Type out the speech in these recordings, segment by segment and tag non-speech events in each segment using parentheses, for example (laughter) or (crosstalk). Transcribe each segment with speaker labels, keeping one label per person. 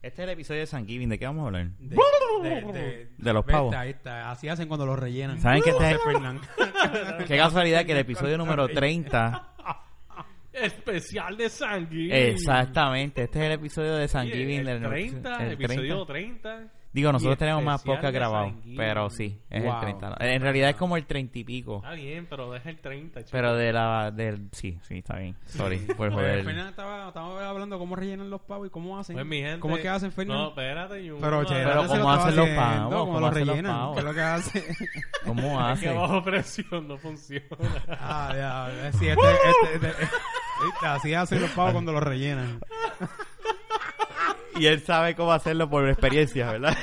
Speaker 1: Este es el episodio de San Giving. ¿De qué vamos a hablar?
Speaker 2: De,
Speaker 1: De los
Speaker 2: ¿ves?
Speaker 1: pavos.
Speaker 2: Ahí está. Así hacen cuando los rellenan.
Speaker 1: ¿Saben que este es-
Speaker 2: Fernán.
Speaker 1: Qué casualidad que el episodio número 30.
Speaker 3: Especial de Sangui.
Speaker 1: Exactamente. Este es el episodio de San Giving.
Speaker 3: El
Speaker 1: del-
Speaker 3: 30,
Speaker 1: el
Speaker 3: episodio 30.
Speaker 1: Digo,
Speaker 3: Y
Speaker 1: nosotros tenemos más
Speaker 3: especial
Speaker 1: podcast
Speaker 3: de
Speaker 1: grabados.
Speaker 3: San Giving.
Speaker 1: Pero sí, es el
Speaker 2: Wow.
Speaker 1: 30. En realidad es como el 30 y pico.
Speaker 3: Está bien, pero es el 30, chico.
Speaker 1: Pero de la. Del, sí, sí, está bien. (laughs) Sorry por
Speaker 2: Pues,
Speaker 1: joder.
Speaker 2: Fernán estaba, estábamos hablando cómo rellenan los pavos y cómo hacen.
Speaker 3: Pues, mi gente,
Speaker 2: ¿Cómo es que hacen, Fernán?
Speaker 3: No, espérate. y uno-
Speaker 2: Pero, che,
Speaker 1: Pero
Speaker 2: se lo
Speaker 1: ¿cómo
Speaker 2: estaba
Speaker 1: hacen los
Speaker 2: haciendo,
Speaker 1: pavos? ¿Cómo
Speaker 2: ¿Cómo los
Speaker 1: hacen los
Speaker 2: rellenan?
Speaker 1: pavos?
Speaker 2: ¿Qué es lo que
Speaker 1: (laughs)
Speaker 2: hace?
Speaker 3: (laughs)
Speaker 1: ¿Cómo
Speaker 3: Es que
Speaker 1: hace?
Speaker 3: bajo presión no funciona.
Speaker 2: ah, ya. Sí, este, este, este- este- así hacen los pavos cuando los rellenan.
Speaker 1: Y él sabe cómo hacerlo por experiencia,
Speaker 3: (laughs)
Speaker 1: ¿verdad?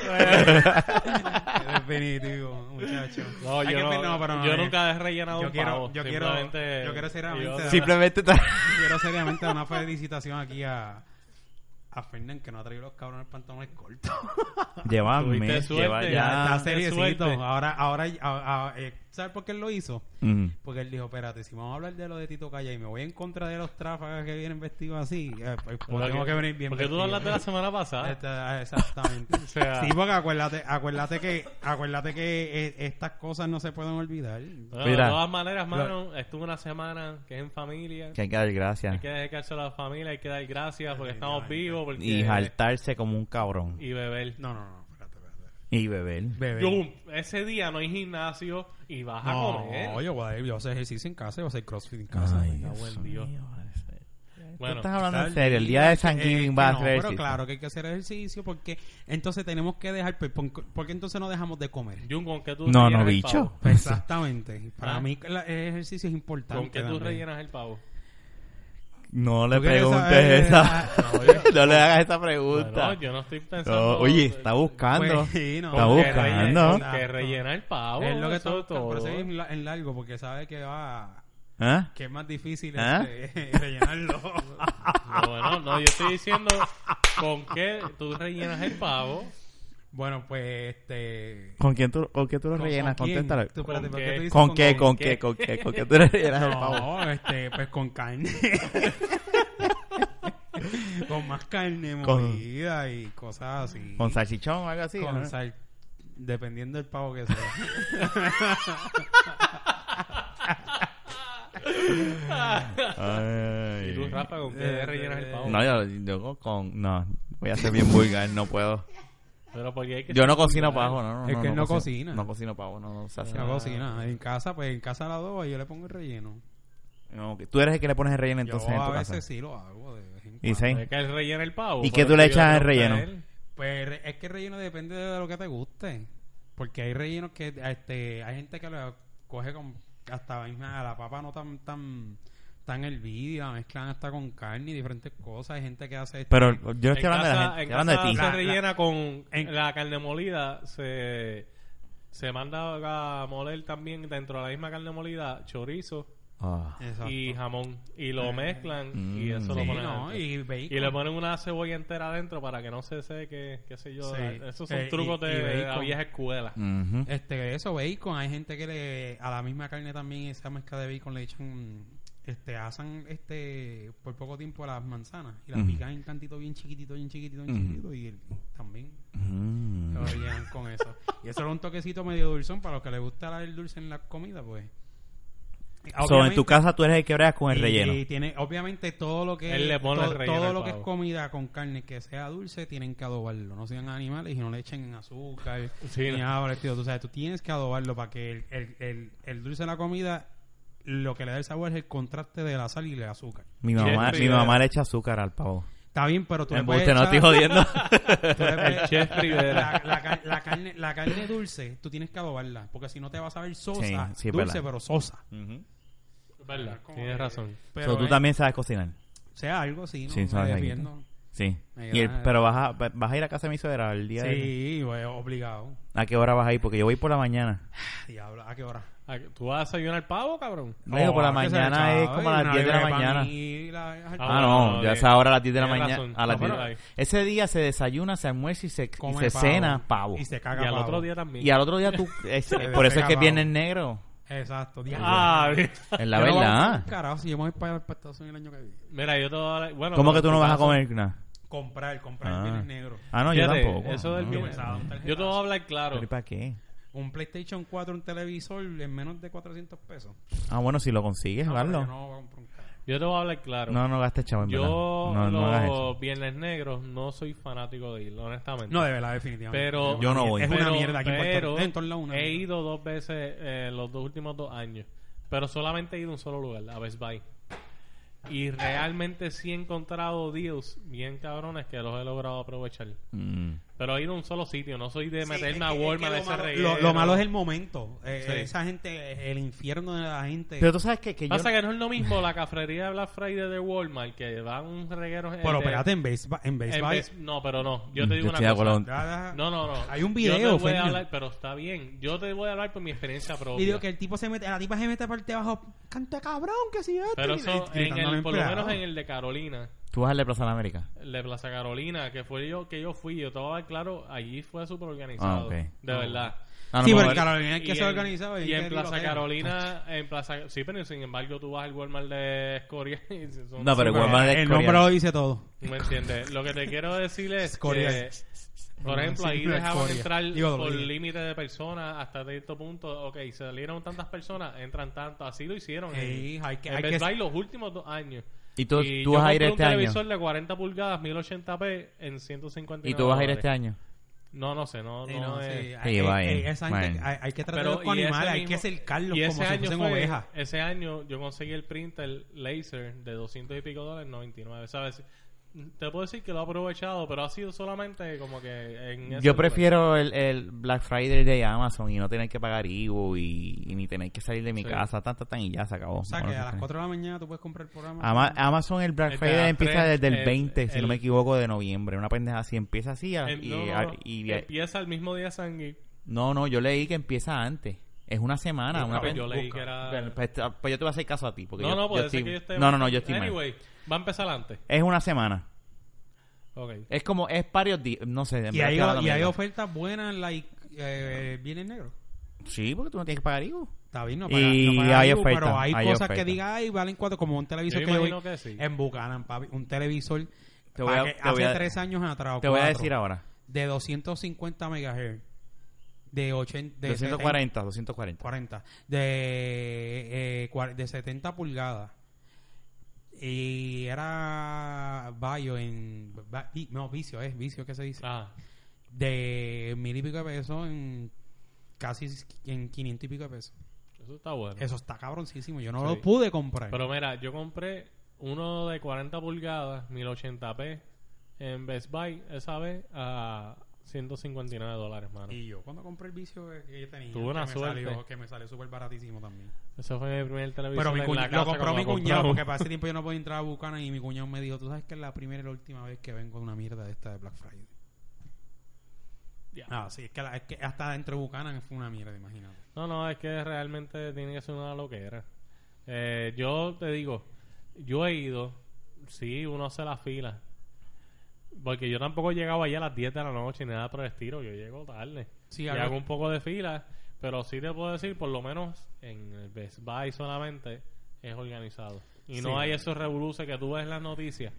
Speaker 2: Definitivo, muchacho.
Speaker 3: No,
Speaker 2: Hay
Speaker 3: yo,
Speaker 2: que
Speaker 3: no,
Speaker 2: pe- (laughs) no, pero no,
Speaker 3: yo
Speaker 2: eh.
Speaker 3: nunca he rellenado
Speaker 2: yo
Speaker 3: un
Speaker 2: quiero-
Speaker 3: pavo.
Speaker 2: yo quiero-
Speaker 3: Simplemente-
Speaker 2: yo quiero seriamente-
Speaker 3: yo-
Speaker 1: Simplemente.
Speaker 3: (laughs)
Speaker 2: Quiero seriamente dar una felicitación aquí a, a Fernán, que no ha traído los cabrones pantalones cortos.
Speaker 1: Lleva un
Speaker 3: Tuviste
Speaker 1: mes,
Speaker 3: suerte.
Speaker 1: lleva
Speaker 2: Está
Speaker 1: ya.
Speaker 3: Ah, qué
Speaker 2: seriecito.
Speaker 3: suerte.
Speaker 2: Ahora, ahora, a- a- eh, ¿sabes por qué él lo hizo?
Speaker 1: Mm.
Speaker 2: Porque él dijo, espérate, si vamos a hablar de lo de Tito Calla y me voy en contra de los tráfagas que vienen vestidos así, eh, pues, pues,
Speaker 3: Porque-
Speaker 2: tengo que venir bien
Speaker 3: Porque tú
Speaker 2: vestido. (laughs)
Speaker 3: hablaste la semana pasada.
Speaker 2: Este, ah,
Speaker 3: (laughs)
Speaker 2: Exactamente.
Speaker 3: O sea,
Speaker 2: Sí, porque acuérdate, acuérdate que, acuérdate que eh, estas cosas no se pueden olvidar.
Speaker 3: bueno,
Speaker 1: Mira.
Speaker 3: de todas maneras, mano, estuve una semana que es en familia.
Speaker 1: Que hay que dar gracias.
Speaker 3: Hay que dedicarse a la familia, hay que dar gracias porque estamos vivos. Porque,
Speaker 1: Y jaltarse como un cabrón.
Speaker 3: y beber.
Speaker 2: No, no, no, espérate, espérate.
Speaker 1: Y beber.
Speaker 2: Bebé.
Speaker 3: Yo, ah, ese día no hay gimnasio y vas a comer.
Speaker 2: No, yo voy a ir, yo voy a hacer ejercicio en casa, yo voy a hacer crossfit en casa.
Speaker 1: Ay,
Speaker 2: Venga,
Speaker 1: Dios
Speaker 2: bueno.
Speaker 3: Dios.
Speaker 1: mío, vale, ser.
Speaker 3: Bueno,
Speaker 1: Tú estás hablando en
Speaker 2: Está
Speaker 1: serio. El día de
Speaker 2: lindo,
Speaker 1: San
Speaker 2: eh,
Speaker 1: Giving
Speaker 2: que
Speaker 1: va a
Speaker 2: no,
Speaker 1: hacer
Speaker 2: Pero
Speaker 1: ejercicio.
Speaker 2: claro que hay que hacer ejercicio porque entonces tenemos que dejar, pues, ¿por por qué entonces no dejamos
Speaker 1: (laughs)
Speaker 2: de comer?
Speaker 3: Jun, ¿con qué tú
Speaker 1: No, no,
Speaker 3: rellenas el
Speaker 1: bicho.
Speaker 3: pavo?
Speaker 2: (laughs) Exactamente. Para
Speaker 3: Ah.
Speaker 2: mí la- el ejercicio es importante.
Speaker 3: ¿Con qué tú
Speaker 2: también.
Speaker 3: rellenas el pavo?
Speaker 1: No le
Speaker 2: ¿Tú quieres
Speaker 1: preguntes
Speaker 2: saber?
Speaker 1: esa.
Speaker 2: ah, No, oye.
Speaker 1: (laughs) No le hagas esa
Speaker 3: Bueno,
Speaker 1: pregunta.
Speaker 3: yo no estoy pensando.
Speaker 1: No, Oye, está buscando.
Speaker 2: Pues, sí, no.
Speaker 1: Está
Speaker 3: Con que
Speaker 1: buscando.
Speaker 3: rellena- con Que
Speaker 2: Exacto.
Speaker 3: rellena el pavo.
Speaker 2: Es lo que
Speaker 3: eso
Speaker 2: está todo. Por eso es
Speaker 3: todo.
Speaker 2: en, la- en largo, porque sabe que va...
Speaker 1: ¿Ah?
Speaker 2: Que es más difícil
Speaker 1: ¿Ah?
Speaker 2: este, (laughs)
Speaker 1: (laughs)
Speaker 2: rellenarlo.
Speaker 3: No, Ah, bueno, no, yo estoy diciendo con qué tú rellenas el pavo.
Speaker 2: bueno, pues, este...
Speaker 1: ¿Con quién tú, con qué tú lo
Speaker 2: ¿con-
Speaker 1: rellenas?
Speaker 2: con quién?
Speaker 1: Contéstalo.
Speaker 2: Tú, espérate,
Speaker 3: ¿Con
Speaker 2: ¿por qué
Speaker 3: qué?
Speaker 2: tú dices
Speaker 1: ¿Con qué? ¿Con
Speaker 3: con
Speaker 1: qué?
Speaker 3: qué?
Speaker 1: ¿Con qué? ¿Con qué tú le rellenas
Speaker 2: (laughs)
Speaker 1: el pavo?
Speaker 2: No, este, pues
Speaker 1: (laughs)
Speaker 2: con carne. con más carne
Speaker 1: Con-
Speaker 2: molida y cosas así.
Speaker 1: ¿Con salchichón o algo así?
Speaker 2: Con
Speaker 1: ¿no?
Speaker 2: sal- Dependiendo del pavo que sea.
Speaker 1: (laughs) Ay.
Speaker 3: Y tú, Rafa, ¿con qué rellenas el pavo?
Speaker 1: No, yo, yo con... No, voy a ser bien vulgar, no puedo.
Speaker 3: Pero porque hay que
Speaker 1: Yo no cocino pavo, no, no.
Speaker 2: Es que él no
Speaker 1: cocino-
Speaker 2: cocina.
Speaker 1: No cocino pavo, no. no se hace.
Speaker 2: No cocina. En casa, pues en casa la adobo y yo le pongo el relleno.
Speaker 1: No, que tú eres el que le pones el relleno entonces
Speaker 2: yo
Speaker 1: en
Speaker 2: a
Speaker 1: tu
Speaker 2: veces
Speaker 1: casa.
Speaker 2: sí lo hago. De vez en
Speaker 1: Y
Speaker 2: cuando.
Speaker 1: sí.
Speaker 3: Es que él rellena el pavo.
Speaker 1: ¿Y
Speaker 3: por
Speaker 1: qué tú
Speaker 3: eso
Speaker 1: le
Speaker 3: yo
Speaker 1: echas al
Speaker 3: pregunté a
Speaker 1: relleno?
Speaker 3: él.
Speaker 2: Pues re- es que el relleno depende de lo que te guste. Porque hay rellenos que este, hay gente que lo coge con hasta la misma, a la papa no tan tan tan hervida, la mezclan hasta con carne y diferentes cosas. Hay gente que hace este-
Speaker 1: Pero yo no
Speaker 3: En
Speaker 1: estoy hablando de la
Speaker 3: casa-
Speaker 1: gente,
Speaker 3: en
Speaker 1: estoy hablando de
Speaker 3: casa
Speaker 1: ti.
Speaker 3: Se
Speaker 2: La-
Speaker 3: rellena con
Speaker 2: en-
Speaker 3: la carne molida, se, se manda a moler también dentro de la misma carne molida chorizo
Speaker 1: Ah.
Speaker 2: Exacto. Eh.
Speaker 3: y jamón. Y lo mezclan y
Speaker 1: Mm.
Speaker 3: eso
Speaker 1: Sí,
Speaker 3: lo
Speaker 2: Sí,
Speaker 3: ponen.
Speaker 2: no,
Speaker 3: adentro.
Speaker 2: y bacon.
Speaker 3: Y le ponen una cebolla entera adentro para que no se seque, qué sé yo.
Speaker 2: Sí.
Speaker 3: Esos son
Speaker 2: Eh, y-
Speaker 3: trucos
Speaker 2: y
Speaker 3: de, de la
Speaker 2: bacon.
Speaker 3: vieja escuela.
Speaker 2: Ah.
Speaker 1: Mm. Ujú.
Speaker 2: Este, eso, bacon. Hay gente que le, a la misma carne también, esa mezcla de bacon, le echan, este, asan, este, por poco tiempo las manzanas y las
Speaker 1: Ujú.
Speaker 2: pican en cantito bien chiquitito, bien chiquitito, bien
Speaker 1: Ujú.
Speaker 2: chiquitito y el- también
Speaker 1: Mm.
Speaker 2: lo rellenan con
Speaker 1: (laughs)
Speaker 2: eso. Y eso era un toquecito medio dulzón para los que les gusta el dulce en la comida, pues.
Speaker 1: So, en tu
Speaker 2: Obviamente-
Speaker 1: casa tú eres el que bregas con el
Speaker 2: y-
Speaker 1: relleno.
Speaker 2: Y tiene, obviamente, todo lo que
Speaker 3: Él le pone
Speaker 2: todo,
Speaker 3: el relleno
Speaker 2: todo
Speaker 3: al
Speaker 2: lo que es
Speaker 3: pavo.
Speaker 2: comida con carne que sea dulce, tienen que adobarlo. No sean animales y no le echen azúcar
Speaker 3: Sí,
Speaker 2: ni
Speaker 3: no.
Speaker 2: nada por el estilo. Tú sabes, tú tienes que adobarlo para que el, el, el, el dulce de la comida lo que le da el sabor es el contraste de la sal y el azúcar.
Speaker 1: Mi mamá,
Speaker 3: Jeffrey
Speaker 1: mi
Speaker 3: Vera.
Speaker 1: mamá le echa azúcar al pavo.
Speaker 2: Está bien, pero tú le puedes
Speaker 1: Embuste, no
Speaker 2: echar-
Speaker 1: estoy
Speaker 2: (laughs)
Speaker 1: jodiendo.
Speaker 2: tú le puedes-
Speaker 3: El chef Rivera.
Speaker 2: La, la car- la carne, la carne dulce, tú tienes que adobarla, porque si no te va a saber sosa,
Speaker 1: Sí, sí, es
Speaker 2: dulce
Speaker 1: verdad.
Speaker 2: pero sosa.
Speaker 3: ¿Verdad?
Speaker 2: Como
Speaker 3: Tienes
Speaker 2: que-
Speaker 3: razón.
Speaker 2: Pero
Speaker 1: So, tú
Speaker 2: eh,
Speaker 1: también sabes cocinar.
Speaker 2: sea algo, sí, no
Speaker 1: Sí,
Speaker 2: me
Speaker 1: sabes algo.
Speaker 2: defiendo.
Speaker 1: Sí.
Speaker 2: Me
Speaker 1: Y el-
Speaker 2: agrada.
Speaker 1: pero vas a, va- vas a ir a casa de mi suegra el día de...
Speaker 2: Sí, güey, obligado.
Speaker 1: ¿A qué hora vas a ir? Porque yo voy por la mañana.
Speaker 2: Diablo, ¿a qué hora?
Speaker 3: Ah, ¿Tú vas a desayunar pavo, cabrón?
Speaker 1: No, digo, por la
Speaker 2: Ah, que se
Speaker 1: mañana
Speaker 2: le
Speaker 1: es
Speaker 2: echaba,
Speaker 1: como
Speaker 2: y
Speaker 1: a las
Speaker 2: una
Speaker 1: 10 de la
Speaker 2: libra pan
Speaker 1: mañana.
Speaker 2: y la-
Speaker 1: Ah,
Speaker 3: Ah,
Speaker 1: no,
Speaker 3: bueno,
Speaker 1: ya
Speaker 3: ok.
Speaker 1: es ahora a las 10 de la
Speaker 3: Tienes
Speaker 1: mañana.
Speaker 3: razón.
Speaker 1: A las
Speaker 3: No,
Speaker 1: 10.
Speaker 3: pero ahí.
Speaker 1: Ese día se desayuna, se almuerza y se, y
Speaker 2: come
Speaker 1: se
Speaker 2: pavo.
Speaker 1: cena pavo.
Speaker 2: Y se
Speaker 3: Y
Speaker 2: caga
Speaker 3: al
Speaker 2: pavo.
Speaker 3: otro día también.
Speaker 1: Y al otro día
Speaker 3: (laughs)
Speaker 1: tú... es- eh,
Speaker 2: Se
Speaker 1: por eso es
Speaker 2: pega
Speaker 1: que es
Speaker 2: pavo.
Speaker 1: viernes negro.
Speaker 2: Exacto, diablo.
Speaker 3: Ah,
Speaker 1: (laughs)
Speaker 3: bien.
Speaker 1: Es la
Speaker 2: Yo no voy a
Speaker 1: verdad.
Speaker 2: comer un Carajo, si yo me voy para, para Estados Unidos el año que viene.
Speaker 3: Mira, yo te voy a... Bueno,
Speaker 1: ¿Cómo
Speaker 3: pero
Speaker 1: que tú
Speaker 3: en
Speaker 1: no
Speaker 3: tu
Speaker 1: vas a
Speaker 3: caso-
Speaker 1: comer nada?
Speaker 2: Comprar, comprar
Speaker 1: Ah.
Speaker 2: bienes negros.
Speaker 1: Ah, no, yo
Speaker 3: Fíjate,
Speaker 1: tampoco.
Speaker 3: Eso del
Speaker 1: No,
Speaker 2: Yo
Speaker 3: bien-
Speaker 2: pensaba, un tarjetazo.
Speaker 3: Yo te voy a hablar claro.
Speaker 1: ¿Pero y para qué?
Speaker 2: Un PlayStation 4, un televisor en menos de 400 pesos.
Speaker 1: Ah, bueno, si lo consigues,
Speaker 2: No, pero
Speaker 1: hazlo.
Speaker 2: yo
Speaker 1: No,
Speaker 2: no voy a comprar un carro.
Speaker 3: Yo te voy a hablar claro.
Speaker 1: no, gastes chavo en verdad.
Speaker 3: Yo
Speaker 1: No, no hagas eso.
Speaker 3: los Viernes Negros no soy fanático de ir, honestamente.
Speaker 2: No, de verdad, definitivamente.
Speaker 3: pero
Speaker 1: Yo no voy.
Speaker 2: Es una
Speaker 3: pero-
Speaker 2: mierda aquí en Puerto
Speaker 3: pero
Speaker 2: Rico. En todos lados una
Speaker 3: he
Speaker 2: mierda.
Speaker 3: ido dos veces eh, los dos últimos dos años. Pero solamente he ido a un solo lugar, a Best Buy. Y realmente sí he encontrado deals bien cabrones que los he logrado aprovechar.
Speaker 1: Mm.
Speaker 3: Pero he ido a un solo sitio. No soy de
Speaker 2: Sí,
Speaker 3: meterme
Speaker 2: es
Speaker 3: a
Speaker 2: que- es que
Speaker 3: Walmart
Speaker 2: lo
Speaker 3: de ese
Speaker 2: malo-
Speaker 3: reguero.
Speaker 2: Lo, lo malo es el momento. Eh,
Speaker 3: Sí.
Speaker 2: Esa gente, el infierno de la gente.
Speaker 1: Pero tú sabes que, que yo...
Speaker 3: Pasa que no es lo mismo la cafrería de Black Friday de Walmart que va un reguero. eh,
Speaker 2: Pero
Speaker 3: de-
Speaker 2: espérate, en Best Buy. En Best
Speaker 3: en
Speaker 2: Buy-
Speaker 3: vez- no, pero no. Yo te
Speaker 1: Mm,
Speaker 3: digo una
Speaker 1: estoy de
Speaker 3: cosa.
Speaker 1: acuerdo.
Speaker 2: Ya, ya.
Speaker 3: No, no, no.
Speaker 2: Hay un
Speaker 3: Yo
Speaker 2: video,
Speaker 3: te voy a
Speaker 2: Fernan.
Speaker 3: hablar, pero está bien. Yo te voy a hablar por mi experiencia propia.
Speaker 2: Video que el tipo se mete, la tipa se mete por debajo. Canto de cabrón, que si esto.
Speaker 3: Pero
Speaker 2: y-
Speaker 3: eso,
Speaker 2: y
Speaker 3: en
Speaker 2: gritando al
Speaker 3: el, por lo
Speaker 2: empleado.
Speaker 3: menos en el de Carolina,
Speaker 1: Tú vas al de Plaza de América.
Speaker 3: el de Plaza Carolina, que fue yo que yo fui, yo te voy a hablar claro, allí fue súper organizado.
Speaker 1: Ah, ok.
Speaker 3: De verdad.
Speaker 1: Ah, no,
Speaker 2: Sí,
Speaker 1: me
Speaker 2: pero en
Speaker 1: voy a-
Speaker 2: Carolina es que
Speaker 3: Y
Speaker 2: se
Speaker 3: en-
Speaker 2: organizaba.
Speaker 3: Y en
Speaker 2: que
Speaker 3: Plaza
Speaker 2: bloquea.
Speaker 3: Carolina, en Plaza... Sí, pero sin embargo tú vas al Walmart de Escoria (laughs) y son-
Speaker 1: No, pero
Speaker 3: Sí,
Speaker 1: igual Walmart de
Speaker 2: El
Speaker 1: Corea.
Speaker 2: nombre lo dice todo.
Speaker 3: ¿Me entiendes? Lo que te quiero decir es
Speaker 2: Escoria.
Speaker 3: que, por ejemplo, ahí
Speaker 2: Sí, pero
Speaker 3: dejaban
Speaker 2: escoria.
Speaker 3: entrar
Speaker 2: Digo,
Speaker 3: por
Speaker 2: Rodríguez.
Speaker 3: límite de personas hasta cierto punto. Ok, salieron tantas personas, entran tantas. Así lo hicieron.
Speaker 2: Sí,
Speaker 3: en-
Speaker 2: hay que-
Speaker 3: en
Speaker 2: hay
Speaker 3: Best
Speaker 2: que-
Speaker 3: Buy los últimos dos años.
Speaker 1: Y tú, tú
Speaker 3: yo
Speaker 1: vas a ir
Speaker 3: compré
Speaker 1: este
Speaker 3: un
Speaker 1: año.
Speaker 3: televisor de 40 pulgadas, 1080p en 150
Speaker 1: Y tú vas a ir este año.
Speaker 3: No, no sé, no,
Speaker 2: Sí,
Speaker 3: no,
Speaker 2: no,
Speaker 3: es-
Speaker 2: sí, hay-
Speaker 1: va
Speaker 2: hay-
Speaker 1: bien,
Speaker 2: esa
Speaker 1: va
Speaker 2: gente-
Speaker 1: bien.
Speaker 2: hay, hay que tratarlos con
Speaker 3: y ese
Speaker 2: animales, hay
Speaker 3: mismo-
Speaker 2: que acercarlos
Speaker 3: y
Speaker 2: como
Speaker 3: ese
Speaker 2: si
Speaker 3: año
Speaker 2: fuesen
Speaker 3: fue-
Speaker 2: ovejas.
Speaker 3: Ese año yo conseguí el printer laser de 200 y pico dólares, 99, ¿sabes? Te puedo decir que lo he aprovechado, pero ha sido solamente como que en ese
Speaker 1: Yo
Speaker 3: lugar.
Speaker 1: prefiero el, el Black Friday de Amazon y no tener que pagar IVU y, y ni tener que salir de mi
Speaker 3: Sí.
Speaker 1: casa, tan, tan, tan, y ya se acabó.
Speaker 2: O sea, que
Speaker 1: Bueno,
Speaker 2: a
Speaker 1: sí,
Speaker 2: las
Speaker 1: sí.
Speaker 2: 4 de la mañana tú puedes comprar el programa.
Speaker 1: Ama- Amazon el Black
Speaker 3: El
Speaker 1: Friday
Speaker 3: de
Speaker 1: empieza
Speaker 3: Fred,
Speaker 1: desde el,
Speaker 3: el-
Speaker 1: 20, si no
Speaker 3: el-
Speaker 1: me equivoco, de noviembre. Una pendeja así empieza así a-
Speaker 3: En-
Speaker 1: y,
Speaker 3: no, no,
Speaker 1: a-
Speaker 3: no,
Speaker 1: y-
Speaker 3: empieza el mismo día Sangui.
Speaker 1: no, no, yo leí que empieza antes. Es una semana,
Speaker 3: Ah,
Speaker 1: una
Speaker 3: pues
Speaker 1: pen-
Speaker 3: yo leí
Speaker 1: busca.
Speaker 3: que era-
Speaker 1: Bueno, pues, te- pues yo te voy a hacer caso a ti, porque
Speaker 3: No,
Speaker 1: yo,
Speaker 3: no,
Speaker 1: yo
Speaker 3: puede ser
Speaker 1: estoy-
Speaker 3: que yo esté
Speaker 1: No, no, no, yo estoy mal.
Speaker 3: Anyway, va a empezar antes.
Speaker 1: Es una semana.
Speaker 3: Ok.
Speaker 1: Es como es varios días, no sé, en
Speaker 2: y
Speaker 1: verdad
Speaker 2: hay,
Speaker 1: que ahora
Speaker 2: y hay
Speaker 1: mismo.
Speaker 2: ofertas buenas, like, eh, bienes negros.
Speaker 1: Sí, porque tú no tienes que pagar IVU.
Speaker 2: Está bien, no
Speaker 1: Y
Speaker 2: pagas- no pagas
Speaker 1: hay
Speaker 2: IVU,
Speaker 1: oferta,
Speaker 2: Pero hay,
Speaker 1: hay
Speaker 2: cosas
Speaker 1: oferta.
Speaker 2: que diga, ay, valen cuatro, como un televisor
Speaker 3: Yo
Speaker 2: que yo
Speaker 3: imagino
Speaker 2: vi
Speaker 3: que sí.
Speaker 2: en Buchanan, papi, un televisor
Speaker 1: Te voy a-
Speaker 2: pa' que
Speaker 1: te
Speaker 2: hace
Speaker 1: voy a-
Speaker 2: tres años atrás o
Speaker 1: Te voy a
Speaker 2: cuatro,
Speaker 1: decir ahora.
Speaker 2: de 250 megahertz, de 80, de
Speaker 1: 240, 240.
Speaker 2: 40 de, eh, cua- de 70 pulgadas y era Bayo en va- vi- no vicio es vicio que se dice
Speaker 3: Ah,
Speaker 2: de mil y pico de pesos en casi s- en 500 y pico de pesos
Speaker 3: eso está bueno.
Speaker 2: eso está cabroncísimo yo no
Speaker 3: Sí.
Speaker 2: lo pude comprar
Speaker 3: Pero mira, yo compré uno de 40 pulgadas, 1080p, en Best Buy, esa vez, a 159 dólares, mano.
Speaker 2: y yo cuando compré el vicio que- que yo tenía
Speaker 3: Tuve una
Speaker 2: que,
Speaker 3: suerte.
Speaker 2: Me salió, que me salió súper baratísimo también
Speaker 3: Ese fue mi primer televisor
Speaker 2: pero mi
Speaker 3: en
Speaker 2: cuñ-
Speaker 3: la casa
Speaker 2: lo compró
Speaker 3: cuando
Speaker 2: mi
Speaker 3: lo
Speaker 2: cuñado
Speaker 3: compramos.
Speaker 2: porque para ese tiempo yo no podía entrar a Buchanan y mi cuñado me dijo tú sabes que es la primera y la última vez que vengo de una mierda de esta de Black Friday
Speaker 3: Ya.
Speaker 2: Ah, sí, es que, la- es que hasta dentro de Buchanan fue una mierda, imagínate.
Speaker 3: No, no, es que realmente tiene que ser una loquera. Eh, yo te digo, yo he ido, sí, uno hace la fila. Porque yo tampoco he llegado allá a las 10 de la noche ni nada por el estilo, yo llego tarde.
Speaker 2: Sí,
Speaker 3: y
Speaker 2: algo-
Speaker 3: hago un poco de fila, pero sí te puedo decir, por lo menos en el Best Buy solamente es organizado. Y
Speaker 2: Sí.
Speaker 3: no hay esos revoluces que tú ves en las noticias.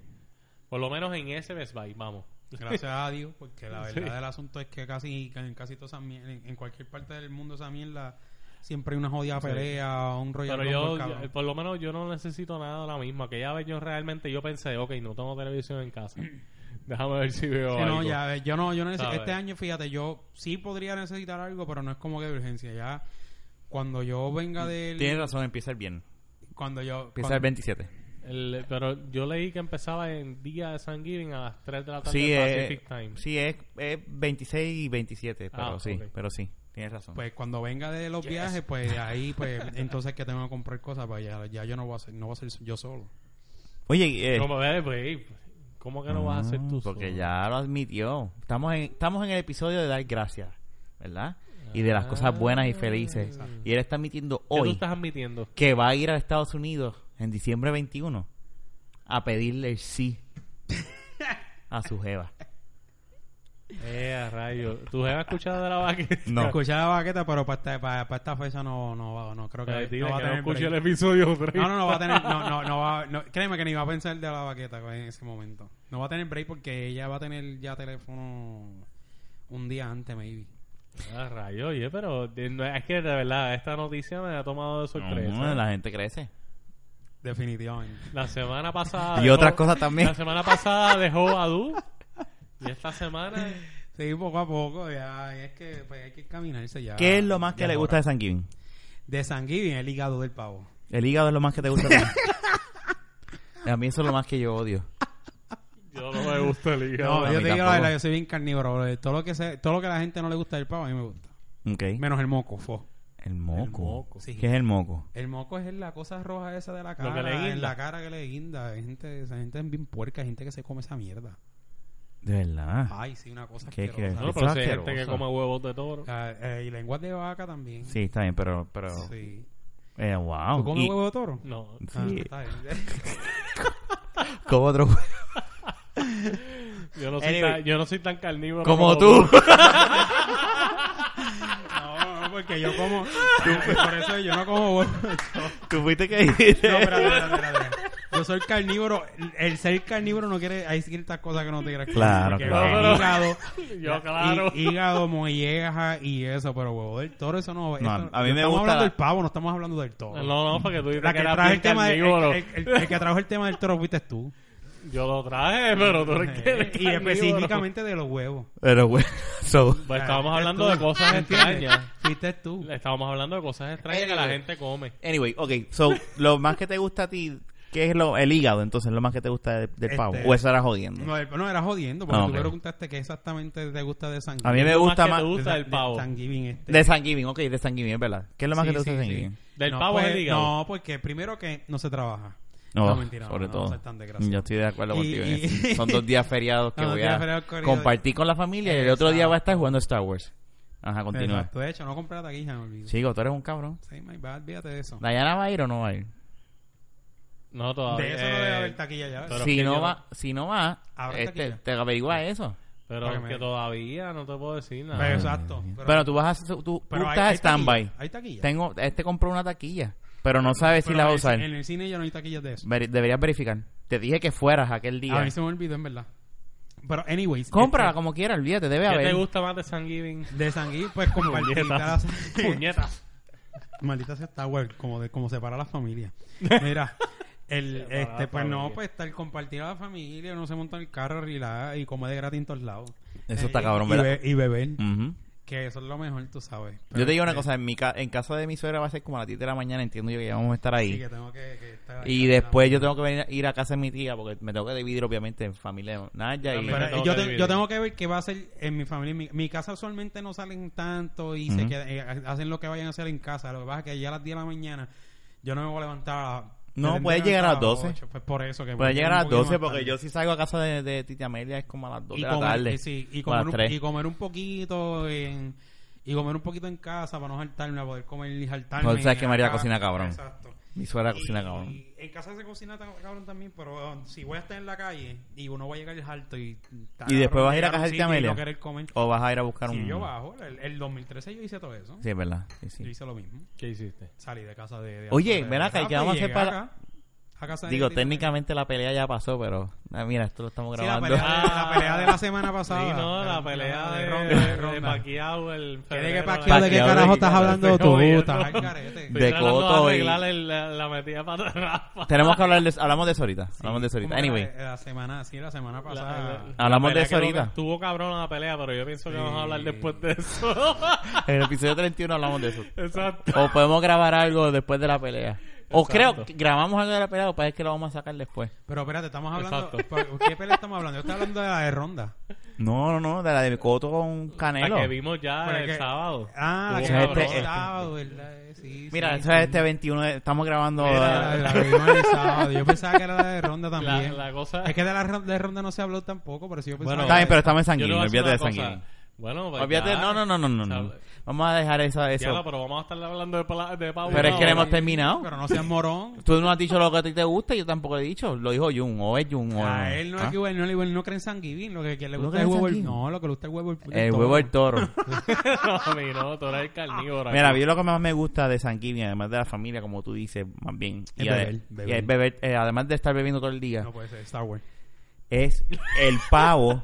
Speaker 3: Por lo menos en ese Best Buy, vamos.
Speaker 2: Gracias a Dios, porque la
Speaker 3: Sí.
Speaker 2: verdad del asunto es que casi en casi todas esas mier- en, en cualquier parte del mundo esa mierda siempre hay una jodida
Speaker 3: Sí.
Speaker 2: pelea, un rollo
Speaker 3: Pero yo, yo- por lo menos yo no necesito nada ahora mismo. Aquella vez yo realmente yo pensé, ok, no tengo televisión en casa. Déjame ver si veo algo.
Speaker 2: no, ya, eh, yo no, yo no neces-
Speaker 3: ¿Sabes?
Speaker 2: este año, fíjate, yo sí podría necesitar algo, pero no es como que de urgencia, ya cuando yo venga del
Speaker 1: Tienes razón, empieza el bien.
Speaker 2: cuando yo
Speaker 1: Empieza
Speaker 2: cuando-
Speaker 1: el 27.
Speaker 3: El- pero yo leí que empezaba en día de Thanksgiving a las 3 de la tarde
Speaker 1: Sí,
Speaker 3: Pacific
Speaker 1: eh,
Speaker 3: Time.
Speaker 1: sí es, es 26 y 27, pero
Speaker 3: Ah,
Speaker 1: sí,
Speaker 3: ok.
Speaker 1: pero sí, tienes razón.
Speaker 2: pues cuando venga de los viajes, pues ahí pues entonces que tengo que comprar cosas, pues ya, ya yo no voy a ser, no voy a ser yo solo.
Speaker 1: Oye, eh, Mm,
Speaker 3: Como, eh, pues, ¿Cómo que no vas a hacer tú
Speaker 1: porque
Speaker 3: solo?
Speaker 1: ya lo admitió. Estamos en, estamos en el episodio de dar gracias, ¿verdad? Y de las cosas buenas y felices. Y él está admitiendo
Speaker 3: ¿Qué Ah, tú
Speaker 1: hoy
Speaker 3: estás admitiendo?
Speaker 1: que va a ir a Estados Unidos en diciembre 21
Speaker 3: (laughs)
Speaker 1: a pedirle el sí a su jeva.
Speaker 3: Eh, a rayos. ¿Tú has escuchado de la (laughs) vaquita?
Speaker 1: No.
Speaker 2: Escuché la baqueta, pero para esta, para, para esta fecha no, no, va- no creo que,
Speaker 3: Ay, dile
Speaker 2: no va a
Speaker 3: que no
Speaker 2: tener
Speaker 3: escuché el
Speaker 2: break. Ah.
Speaker 3: episodio 3.
Speaker 2: No, no, no va a tener. No, no, no va, no, créeme que ni va a pensar de la baqueta en ese momento. No va a tener break porque ella va a tener ya teléfono un día antes, maybe.
Speaker 3: Ah, rayo, oye, pero de- no, es que de verdad, esta noticia me ha tomado de sorpresa.
Speaker 1: No,
Speaker 3: la...
Speaker 1: Mm, la gente crece.
Speaker 2: Definitivamente.
Speaker 3: semana pasada.
Speaker 1: Y
Speaker 3: dejó-
Speaker 1: otras cosas también.
Speaker 3: La semana pasada dejó a Du. Y esta semana.
Speaker 2: Sí, poco a poco, ya. y es que pues, hay que caminarse ya.
Speaker 1: ¿Qué es lo más que le gusta de San Giving?
Speaker 2: De Sanguivin, el hígado del pavo.
Speaker 1: El hígado es lo más que te gusta. a
Speaker 2: (laughs)
Speaker 1: ti. a mí eso es lo más que yo odio.
Speaker 3: Yo no me gusta el hígado.
Speaker 2: No,
Speaker 1: a
Speaker 2: yo
Speaker 1: mí
Speaker 2: te digo la
Speaker 1: tampoco.
Speaker 2: verdad, yo soy bien carnívoro. brother. Todo lo que se, todo lo que a la gente no le gusta del pavo, a mí me gusta.
Speaker 1: Ok.
Speaker 2: Menos el moco, fo.
Speaker 1: El moco.
Speaker 3: moco.
Speaker 2: Sí.
Speaker 1: ¿Qué es el moco?
Speaker 2: El moco es la cosa roja esa de la cara.
Speaker 3: que le guinda.
Speaker 2: En la cara que le guinda. Hay gente, esa gente es bien puerca, hay gente que se come esa mierda.
Speaker 1: De verdad.
Speaker 2: Ay, sí, una cosa
Speaker 1: ¿Qué-
Speaker 2: que
Speaker 3: No,
Speaker 1: qué?
Speaker 3: pero
Speaker 1: Eso
Speaker 3: si hay
Speaker 1: es
Speaker 3: gente que
Speaker 1: asqueroso.
Speaker 3: come huevos de toro.
Speaker 2: eh, y lenguas de vaca también.
Speaker 1: Sí, está bien, pero... pero
Speaker 2: Sí.
Speaker 1: eh, wow.
Speaker 2: ¿Tú comes
Speaker 1: Y-
Speaker 2: huevo de toro?
Speaker 3: No.
Speaker 2: Ah,
Speaker 1: Sí. (laughs)
Speaker 2: está bien.
Speaker 1: como otro
Speaker 3: Yo no soy,
Speaker 1: Anyway.
Speaker 3: tan, yo no soy tan carnívoro.
Speaker 1: Como tú. (laughs)
Speaker 2: No, no, porque yo como. por eso yo no como huevo (laughs) de toro.
Speaker 1: Tú fuiste que dijiste.
Speaker 2: No, espérate, espérate, espérate. Yo soy carnívoro. El- El ser carnívoro no quiere. Hay ciertas cosas que no te quieras comer.
Speaker 1: Claro,
Speaker 2: Porque
Speaker 1: claro.
Speaker 2: el Hígado.
Speaker 3: (laughs) Yo, claro.
Speaker 2: hí- hígado, molleja y eso. Pero huevo del toro, eso no. eso-
Speaker 1: a mí me
Speaker 2: Estamos
Speaker 1: gusta
Speaker 2: hablando
Speaker 1: la-
Speaker 2: del pavo, no estamos hablando del toro.
Speaker 3: No, no, porque tú dices
Speaker 2: La
Speaker 3: que
Speaker 2: que
Speaker 3: eras
Speaker 2: trajo
Speaker 3: bien
Speaker 2: el tema. del- El,
Speaker 3: carnívoro.
Speaker 2: el- el- el que trajo el tema del toro fuiste
Speaker 3: (laughs)
Speaker 2: tú. Eh,
Speaker 3: Yo lo traje, pero tú eres que
Speaker 2: (laughs)
Speaker 3: eres
Speaker 2: y
Speaker 3: carnívoro.
Speaker 2: específicamente de los huevos.
Speaker 1: Pero bueno, so,
Speaker 3: Pues
Speaker 2: Fuiste
Speaker 3: estábamos hablando de
Speaker 2: Ah, tú, Ah,
Speaker 3: cosas
Speaker 2: ¿me entiendes?
Speaker 3: extrañas.
Speaker 2: Fuiste tú.
Speaker 3: Estábamos hablando de cosas extrañas que la
Speaker 1: Anyway.
Speaker 3: gente come.
Speaker 1: anyway, ok, so, (laughs) lo más que te gusta a ti, ¿qué es lo, el hígado entonces, lo más que te gusta de- del pavo?
Speaker 2: Este-
Speaker 1: ¿O eso era jodiendo?
Speaker 2: No, el- no, era jodiendo. Porque
Speaker 1: Ah,
Speaker 2: tú
Speaker 1: ok.
Speaker 2: me preguntaste qué exactamente te gusta de sangre.
Speaker 1: a mí me
Speaker 3: lo más
Speaker 1: gusta
Speaker 3: que
Speaker 1: más...
Speaker 3: te gusta del pavo.
Speaker 2: este.
Speaker 1: De San Giving, ok, de San Giving, es verdad. ¿Qué es lo más
Speaker 2: Sí,
Speaker 1: que te gusta
Speaker 2: sí,
Speaker 1: de San
Speaker 2: sí.
Speaker 1: Giving?
Speaker 3: Del
Speaker 2: No,
Speaker 3: pavo
Speaker 2: pues,
Speaker 3: es el hígado.
Speaker 2: No, porque primero que no se trabaja.
Speaker 1: No,
Speaker 2: No, mentira,
Speaker 1: sobre
Speaker 2: no, no,
Speaker 1: todo.
Speaker 2: soy tan desgraciado.
Speaker 1: Yo estoy de acuerdo
Speaker 2: Y-
Speaker 1: contigo. en
Speaker 2: y-
Speaker 1: eso.
Speaker 2: (laughs)
Speaker 1: Son dos días feriados que
Speaker 2: No,
Speaker 1: voy
Speaker 2: días
Speaker 1: a
Speaker 2: feriados corridos.
Speaker 1: compartir con la familia y el otro día va a estar jugando Star Wars. Ajá, continúa.
Speaker 2: Exacto. De hecho, no compré la taquilla, me olvido.
Speaker 1: Chico, tú eres un cabrón.
Speaker 2: Sí, my bad, fíjate de eso.
Speaker 1: ¿Dayana va a ir o no va a ir?
Speaker 3: No, todavía.
Speaker 2: de eso no debe
Speaker 3: eh,
Speaker 2: haber taquilla ya. ¿verdad?
Speaker 3: Pero es
Speaker 1: Si
Speaker 3: que
Speaker 1: no,
Speaker 3: yo
Speaker 1: va, si no va,
Speaker 2: Habrá
Speaker 1: este,
Speaker 2: taquilla.
Speaker 1: te averigua eso.
Speaker 3: Pero
Speaker 2: Para que
Speaker 3: es
Speaker 2: me
Speaker 3: que
Speaker 2: diga.
Speaker 3: todavía no te puedo decir nada.
Speaker 2: Pero exacto.
Speaker 1: Ah, Pero, tú vas a... Tú, tú
Speaker 2: pero
Speaker 1: estás stand-by.
Speaker 2: taquilla, Hay taquilla.
Speaker 1: Tengo, este compró una taquilla, pero no sabe si
Speaker 2: Pero
Speaker 1: la va a
Speaker 2: en el-
Speaker 1: usar.
Speaker 2: En el cine ya no hay taquillas de eso.
Speaker 1: Veri- deberías verificar. Te dije que fueras aquel
Speaker 2: A
Speaker 1: día.
Speaker 2: mí se me olvidó, en verdad. Pero, anyways.
Speaker 1: Cómprala
Speaker 2: este,
Speaker 1: como quieras, olvídate, debe
Speaker 3: ¿Qué te
Speaker 1: haber.
Speaker 3: gusta más
Speaker 2: (laughs)
Speaker 3: de Thanksgiving?
Speaker 2: De sanguí,
Speaker 1: (laughs)
Speaker 2: pues compartita.
Speaker 3: Puñetas. (laughs) Puñetas.
Speaker 2: Maldita sea esta web, como, de, como separa a la
Speaker 3: (laughs)
Speaker 2: familia. Mira, el,
Speaker 3: Separa la
Speaker 2: este, pues
Speaker 3: familia.
Speaker 2: no, pues estar compartir a la familia, no se monta en el carro, relaja y come de gratis en todos lados.
Speaker 1: Eso está
Speaker 2: Eh,
Speaker 1: cabrón,
Speaker 2: y,
Speaker 1: ¿verdad?
Speaker 2: be- y beber,
Speaker 1: Ujú.
Speaker 2: que eso es lo mejor, tú sabes.
Speaker 1: Yo te digo una
Speaker 2: Pero,
Speaker 1: cosa, en, mi ca- en casa de mi suegra va a ser como a las 10 de la mañana, entiendo yo que ya vamos a estar
Speaker 2: eh, sí,
Speaker 1: ahí.
Speaker 2: que tengo que- que estar
Speaker 1: Y
Speaker 2: ahí.
Speaker 1: después yo tengo que venir a- ir a casa de mi tía porque me tengo que dividir obviamente en familia de Naya y...
Speaker 3: También.
Speaker 2: Pero,
Speaker 3: me
Speaker 2: yo,
Speaker 3: tengo que
Speaker 2: te-
Speaker 3: dividir.
Speaker 2: yo tengo que ver qué va a hacer en mi familia. En mi, mi casa usualmente no salen tanto y se
Speaker 1: Ujú.
Speaker 2: quedan- eh, hacen lo que vayan a hacer en casa. Lo que pasa es que ya a las 10 de la mañana yo no me voy a levantar a
Speaker 1: No,
Speaker 2: me
Speaker 1: puedes
Speaker 2: tendré que
Speaker 1: llegar a
Speaker 2: levantar
Speaker 1: las 12.
Speaker 2: ocho, pues por eso que
Speaker 1: Puede llegar a
Speaker 2: un
Speaker 1: las
Speaker 2: poquito
Speaker 1: 12
Speaker 2: más
Speaker 1: porque
Speaker 2: tarde.
Speaker 1: yo si salgo a casa de, de Tita Amelia es como a las 2
Speaker 2: y
Speaker 1: de la
Speaker 2: comer,
Speaker 1: tarde.
Speaker 2: y sí, y
Speaker 1: o a
Speaker 2: comer,
Speaker 1: las
Speaker 2: un,
Speaker 1: 3.
Speaker 2: y comer un poquito en- y comer un poquito en casa para no saltarme, para poder comer y saltarme.
Speaker 1: Pues, sabes que María cocina cabrón.
Speaker 2: Exacto.
Speaker 1: Mi suegra cocina
Speaker 2: Y-
Speaker 1: cabrón.
Speaker 2: y en casa se cocina tan- cabrón también, pero um, si voy a estar en la calle y uno va a llegar alto y... está
Speaker 1: Y después
Speaker 2: cabrón
Speaker 1: vas a ir a
Speaker 2: llegar un
Speaker 1: casa de
Speaker 2: sitio y
Speaker 1: Amelia.
Speaker 2: no querer comer.
Speaker 1: O vas a ir a buscar
Speaker 2: Si
Speaker 1: un...
Speaker 2: yo bajo, el, el 2013 yo hice todo eso.
Speaker 1: Sí, es verdad. Sí, sí.
Speaker 2: Yo hice lo mismo.
Speaker 3: ¿Qué hiciste?
Speaker 2: Salí de casa de... de-
Speaker 1: Oye,
Speaker 2: de-
Speaker 1: ven acá, ¿y
Speaker 2: rápido
Speaker 1: qué vamos a hacer
Speaker 2: llegué
Speaker 1: para-
Speaker 2: acá, a casa de-
Speaker 1: Digo,
Speaker 2: de-
Speaker 1: técnicamente la pelea ya pasó, pero... ah, mira, esto lo estamos
Speaker 2: Sí, la
Speaker 1: grabando.
Speaker 2: pelea, de- la pelea de la semana
Speaker 3: (laughs) Sí,
Speaker 2: pasada.
Speaker 3: no, la
Speaker 2: Pero-
Speaker 3: pelea de,
Speaker 2: ronda,
Speaker 3: de, de,
Speaker 2: ronda.
Speaker 3: Pacquiao, el
Speaker 2: ¿Qué de
Speaker 3: febrero,
Speaker 2: qué
Speaker 3: la-
Speaker 2: Pacquiao? ¿De qué
Speaker 1: Pacquiao de
Speaker 2: carajo estás
Speaker 1: Guillermo.
Speaker 2: hablando
Speaker 3: Estoy
Speaker 2: tú?
Speaker 3: jodiendo.
Speaker 2: Estás al carete.
Speaker 1: De
Speaker 3: Estoy tratando
Speaker 1: Coto y-
Speaker 3: de arreglar el- la, la metida (laughs) para Rafa.
Speaker 1: (laughs) Tenemos que hablar de... Hablamos de eso ahorita. hablamos de eso ahorita.
Speaker 2: ¿Cómo que
Speaker 1: Anyway.
Speaker 2: La, la semana, sí, la semana
Speaker 3: La-
Speaker 2: pasada.
Speaker 3: la-
Speaker 1: Hablamos
Speaker 3: la
Speaker 1: de
Speaker 3: pelea
Speaker 1: eso
Speaker 3: creo
Speaker 1: ahorita.
Speaker 3: que Estuvo cabrón la pelea, pero yo pienso que vamos a hablar
Speaker 2: Sí.
Speaker 3: después de eso. (laughs)
Speaker 1: En el episodio 31 hablamos de eso.
Speaker 3: Exacto.
Speaker 1: O podemos grabar algo después de la pelea. O
Speaker 3: Exacto.
Speaker 1: creo que grabamos algo de la pelea, o parece que lo vamos a sacar después.
Speaker 2: Pero espérate, estamos hablando.
Speaker 3: Exacto.
Speaker 2: ¿por- ¿Qué pelea estamos hablando? Yo estoy hablando de la de Ronda.
Speaker 1: No, no, no, de la de Coto con
Speaker 3: La
Speaker 1: Canelo.
Speaker 3: que vimos ya
Speaker 2: Pero es
Speaker 3: el
Speaker 2: que-
Speaker 3: sábado.
Speaker 2: Ah, la que
Speaker 1: Estuvo
Speaker 2: me
Speaker 1: cabrón.
Speaker 2: el sábado, ¿verdad? Sí,
Speaker 1: Mira,
Speaker 2: sí,
Speaker 1: eso
Speaker 2: sí.
Speaker 1: es este 21, de- estamos grabando. eh,
Speaker 2: Mira, la- la vimos el sábado. Yo pensaba que era la de Ronda
Speaker 3: La,
Speaker 2: también.
Speaker 3: la cosa...
Speaker 2: Es que de la ro- de Ronda no se habló tampoco, pero sí yo pensaba.
Speaker 3: Bueno,
Speaker 2: que
Speaker 1: está bien,
Speaker 2: era
Speaker 1: pero
Speaker 2: esa.
Speaker 1: estamos en
Speaker 3: Yo le
Speaker 1: sanguíneo,
Speaker 3: voy a decir
Speaker 1: olvídate de
Speaker 3: una cosa.
Speaker 1: sanguíneo.
Speaker 3: Bueno, pues
Speaker 1: Olvídate,
Speaker 3: ya.
Speaker 1: no, no, no, no, no. no.
Speaker 3: Sabe-
Speaker 1: Vamos a dejar eso. eso.
Speaker 3: Diablo, pero vamos a estar hablando de, pala- de pavo.
Speaker 1: Pero es que no
Speaker 3: ahora.
Speaker 1: hemos terminado.
Speaker 2: Pero no seas morón.
Speaker 1: Tú no has dicho lo que a ti te gusta y yo tampoco he dicho. Lo dijo Jun, o es Jun, o
Speaker 2: A él no
Speaker 1: ¿Ah?
Speaker 2: es que él no, él no cree en sanguivín, lo que, que le
Speaker 1: ¿No
Speaker 2: gusta
Speaker 1: cree
Speaker 2: es
Speaker 1: en
Speaker 2: huevo el
Speaker 1: sanguivín?
Speaker 2: No, lo que le gusta es huevo el
Speaker 1: El huevo del
Speaker 2: (laughs)
Speaker 1: toro.
Speaker 3: (laughs) no, a mí no, tú eres el carnívoro.
Speaker 1: Mira, a mí lo que más me gusta de San Kivin, además de la familia, como tú dices, más bien, y, ade-
Speaker 2: Es beber,
Speaker 1: y
Speaker 2: beber.
Speaker 1: es beber, eh, además de estar bebiendo todo el día,
Speaker 2: No puede ser, Star Wars.
Speaker 1: es el
Speaker 3: (laughs)
Speaker 1: pavo,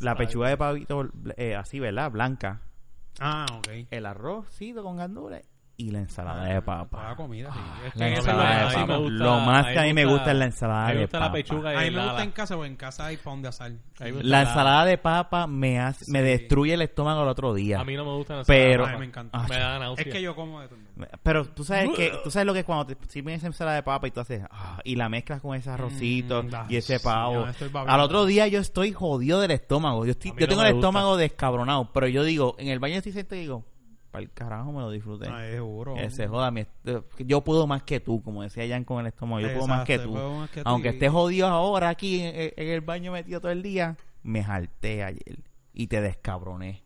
Speaker 1: la pechuga de pavito eh, así, ¿verdad? Blanca,
Speaker 2: Ah, ok.
Speaker 1: el arrocito con gandules y la
Speaker 3: Ah,
Speaker 1: ensalada de
Speaker 2: Para
Speaker 1: papa.
Speaker 2: comida, sí. Es que
Speaker 1: La
Speaker 2: eso es lo
Speaker 1: ensalada
Speaker 2: que
Speaker 1: de
Speaker 2: a mí me
Speaker 1: papa.
Speaker 2: gusta.
Speaker 1: Lo más que a mí me gusta es la ensalada
Speaker 3: a mí
Speaker 1: de
Speaker 3: me gusta la
Speaker 1: papa.
Speaker 3: pechuga y
Speaker 2: A mí me
Speaker 3: el
Speaker 2: gusta
Speaker 3: ala.
Speaker 2: en casa, porque en casa hay pan de azar.
Speaker 3: A mí me gusta
Speaker 1: La ensalada de papa me hace, me
Speaker 2: Sí.
Speaker 1: destruye el estómago el otro día.
Speaker 3: A mí no me gusta la ensalada.
Speaker 1: pero,
Speaker 2: Ay, me encanta.
Speaker 1: Ah,
Speaker 3: Me da náusea.
Speaker 2: Es que yo como de todo.
Speaker 1: Pero tú sabes
Speaker 3: (laughs)
Speaker 1: que tú sabes lo que es cuando te sirven esa ensalada de papa y tú haces ah, y la mezclas con ese arrocito
Speaker 2: Mm, ah,
Speaker 1: y ese
Speaker 2: sí,
Speaker 1: pavo.
Speaker 2: yo estoy babeando.
Speaker 1: Al otro día yo estoy jodido del estómago. Yo estoy-
Speaker 3: A mí
Speaker 1: yo
Speaker 3: no
Speaker 1: tengo
Speaker 3: me
Speaker 1: el
Speaker 3: gusta.
Speaker 1: estómago descabronado, pero yo digo, en el baño estoy sentado y digo, para el carajo me lo disfruté.
Speaker 2: Ay, seguro.
Speaker 1: Que se Este, joda, mi est- eh, yo puedo más que tú, como decía Jan con el estómago, yo puedo más que
Speaker 2: Exacto,
Speaker 1: tú.
Speaker 2: puedo más que tú
Speaker 1: Aunque
Speaker 2: y-
Speaker 1: estés jodido ahora aquí en, en el baño metido todo el día, me jalté ayer y te descabroné.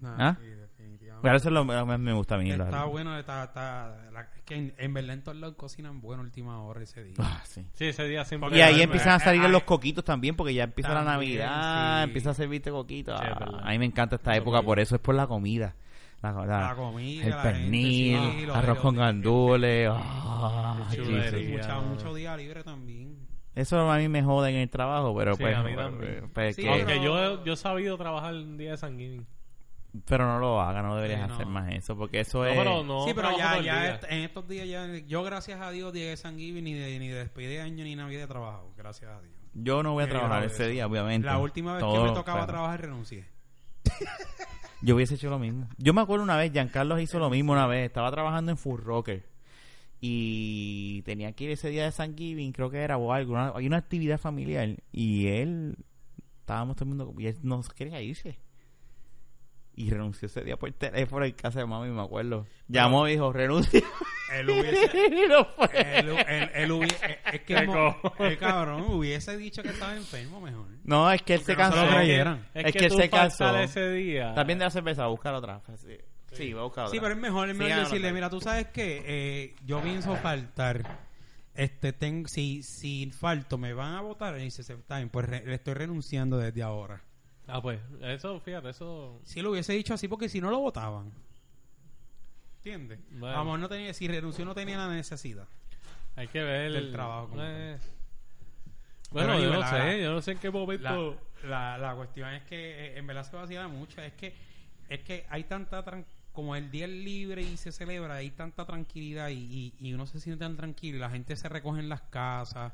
Speaker 2: Nah,
Speaker 1: ¿Ah?
Speaker 2: sí, definitivamente.
Speaker 1: Pero eso es lo, lo más me gusta a mí. la-
Speaker 2: Está bueno, está, está, la- es que en, en verdad en todos lados cocinan bueno última hora
Speaker 1: (laughs)
Speaker 2: ese día.
Speaker 1: Ah, sí.
Speaker 3: Sí, ese día siempre...
Speaker 1: Y
Speaker 2: Porque
Speaker 1: ahí
Speaker 2: ahí-
Speaker 1: empiezan a salir
Speaker 2: ahí-
Speaker 1: los coquitos también, porque ya empieza la
Speaker 2: También,
Speaker 1: Navidad,
Speaker 2: sí.
Speaker 1: empieza a servirte coquitos.
Speaker 3: Sí, es
Speaker 1: Ah,
Speaker 3: verdad.
Speaker 1: a mí me encanta esta época, por eso es por la comida. La, la-
Speaker 2: La comida,
Speaker 1: Ah, el
Speaker 2: la
Speaker 1: pernil,
Speaker 2: gente, sí, los-
Speaker 1: arroz
Speaker 2: los-
Speaker 1: con gandules. ah,
Speaker 3: Qué
Speaker 1: sí,
Speaker 2: Sí,
Speaker 3: chulería.
Speaker 1: sí.
Speaker 2: mucha- mucho día libre también.
Speaker 1: Eso a mí me jode en el trabajo, pero
Speaker 3: Sí,
Speaker 1: pues,
Speaker 3: a mí
Speaker 1: pues,
Speaker 3: también.
Speaker 1: pues
Speaker 2: Sí,
Speaker 1: que-
Speaker 3: Aunque
Speaker 2: pero-
Speaker 3: yo, yo he sabido trabajar un día de sanguíneo.
Speaker 1: pero no lo hagas, no deberías
Speaker 2: Sí, no.
Speaker 1: hacer más eso, porque eso
Speaker 3: No,
Speaker 1: es...
Speaker 3: pero no
Speaker 2: sí, pero
Speaker 3: trabajo
Speaker 2: ya,
Speaker 3: todo el
Speaker 2: ya este-
Speaker 3: día.
Speaker 2: est- en estos días, ya, yo gracias a Dios, día de San ni de, ni de despedida de año ni Navidad he trabajado. Gracias a Dios.
Speaker 1: Yo no voy a
Speaker 2: Sí, yo
Speaker 1: trabajar
Speaker 2: no voy a
Speaker 1: ese
Speaker 2: eso.
Speaker 1: día, obviamente.
Speaker 2: La última vez
Speaker 1: Todo,
Speaker 2: que me tocaba
Speaker 1: claro.
Speaker 2: trabajar renuncié.
Speaker 1: Yo hubiese hecho lo mismo. Yo me acuerdo una vez, Giancarlo hizo lo mismo una vez. Estaba trabajando en Full Rocker. Y tenía que ir ese día de San Giving, creo que era o algo. una- hay una actividad familiar. Y él, estábamos todo el mundo, y él no quería irse. Y renunció ese día por teléfono en casa de mami, me acuerdo. Llamó y dijo, renuncia.
Speaker 2: Él
Speaker 1: (laughs)
Speaker 2: hubiese...
Speaker 1: y no fue.
Speaker 2: él, él- él hubiese es- es que el, mo- el cabrón hubiese dicho que estaba enfermo mejor.
Speaker 1: No, es que él se
Speaker 2: no se
Speaker 1: cansó.
Speaker 2: lo creyeran.
Speaker 3: Es,
Speaker 1: Es
Speaker 3: que,
Speaker 1: que
Speaker 3: tú
Speaker 1: se
Speaker 3: faltar
Speaker 1: casó.
Speaker 3: ese día...
Speaker 1: También de la cerveza, buscar otra. Sí, sí voy a buscar otra.
Speaker 2: Sí, pero es mejor, es
Speaker 1: Sí,
Speaker 2: mejor
Speaker 1: ahora
Speaker 2: decirle,
Speaker 1: está.
Speaker 2: mira, tú sabes que eh, yo pienso faltar. Este, ten- si, si falto, me van a votar. Y dice, está bien, pues re- le estoy renunciando desde ahora.
Speaker 3: Ah, pues, eso, fíjate, eso...
Speaker 2: Si lo hubiese dicho así, porque si no lo votaban. ¿Entiendes?
Speaker 3: Bueno.
Speaker 2: Vamos, no tenía, si renunció no tenía la necesidad.
Speaker 3: Hay que ver...
Speaker 2: Del trabajo como
Speaker 3: Eh.
Speaker 2: Pero
Speaker 3: Bueno, yo
Speaker 2: anyway,
Speaker 3: no
Speaker 2: la-
Speaker 3: sé, yo no sé en qué
Speaker 2: La,
Speaker 3: momento...
Speaker 2: la- la cuestión es que eh, en verdad se vacila mucho. Es que, es que hay tanta. tran- como el día es libre y se celebra, hay tanta tranquilidad y, y, y uno se siente tan tranquilo. y La gente se recoge en las casas,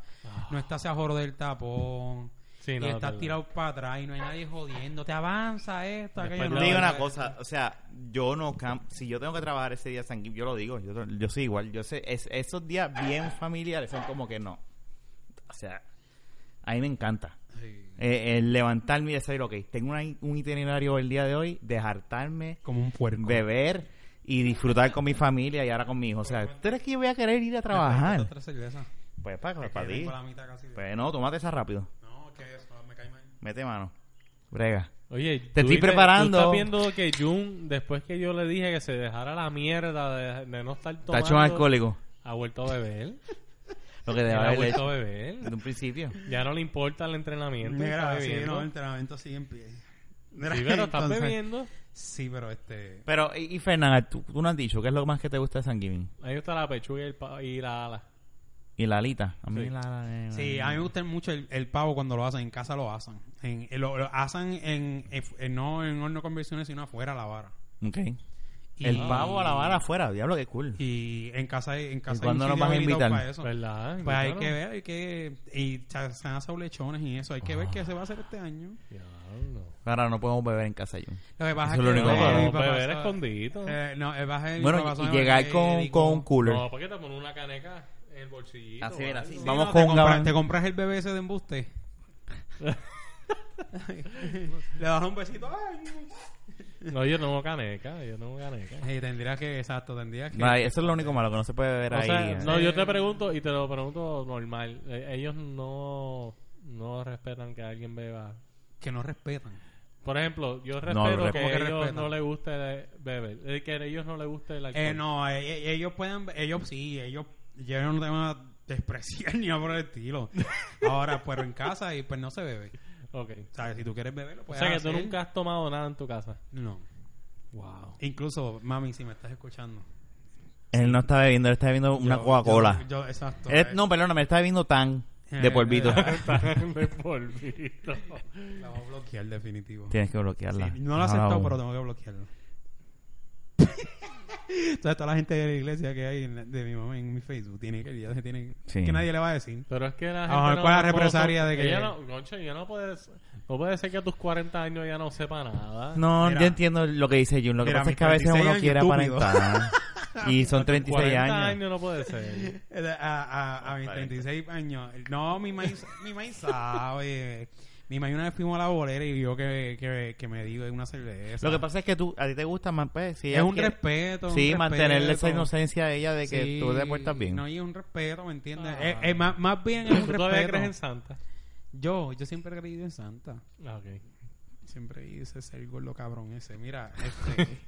Speaker 2: no está ese ajoro del tapón.
Speaker 3: Sí,
Speaker 2: y
Speaker 3: no,
Speaker 2: estás
Speaker 3: verdad.
Speaker 2: tirado para atrás y no hay nadie jodiendo. Te avanza esto, aquello.
Speaker 3: Después
Speaker 2: no,
Speaker 1: Pues, Te digo
Speaker 3: no,
Speaker 1: una
Speaker 3: no.
Speaker 1: cosa, o sea, yo no cam- si yo tengo que trabajar ese día San Gil, yo lo digo, yo, yo soy igual, yo sé, es- esos días bien familiares son como que no. O sea, a mí me encanta.
Speaker 2: Sí.
Speaker 1: Eh, el levantarme y decir, ok, tengo una- un itinerario el día de hoy, de hartarme,
Speaker 2: Como un puerco.
Speaker 1: beber y disfrutar con mi familia y ahora con mi hijo. O sea, ¿tú crees que yo voy a querer ir a trabajar?
Speaker 2: Otra cerveza.
Speaker 1: Pues para,
Speaker 2: Es que
Speaker 1: para ti.
Speaker 2: tengo la mitad casi de-
Speaker 1: Pues no, tómate esa rápido.
Speaker 2: No, que eso, me cae mal.
Speaker 1: Mete mano. Brega.
Speaker 3: Oye, tú
Speaker 1: estoy
Speaker 3: viste- tú
Speaker 1: preparando.
Speaker 3: estás viendo que Jun, después que yo le dije que se dejara la mierda de, de no estar tomando...
Speaker 1: Tacho alcohólico.
Speaker 3: Ha vuelto
Speaker 1: (laughs)
Speaker 3: a beber.
Speaker 1: Lo
Speaker 2: (laughs)
Speaker 1: que te va
Speaker 3: Ha
Speaker 1: a haber
Speaker 3: vuelto a
Speaker 1: hecho
Speaker 3: beber.
Speaker 1: desde un principio.
Speaker 3: Ya no le importa el entrenamiento. está
Speaker 2: Mira, sí,
Speaker 3: bebiendo.
Speaker 2: no, el entrenamiento sigue en pie.
Speaker 3: Sí, pero estás
Speaker 2: Entonces-
Speaker 3: bebiendo.
Speaker 2: Sí, pero este.
Speaker 1: Pero, y, y Fernanda, ¿tú, tú no has dicho qué es lo más que te gusta de San Giving.
Speaker 3: Ahí está la pechuga y, el pa- y la ala.
Speaker 1: Y la alita. A mí
Speaker 3: Sí.
Speaker 1: la, la- la-
Speaker 2: Sí, a mí me gusta mucho el, el pavo cuando lo hacen. En casa lo hacen. En, en lo, lo hacen en, en- en- no en horno de conversiones, sino afuera a la vara.
Speaker 1: Ok.
Speaker 2: Y-
Speaker 1: El pavo a la vara afuera, diablo, qué cool.
Speaker 2: Y en casa, hay- en casa hay
Speaker 1: cuándo
Speaker 2: un
Speaker 1: nos
Speaker 2: sitio
Speaker 1: vas a
Speaker 2: habilitado
Speaker 1: invitar?
Speaker 2: para eso.
Speaker 3: ¿Verdad?
Speaker 2: Pues hay
Speaker 3: Invitaron.
Speaker 2: que ver, hay que. Y cha- se han asado lechones y eso. Hay que ver
Speaker 1: Ah.
Speaker 2: qué se va a hacer este año.
Speaker 3: Diablo.
Speaker 1: Ahora no podemos beber en casa yo.
Speaker 2: Lo que pasa
Speaker 1: Eso es lo
Speaker 2: que-
Speaker 1: único
Speaker 2: eh,
Speaker 1: que
Speaker 2: mi
Speaker 1: hay.
Speaker 3: Pero
Speaker 2: papá
Speaker 3: beber
Speaker 2: sabe-
Speaker 3: escondido.
Speaker 2: Eh, no, el baje mi
Speaker 1: Bueno,
Speaker 2: papá
Speaker 1: y
Speaker 2: sabe
Speaker 1: llegar
Speaker 2: que-
Speaker 1: con,
Speaker 2: digo,
Speaker 1: con un cooler.
Speaker 3: No, ¿para qué te pones una caneca en el bolsillito?
Speaker 1: Así, mira,
Speaker 3: o algo?
Speaker 1: así.
Speaker 2: Sí,
Speaker 1: Vamos
Speaker 2: no,
Speaker 1: con
Speaker 2: te compras-
Speaker 1: Gabán.
Speaker 2: Te compras el bebé ese de
Speaker 3: (laughs)
Speaker 2: embuste. Le das un besito. Ay,
Speaker 3: No, yo no hago caneca. Yo no hago caneca.
Speaker 2: Y tendrías que, exacto, tendrías que.
Speaker 1: No, ahí- eso es lo único malo, que no se puede beber
Speaker 3: O
Speaker 1: ahí.
Speaker 3: sea,
Speaker 1: eh.
Speaker 3: no, yo te pregunto y te lo pregunto normal. Eh, ellos no, no respetan que alguien beba.
Speaker 2: Que no respetan.
Speaker 3: Por ejemplo, yo respeto
Speaker 1: lo
Speaker 3: que
Speaker 2: ¿Cómo que
Speaker 3: ellos
Speaker 2: respetan?
Speaker 3: no les guste de- beber, eh, que a ellos no les guste el alcohol.
Speaker 2: Eh, no, eh, eh, ellos pueden, ellos sí, ellos, yo no te van a despreciar (laughs) ni nada por el estilo. Ahora, pero en casa y pues no se bebe.
Speaker 3: Ok.
Speaker 2: O sea, si tú quieres beber, lo
Speaker 3: O
Speaker 2: puedes
Speaker 3: sea que tú
Speaker 2: hacer.
Speaker 3: nunca has tomado nada en tu casa.
Speaker 2: No.
Speaker 3: (laughs) Wow.
Speaker 2: Incluso, mami, si me estás escuchando.
Speaker 1: Él no está bebiendo, él está bebiendo una
Speaker 2: yo-
Speaker 1: Coca-Cola.
Speaker 2: yo- yo- exacto.
Speaker 1: Él- No, perdóname, él está bebiendo tan de
Speaker 2: Eh, (laughs)
Speaker 1: polvito.
Speaker 2: eh,
Speaker 3: de polvito.
Speaker 2: La voy a bloquear definitivo.
Speaker 1: Tienes que bloquearla.
Speaker 2: Sí, no lo he
Speaker 1: la
Speaker 2: aceptado,
Speaker 1: hago.
Speaker 2: pero tengo que bloquearlo. (laughs) Entonces toda la gente de la iglesia que hay en la- de mi mamá en mi Facebook tiene que ya se tiene
Speaker 1: Sí.
Speaker 2: que nadie le va a decir.
Speaker 3: Pero es que la
Speaker 2: A
Speaker 3: gente
Speaker 2: lo mejor
Speaker 3: no-
Speaker 2: con la
Speaker 3: no
Speaker 2: represalia
Speaker 3: son-
Speaker 2: de que-
Speaker 3: Ella no, concho, ella no puede... No puede ser que a tus 40 años ya no sepa nada.
Speaker 1: No,
Speaker 2: Mira.
Speaker 1: yo entiendo lo que dice Jun. Lo que
Speaker 2: Mira,
Speaker 1: pasa es
Speaker 2: mis
Speaker 1: que a veces
Speaker 2: 36
Speaker 1: uno
Speaker 2: años,
Speaker 1: quiere
Speaker 2: estúpido.
Speaker 1: aparentar. y
Speaker 2: (laughs)
Speaker 1: son 36
Speaker 3: 40
Speaker 1: años.
Speaker 3: años no puede ser.
Speaker 2: Eh, A, a, a mis 36 años. No, mi maíz, mi maíz sabe. Mi maíz una vez fuimos a la bolera y vio que, que, que me dio una cerveza.
Speaker 1: Lo que pasa es que tú, a ti te gusta más, pues, si
Speaker 2: es
Speaker 1: ella
Speaker 2: un
Speaker 1: quiere-
Speaker 2: respeto. un
Speaker 1: Sí, mantenerle
Speaker 2: respeto.
Speaker 1: esa inocencia a ella de que
Speaker 2: Sí,
Speaker 1: tú te portas bien.
Speaker 2: No, y es un respeto, ¿me entiendes?
Speaker 3: Ah.
Speaker 2: Eh, eh, más, más bien es un
Speaker 3: ¿Tú todavía
Speaker 2: respeto.
Speaker 3: crees en Santa?
Speaker 2: Yo, yo siempre he creído en Santa.
Speaker 3: Ah, ok.
Speaker 2: Siempre hice ser gordo cabrón ese. Mira, este,
Speaker 1: (laughs)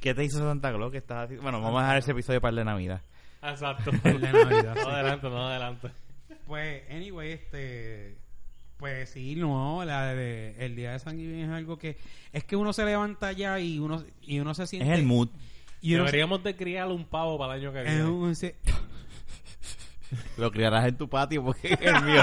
Speaker 1: ¿Qué te hizo Santa Claus? Que estás así? Bueno, vamos a dejar ese episodio para el de Navidad.
Speaker 2: (laughs)
Speaker 3: Exacto.
Speaker 2: el de Navidad.
Speaker 3: no adelante, no adelante.
Speaker 2: Pues, anyway, este. Pues sí, no, la de, el día de San Giving es algo que. Es que uno se levanta ya y uno, y uno se
Speaker 1: Es
Speaker 2: siente.
Speaker 1: el mood.
Speaker 2: y uno se-
Speaker 3: Deberíamos de criar un pavo para el año que
Speaker 2: es
Speaker 3: viene.
Speaker 2: un- se-
Speaker 1: Lo criarás en tu patio porque es
Speaker 2: (laughs)
Speaker 1: el mío.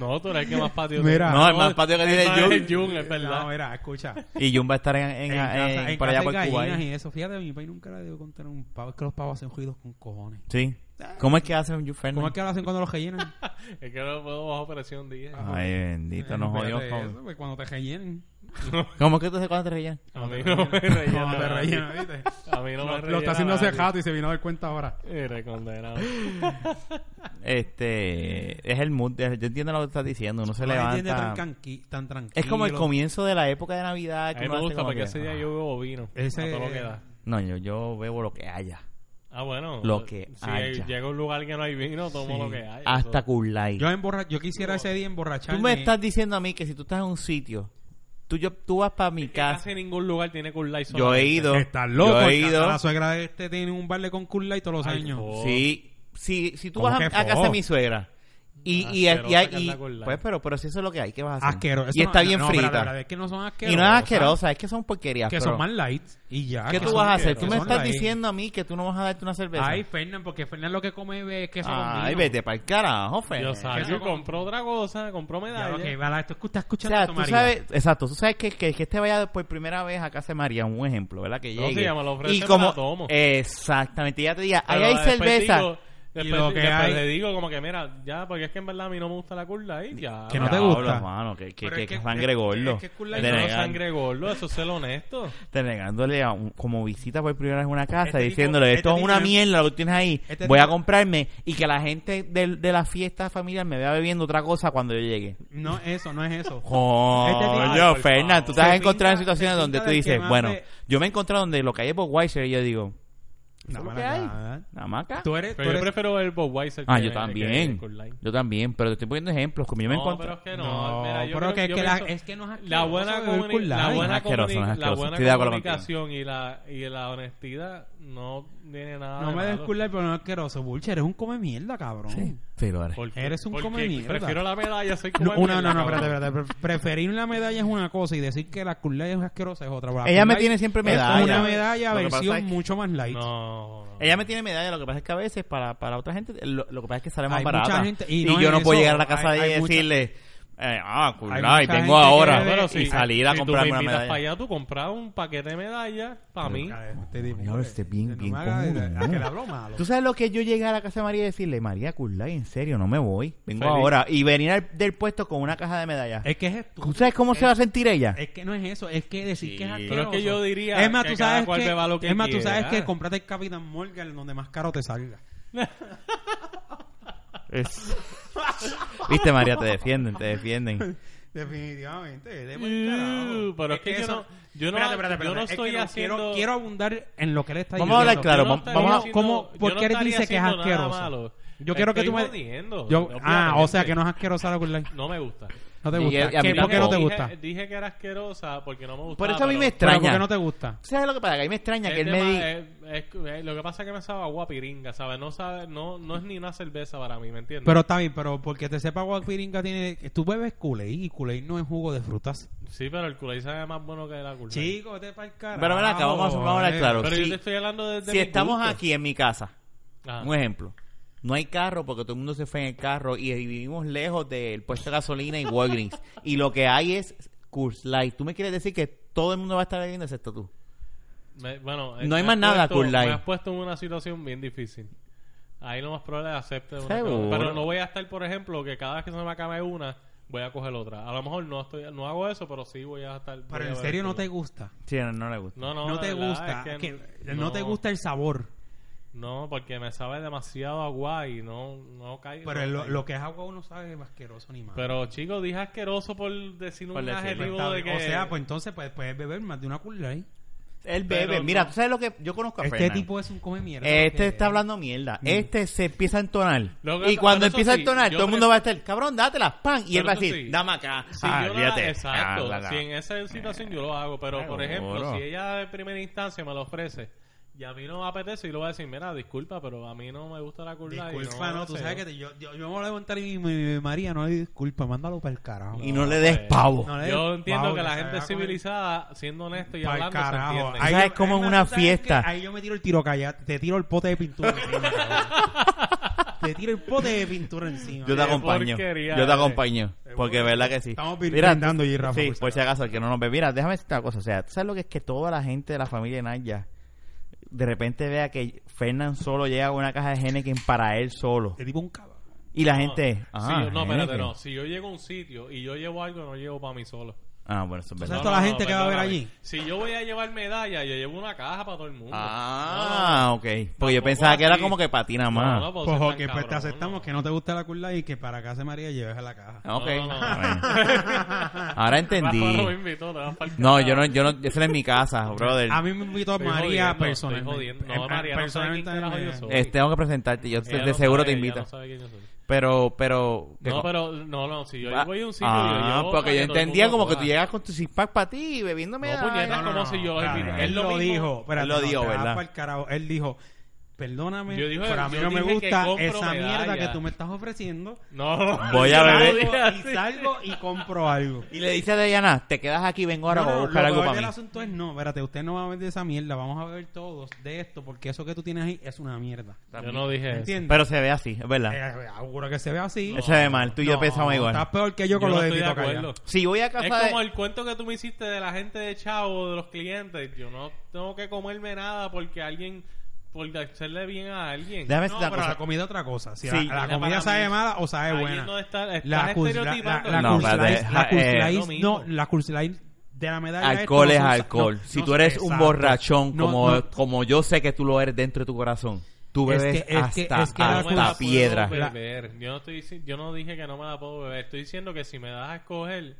Speaker 3: No, tú eres el que más patio
Speaker 2: Mira.
Speaker 1: No, el más patio que tiene
Speaker 3: el
Speaker 1: Jun.
Speaker 3: Es (laughs) Jun, es verdad.
Speaker 2: No, mira, escucha.
Speaker 1: Y Jun va a estar en, en-
Speaker 2: En casa-
Speaker 1: en-
Speaker 2: en
Speaker 1: por allá
Speaker 2: casa hay
Speaker 1: por Cuba.
Speaker 2: gallinas
Speaker 1: ¿eh?
Speaker 2: y eso. Fíjate, mi país nunca le debo contar un pavo. Es que los pavos hacen ruidos con cojones.
Speaker 1: Sí. ¿Cómo es que hace un Jun
Speaker 2: Ah. ¿Cómo
Speaker 1: Fernández?
Speaker 2: es que lo hacen cuando
Speaker 1: (laughs)
Speaker 2: los rellenan?
Speaker 3: Es que no puedo bajo presión 10.
Speaker 2: Ah,
Speaker 1: Ay, bendito, nos
Speaker 2: Espérate,
Speaker 1: jodimos
Speaker 2: eso,
Speaker 1: con...
Speaker 2: pues, Cuando te rellenen.
Speaker 1: ¿Cómo es que tú haces cuando te rellenas?
Speaker 3: A mí no me rellena.
Speaker 2: Cuando te rellenan, ¿viste?
Speaker 3: A mí (laughs) no me
Speaker 2: Lo,
Speaker 3: rellena.
Speaker 2: lo está haciendo hace
Speaker 3: nadie.
Speaker 2: rato y se vino a dar cuenta ahora.
Speaker 3: Mira, condenado.
Speaker 1: Este... Es el mood. de- Yo entiendo lo que estás diciendo. Uno se
Speaker 2: No la entiende tan,
Speaker 1: levanta...
Speaker 2: tranqui- tan tranquilo.
Speaker 1: Es como el comienzo de la época de Navidad.
Speaker 3: A
Speaker 1: Que
Speaker 3: mí
Speaker 1: uno
Speaker 3: me
Speaker 1: hace
Speaker 3: gusta
Speaker 1: como
Speaker 3: porque
Speaker 1: que,
Speaker 3: ese día
Speaker 1: ah.
Speaker 3: yo bebo vino.
Speaker 2: Ese-
Speaker 3: A todo lo que da.
Speaker 1: No, yo, yo bebo lo que haya.
Speaker 3: Ah, bueno.
Speaker 1: Lo que
Speaker 3: Si
Speaker 1: haya.
Speaker 3: llega a un lugar que no hay vino, tomo
Speaker 2: Sí.
Speaker 3: lo que hay.
Speaker 1: Hasta
Speaker 3: Eso-
Speaker 1: Cool Light.
Speaker 2: Yo, emborra- yo quisiera ese día emborracharme.
Speaker 1: Tú me estás diciendo a mí que si tú estás en un sitio, tú, yo, tú vas para mi casa.
Speaker 3: Casi ningún lugar tiene Cool Light.
Speaker 1: Yo he ido.
Speaker 2: Estás loco.
Speaker 1: Yo he
Speaker 2: el
Speaker 1: ido.
Speaker 2: canta- La suegra de este tiene un bar de con Cool Light todos los
Speaker 3: Ay,
Speaker 2: años.
Speaker 3: joder.
Speaker 1: Sí. Si, si tú
Speaker 2: ¿Cómo
Speaker 1: vas a,
Speaker 2: que
Speaker 1: a casa
Speaker 2: fo?
Speaker 1: de mi suegra y, y, y,
Speaker 3: Asquerosa
Speaker 1: y-
Speaker 3: que anda con la-
Speaker 1: pues pero pero si eso es lo que hay qué vas a hacer
Speaker 2: Asqueroso. Eso
Speaker 1: y
Speaker 2: no-
Speaker 1: está bien
Speaker 2: no, pero
Speaker 1: frita
Speaker 2: la verdad es que no son asquerosas.
Speaker 1: y no es asquerosa es que son porquerías
Speaker 2: Que
Speaker 1: pero,
Speaker 2: son más light. Y ya.
Speaker 1: qué
Speaker 2: que
Speaker 1: tú
Speaker 2: son-
Speaker 1: vas a hacer
Speaker 2: que
Speaker 1: tú me
Speaker 2: son
Speaker 1: estás
Speaker 2: light.
Speaker 1: diciendo a mí que tú no vas a darte una cerveza
Speaker 2: Ay, Fernan, porque Fernan lo que come es queso con
Speaker 1: Ay,
Speaker 2: vino.
Speaker 1: vete para el carajo Fer.
Speaker 3: Yo
Speaker 2: Eso
Speaker 3: salgo y
Speaker 2: como-
Speaker 3: compró otra cosa, compró
Speaker 2: Ya,
Speaker 3: medalla.
Speaker 2: ok, vale, tú estás
Speaker 1: o
Speaker 2: escuchando
Speaker 1: sea,
Speaker 2: a tu
Speaker 1: tú
Speaker 2: marido.
Speaker 1: sabes, exacto, tú sabes que, que, que este vaya por primera vez a casa de María, un ejemplo, ¿verdad? Que
Speaker 3: No,
Speaker 1: llegue.
Speaker 3: si ella me lo ofrece,
Speaker 1: y
Speaker 3: me
Speaker 1: como,
Speaker 3: la tomo.
Speaker 1: Exactamente, y ya te diga, ahí
Speaker 3: Pero
Speaker 1: hay
Speaker 3: después
Speaker 1: cerveza.
Speaker 3: digo- después,
Speaker 2: lo que
Speaker 3: después
Speaker 2: hay-
Speaker 3: le digo como que, mira, ya, porque es que en verdad a mí no me gusta la Cool Light, ya.
Speaker 2: Que no te
Speaker 3: Ya,
Speaker 2: gusta.
Speaker 1: Diablo, mano, que, que,
Speaker 2: Pero
Speaker 1: que
Speaker 2: es que-
Speaker 1: sangre
Speaker 2: es-
Speaker 1: gordo.
Speaker 2: es que Cool
Speaker 3: Eso
Speaker 2: Light
Speaker 1: Te
Speaker 3: no es
Speaker 1: negan-
Speaker 3: sangre gordo, eso es ser honesto.
Speaker 1: te negándole a un- como visita por primera vez a una casa
Speaker 2: Este tipo-
Speaker 1: diciéndole esto
Speaker 2: este
Speaker 1: es
Speaker 2: tipo
Speaker 1: una
Speaker 2: es-
Speaker 1: mierda lo que tienes ahí
Speaker 2: este
Speaker 1: voy a
Speaker 2: tipo-
Speaker 1: comprarme y que la gente de, de la fiesta familiar me vea bebiendo otra cosa cuando yo llegue
Speaker 2: No, eso, no es
Speaker 1: (laughs)
Speaker 2: eso.
Speaker 1: Coño,
Speaker 3: Ay, por
Speaker 1: Fernan,
Speaker 3: favor.
Speaker 1: tú te has
Speaker 2: Este
Speaker 1: encontrado
Speaker 2: Se
Speaker 1: en
Speaker 2: pinta- se
Speaker 1: situaciones
Speaker 2: pinta
Speaker 1: donde tú
Speaker 2: del que
Speaker 1: dices,
Speaker 2: más
Speaker 1: bueno,
Speaker 2: de-
Speaker 1: yo me he encontrado donde lo que hay es Budweiser y yo digo, ¿eso
Speaker 2: No,
Speaker 1: es lo
Speaker 2: para
Speaker 1: que hay?
Speaker 2: nada.
Speaker 1: Nada más acá.
Speaker 2: Tú eres...
Speaker 3: Pero
Speaker 2: tú
Speaker 3: yo
Speaker 2: eres-
Speaker 3: prefiero el Budweiser
Speaker 1: Ah,
Speaker 3: que-
Speaker 1: yo
Speaker 3: que el
Speaker 1: también.
Speaker 3: Cool Light.
Speaker 1: Yo también, pero te estoy poniendo ejemplos como yo me
Speaker 3: No, pero
Speaker 1: encontré.
Speaker 3: es que no. mira, yo
Speaker 2: pero
Speaker 3: creo-
Speaker 2: que,
Speaker 3: yo
Speaker 2: que la,
Speaker 3: pienso-
Speaker 2: es que no es
Speaker 3: La
Speaker 2: asqueroso
Speaker 3: buena,
Speaker 2: beber
Speaker 3: comuni-
Speaker 2: Cool
Speaker 3: la
Speaker 2: Light.
Speaker 3: buena,
Speaker 1: asqueroso, no es
Speaker 3: comuni- la
Speaker 1: asqueroso.
Speaker 3: buena
Speaker 1: Estoy de acuerdo
Speaker 3: comunicación y la, y la honestidad no tiene nada
Speaker 2: No
Speaker 3: de
Speaker 2: me des
Speaker 3: malo.
Speaker 2: Cool Light, pero no es asqueroso. Bulcher, eres un come mierda, cabrón.
Speaker 1: Sí, sí, lo haré.
Speaker 3: Porque-
Speaker 2: Eres un
Speaker 3: porque
Speaker 2: come mierda.
Speaker 3: Prefiero la medalla, soy
Speaker 2: No,
Speaker 3: come
Speaker 2: una, no,
Speaker 3: mierda,
Speaker 2: no,
Speaker 3: cabrón.
Speaker 2: espérate, espérate. Pre- Preferir una medalla es una cosa y decir que la Cool Light es asquerosa es otra. La
Speaker 1: Ella
Speaker 2: Cool
Speaker 1: me
Speaker 2: Light
Speaker 1: tiene siempre
Speaker 2: es
Speaker 1: medalla.
Speaker 2: una medalla
Speaker 1: Lo que pasa
Speaker 2: versión
Speaker 1: es que-
Speaker 2: mucho más light.
Speaker 3: No. no.
Speaker 1: Ella me tiene medalla, lo que pasa es que a veces para, para otra gente lo, lo que pasa es que sale más
Speaker 2: Hay mucha
Speaker 1: barata.
Speaker 2: gente-
Speaker 1: y
Speaker 2: y no
Speaker 1: yo
Speaker 2: es
Speaker 1: no puedo
Speaker 2: eso,
Speaker 1: llegar a la casa
Speaker 2: hay-
Speaker 1: de ella y
Speaker 2: hay mucha-
Speaker 1: decirle, eh, ah, cool,
Speaker 2: Hay
Speaker 1: ay,
Speaker 2: mucha
Speaker 1: vengo
Speaker 2: gente que
Speaker 1: ahora.
Speaker 2: bebe-
Speaker 1: y salir a
Speaker 3: si
Speaker 1: comprarme
Speaker 3: tú me
Speaker 1: una
Speaker 3: invitas para
Speaker 1: medalla.
Speaker 3: allá, tú compras un paquete de medallas para mí.
Speaker 2: A ver, este tipo,
Speaker 1: Diablo, este es bien-
Speaker 2: no me
Speaker 1: bien
Speaker 2: haga-
Speaker 1: cojudo,
Speaker 2: a
Speaker 1: ¿no?
Speaker 2: que le hablo malo.
Speaker 1: ¿Tú sabes lo que es yo llegar a la casa de María y decirle, María Curlay, en serio, no me voy, vengo
Speaker 3: Feliz.
Speaker 1: ahora? Y venir al- del puesto con una caja de medallas.
Speaker 2: Es que es
Speaker 1: ¿Tú
Speaker 2: estúpido.
Speaker 1: sabes cómo se va a sentir ella?
Speaker 2: Es que no es eso, es que decir que es
Speaker 1: Sí.
Speaker 2: asqueroso.
Speaker 3: Pero es que yo diría
Speaker 2: Es más,
Speaker 3: que
Speaker 2: tú
Speaker 3: cada
Speaker 2: sabes
Speaker 3: cual beba lo
Speaker 2: que,
Speaker 3: que
Speaker 2: es más, tú sabes
Speaker 3: quiera.
Speaker 2: que comprate el Capitán Morgan donde más caro te salga.
Speaker 1: Es- (laughs) Viste, María, te defienden, te defienden.
Speaker 2: Definitivamente, de buen carajo. E
Speaker 3: Uh, pero es que yo
Speaker 2: eso-
Speaker 3: no- yo no-
Speaker 2: Espérate, espérate,
Speaker 3: yo no
Speaker 2: espérate, es que
Speaker 3: estoy
Speaker 2: quiero-
Speaker 3: haciendo-
Speaker 2: Quiero, quiero abundar en lo que él está
Speaker 1: Vamos a hablar
Speaker 2: diciendo.
Speaker 1: claro,
Speaker 3: Yo
Speaker 1: vamos-
Speaker 3: estaría
Speaker 1: vamos a-
Speaker 3: haciendo-
Speaker 2: ¿cómo-
Speaker 3: yo
Speaker 2: por
Speaker 3: no
Speaker 2: qué él
Speaker 3: estaría
Speaker 2: dice que es
Speaker 3: haciendo nada
Speaker 2: asqueroso?
Speaker 3: malo.
Speaker 2: Yo quiero que tú me... Yo, ah, o sea, que no es asquerosa la Good Life.
Speaker 3: No me gusta.
Speaker 2: No te
Speaker 4: Y
Speaker 2: gusta.
Speaker 4: a- y a
Speaker 2: ¿Qué-
Speaker 4: mí
Speaker 2: ¿Por qué no te
Speaker 3: Dije-
Speaker 2: gusta?
Speaker 3: Dije que era asquerosa porque no me gusta.
Speaker 1: Por eso a mí me
Speaker 2: Pero,
Speaker 1: extraña.
Speaker 2: ¿Por qué no te gusta?
Speaker 1: ¿Sabes lo que pasa? Que a mí me extraña que él me diga...
Speaker 3: lo que pasa es que me sabe agua piringa, ¿sabes? No, sabe, no, no es ni una cerveza para mí, ¿me entiendes?
Speaker 2: Pero está bien, pero porque te sepa guapiringa tiene... Tú bebes Kool-Aid y Kool-Aid no es jugo de frutas.
Speaker 3: sí, pero el culé sabe más bueno que la culpa.
Speaker 2: Chico, te pa'l carajo.
Speaker 1: Pero ven acá, vamos a- vamos a hablar
Speaker 2: eh.
Speaker 1: claro.
Speaker 3: Pero
Speaker 1: sí.
Speaker 3: yo te estoy hablando desde Ah.
Speaker 1: si
Speaker 3: mis
Speaker 1: estamos
Speaker 3: gustos.
Speaker 1: aquí en mi casa,
Speaker 3: Ajá.
Speaker 1: un ejemplo, no hay carro porque todo el mundo se fue en el carro y vivimos lejos del puesto de gasolina y Walgreens. y lo que hay es Curse Light. ¿Tú me quieres decir que todo el mundo va a estar bebiendo excepto tú?
Speaker 3: Me- bueno, eh,
Speaker 1: No hay
Speaker 3: me
Speaker 1: más
Speaker 3: has
Speaker 1: nada,
Speaker 3: puesto-
Speaker 1: Cool Life.
Speaker 3: Me has puesto en una situación bien difícil. Ahí lo más probable es acepte una. que
Speaker 1: Seguro.
Speaker 3: otra. Pero no voy a estar, por ejemplo, que cada vez que se me acabe una, voy a coger otra. A lo mejor no estoy, no hago eso, pero sí voy a estar. voy
Speaker 2: Pero
Speaker 3: a
Speaker 2: en
Speaker 3: ver
Speaker 2: serio no
Speaker 3: Cool
Speaker 2: te
Speaker 3: Life.
Speaker 2: gusta.
Speaker 1: Sí, no, no le gusta.
Speaker 3: No, no,
Speaker 2: No,
Speaker 3: la
Speaker 2: te
Speaker 3: verdad
Speaker 2: gusta.
Speaker 3: es que
Speaker 2: que no te gusta el sabor.
Speaker 3: No, porque me sabe demasiado agua y no, no cae.
Speaker 2: Pero
Speaker 3: no
Speaker 2: lo,
Speaker 3: cae.
Speaker 2: lo que es agua uno sabe es asqueroso ni más.
Speaker 3: Pero chicos, dije asqueroso por decir un
Speaker 1: Por decirlo.
Speaker 3: adjetivo de que.
Speaker 2: O sea, pues entonces pues, puedes beber más de una Kool-Aid.
Speaker 1: Él
Speaker 3: Pero
Speaker 1: bebe.
Speaker 3: no.
Speaker 1: Mira, ¿tú sabes lo que yo conozco a
Speaker 2: Este
Speaker 1: Fernan.
Speaker 2: tipo es un come mierda.
Speaker 1: Este
Speaker 2: porque-
Speaker 1: está hablando mierda. Este se empieza a entonar.
Speaker 3: Mm. Lo que-
Speaker 1: y cuando
Speaker 3: pero eso
Speaker 1: empieza a
Speaker 3: sí,
Speaker 1: entonar,
Speaker 3: yo
Speaker 1: todo el mundo
Speaker 3: pref-
Speaker 1: va a estar, cabrón, dátela, pan. Y
Speaker 3: Pero
Speaker 1: él va a
Speaker 3: eso
Speaker 1: decir,
Speaker 3: sí.
Speaker 1: dame acá.
Speaker 3: Si
Speaker 1: Ah,
Speaker 3: yo no la-
Speaker 1: fíjate.
Speaker 3: exacto.
Speaker 1: Ah, la-
Speaker 3: Si en esa situación yo lo hago, pero por
Speaker 1: Seguro.
Speaker 3: ejemplo, si ella de primera instancia me lo ofrece y a mí no me apetece, y lo voy a decir, mira, disculpa, pero a mí no me gusta la curva.
Speaker 2: Disculpa, no, tú sabes que te- yo, yo, yo me voy a levantar y mi, mi- mi María no le di disculpa, mándalo para el carajo.
Speaker 1: Y no le des
Speaker 3: pues,
Speaker 1: pavo.
Speaker 2: No le-
Speaker 3: Yo entiendo
Speaker 2: Wow,
Speaker 3: que la
Speaker 2: se
Speaker 3: gente
Speaker 2: va a comer-
Speaker 3: civilizada, siendo honesta y
Speaker 2: Pa'l
Speaker 3: hablando, se
Speaker 2: carajo.
Speaker 3: entiende.
Speaker 1: Ahí- es como
Speaker 2: es
Speaker 1: una
Speaker 2: ¿tú sabes
Speaker 1: fiesta.
Speaker 2: qué? Ahí yo me tiro el tiro callado, te tiro el pote de pintura encima.
Speaker 1: (laughs)
Speaker 2: cabrón. te tiro el pote de pintura encima.
Speaker 1: Yo te
Speaker 3: Qué
Speaker 1: acompaño.
Speaker 3: porquería,
Speaker 1: yo te
Speaker 3: eh.
Speaker 1: acompaño. Porque es verdad que sí.
Speaker 2: Estamos
Speaker 1: Mira,
Speaker 2: brindando allí, Rafa,
Speaker 1: Sí,
Speaker 2: por si
Speaker 1: por si acaso, el que no nos ve. Mira, déjame decirte una cosa. O sea, ¿tú sabes lo que es que toda la gente de la familia de Naya de repente vea que Fernán solo llega con una caja de Henneken para él solo?
Speaker 2: Te tipo un cabrón.
Speaker 1: Y la gente.
Speaker 3: No,
Speaker 1: ah,
Speaker 3: si yo- no, espérate,
Speaker 1: Heineken.
Speaker 3: no. Si yo llego a un sitio y yo llevo algo, no llevo para mí solo.
Speaker 1: Ah, bueno, eso es
Speaker 2: ¿Sabes
Speaker 1: verdad.
Speaker 3: No,
Speaker 2: toda
Speaker 3: no,
Speaker 2: la
Speaker 3: no,
Speaker 2: gente que va a ver
Speaker 3: perdóname.
Speaker 2: allí?
Speaker 3: Si yo voy a llevar medalla, yo llevo una caja para todo el mundo.
Speaker 1: Ah, ok. Porque yo
Speaker 3: Tampoco
Speaker 1: pensaba que era
Speaker 3: así.
Speaker 1: como que patina
Speaker 3: No, no,
Speaker 1: más.
Speaker 3: no puedo ser
Speaker 2: Ojo,
Speaker 3: tan
Speaker 2: que pues, te
Speaker 3: cabrón,
Speaker 2: aceptamos
Speaker 3: no.
Speaker 2: que no te gusta la curla y que para casa María lleves a la caja.
Speaker 1: Ah, Ok.
Speaker 3: No, no, no. (laughs)
Speaker 1: Bueno. Ahora
Speaker 3: Rafa no me
Speaker 1: entendí.
Speaker 3: invitó, te vas pa'l
Speaker 1: No,
Speaker 3: carajo.
Speaker 1: yo no, yo no, esa es mi casa, brother.
Speaker 3: Ah,
Speaker 2: A mí me invitó a
Speaker 3: Estoy
Speaker 2: María
Speaker 3: jodiendo,
Speaker 2: personalmente.
Speaker 3: estoy jodiendo. No,
Speaker 2: Eh,
Speaker 3: María, no sabe quién carajo
Speaker 2: me-
Speaker 3: yo soy.
Speaker 1: Eh, tengo que presentarte, yo
Speaker 3: Ella
Speaker 1: de
Speaker 3: no
Speaker 1: seguro
Speaker 3: sabe,
Speaker 1: te
Speaker 3: ella
Speaker 1: invita.
Speaker 3: No, sabe quién yo soy.
Speaker 1: Pero, pero. ¿qué
Speaker 3: no,
Speaker 1: co-
Speaker 3: pero no, no, si yo
Speaker 1: Ah,
Speaker 3: voy a un sitio yo
Speaker 1: ah,
Speaker 3: llevo para
Speaker 1: porque yo
Speaker 3: que todo el
Speaker 1: entendía
Speaker 3: mundo
Speaker 1: como que tú
Speaker 3: pueda.
Speaker 1: llegas con tu six pack para ti y bebiéndome.
Speaker 3: No, puñeta,
Speaker 1: ay,
Speaker 3: como
Speaker 2: no,
Speaker 3: si yo
Speaker 2: no,
Speaker 3: los
Speaker 2: claro,
Speaker 3: invito.
Speaker 2: no.
Speaker 3: Es
Speaker 2: Él
Speaker 3: lo
Speaker 2: lo
Speaker 3: mismo.
Speaker 2: dijo. Espérate,
Speaker 1: Él lo
Speaker 2: no,
Speaker 1: dijo,
Speaker 2: te vas
Speaker 1: ¿verdad?
Speaker 2: pa'l carajo. Él dijo, perdóname,
Speaker 3: Yo dije-
Speaker 2: pero a mí
Speaker 3: yo
Speaker 2: no me
Speaker 3: dije que
Speaker 2: gusta
Speaker 3: compro
Speaker 2: esa mierda
Speaker 3: medalla.
Speaker 2: que tú me estás ofreciendo.
Speaker 3: No.
Speaker 1: Voy a
Speaker 3: yo no
Speaker 1: beber. (laughs)
Speaker 3: dije
Speaker 2: Y
Speaker 3: (laughs) así.
Speaker 2: salgo y compro algo.
Speaker 1: Y le dice a Dayana, te quedas aquí, vengo ahora
Speaker 2: No,
Speaker 1: voy a
Speaker 2: no,
Speaker 1: buscar
Speaker 2: lo
Speaker 1: algo
Speaker 2: peor
Speaker 1: para
Speaker 2: del
Speaker 1: mí.
Speaker 2: asunto es, no, espérate, usted no va a ver de esa mierda, vamos a ver todos de esto, porque eso que tú tienes ahí es una mierda.
Speaker 3: Yo no dije eso.
Speaker 2: ¿Entiendes?
Speaker 1: Pero se ve así, es verdad.
Speaker 2: Eh, auguro que se ve así.
Speaker 1: se ve mal, tú y yo
Speaker 2: No,
Speaker 1: pensamos igual.
Speaker 2: Estás peor que yo con lo
Speaker 3: Yo no
Speaker 2: de
Speaker 3: estoy de
Speaker 2: Tito Calla.
Speaker 3: acuerdo.
Speaker 1: Si voy a
Speaker 3: Es
Speaker 1: casa
Speaker 3: como
Speaker 1: de...
Speaker 3: el cuento que tú me hiciste de la gente de Chavo, de los clientes. Yo no tengo que comerme nada porque alguien, por hacerle bien a alguien.
Speaker 1: Déjame
Speaker 2: No,
Speaker 1: decirte
Speaker 2: pero
Speaker 1: una cosa.
Speaker 2: la comida es otra cosa. Si
Speaker 1: Sí,
Speaker 2: la, la
Speaker 3: la
Speaker 2: comida
Speaker 3: para
Speaker 2: sabe
Speaker 3: mí-
Speaker 2: mala o sabe
Speaker 3: Ahí
Speaker 2: buena.
Speaker 3: no está, estás
Speaker 2: La curs- la- la-
Speaker 3: estereotipando.
Speaker 2: la
Speaker 1: No,
Speaker 2: curse
Speaker 1: espérate,
Speaker 2: light- la
Speaker 1: ja,
Speaker 2: curse
Speaker 1: eh,
Speaker 2: light-
Speaker 3: lo mismo.
Speaker 2: no, la curse light de la medalla
Speaker 1: Alcohol es
Speaker 2: esto no son-
Speaker 1: alcohol.
Speaker 2: no,
Speaker 1: si
Speaker 2: no,
Speaker 1: tú eres un
Speaker 2: exacto.
Speaker 1: borrachón
Speaker 2: No,
Speaker 1: como,
Speaker 2: no,
Speaker 1: como yo sé que tú lo eres dentro de tu corazón, tú
Speaker 2: Es
Speaker 1: bebes
Speaker 2: que- es que-
Speaker 1: hasta,
Speaker 2: es que la
Speaker 1: hasta
Speaker 3: me la puedo
Speaker 1: piedra.
Speaker 2: La-
Speaker 3: beber. Yo no, estoy, dici- yo no dije que no me la puedo beber. Estoy diciendo que si me das a escoger.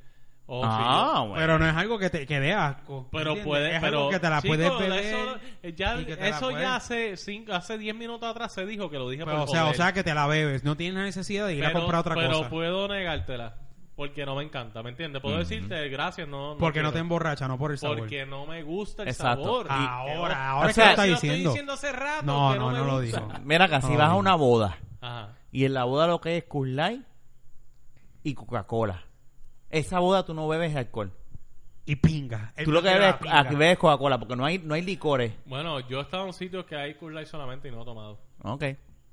Speaker 3: o si Oh, yo-
Speaker 1: Ah, bueno.
Speaker 2: Pero no es algo que te que dé asco.
Speaker 3: Pero
Speaker 2: ¿entiendes?
Speaker 3: puede,
Speaker 2: es
Speaker 3: pero
Speaker 2: algo que te la
Speaker 3: chico,
Speaker 2: puedes beber.
Speaker 3: Eso, eh, ya,
Speaker 2: y que te la
Speaker 3: eso
Speaker 2: puedes-
Speaker 3: ya hace cinco, hace 10 minutos atrás se dijo que lo dije
Speaker 2: Pero,
Speaker 3: por
Speaker 2: o sea, o
Speaker 3: joder.
Speaker 2: sea que te la bebes, no tienes la necesidad de ir a
Speaker 3: Pero-
Speaker 2: comprar otra
Speaker 3: pero
Speaker 2: cosa.
Speaker 3: puedo negártela porque no me encanta, ¿me entiendes? Puedo decirte gracias, no, no
Speaker 2: porque no te
Speaker 3: quiero.
Speaker 2: emborracha, no por el sabor. Ah,
Speaker 3: porque no me gusta el
Speaker 1: Exacto.
Speaker 3: sabor.
Speaker 1: Y-
Speaker 2: Ahora, ahora
Speaker 1: o sea,
Speaker 2: que lo
Speaker 3: Si
Speaker 2: estás
Speaker 3: lo estoy
Speaker 2: diciendo.
Speaker 3: diciendo hace rato
Speaker 2: No,
Speaker 3: que
Speaker 2: no,
Speaker 3: no,
Speaker 2: no lo
Speaker 3: dijo.
Speaker 2: dijo.
Speaker 1: Mira acá, si
Speaker 2: No,
Speaker 1: vas a
Speaker 2: no.
Speaker 1: una boda
Speaker 3: Ajá.
Speaker 1: y en la boda lo que es Coors Light y Coca-Cola, esa boda tú no bebes alcohol.
Speaker 2: Y pinga. Él
Speaker 1: Tú lo que
Speaker 2: prefiere
Speaker 1: bebes,
Speaker 2: la pinga.
Speaker 1: ah, bebes Coca-Cola porque no hay, no hay licores.
Speaker 3: Bueno, yo he estado en sitios que hay Cool Light solamente y no he tomado.
Speaker 1: Ok.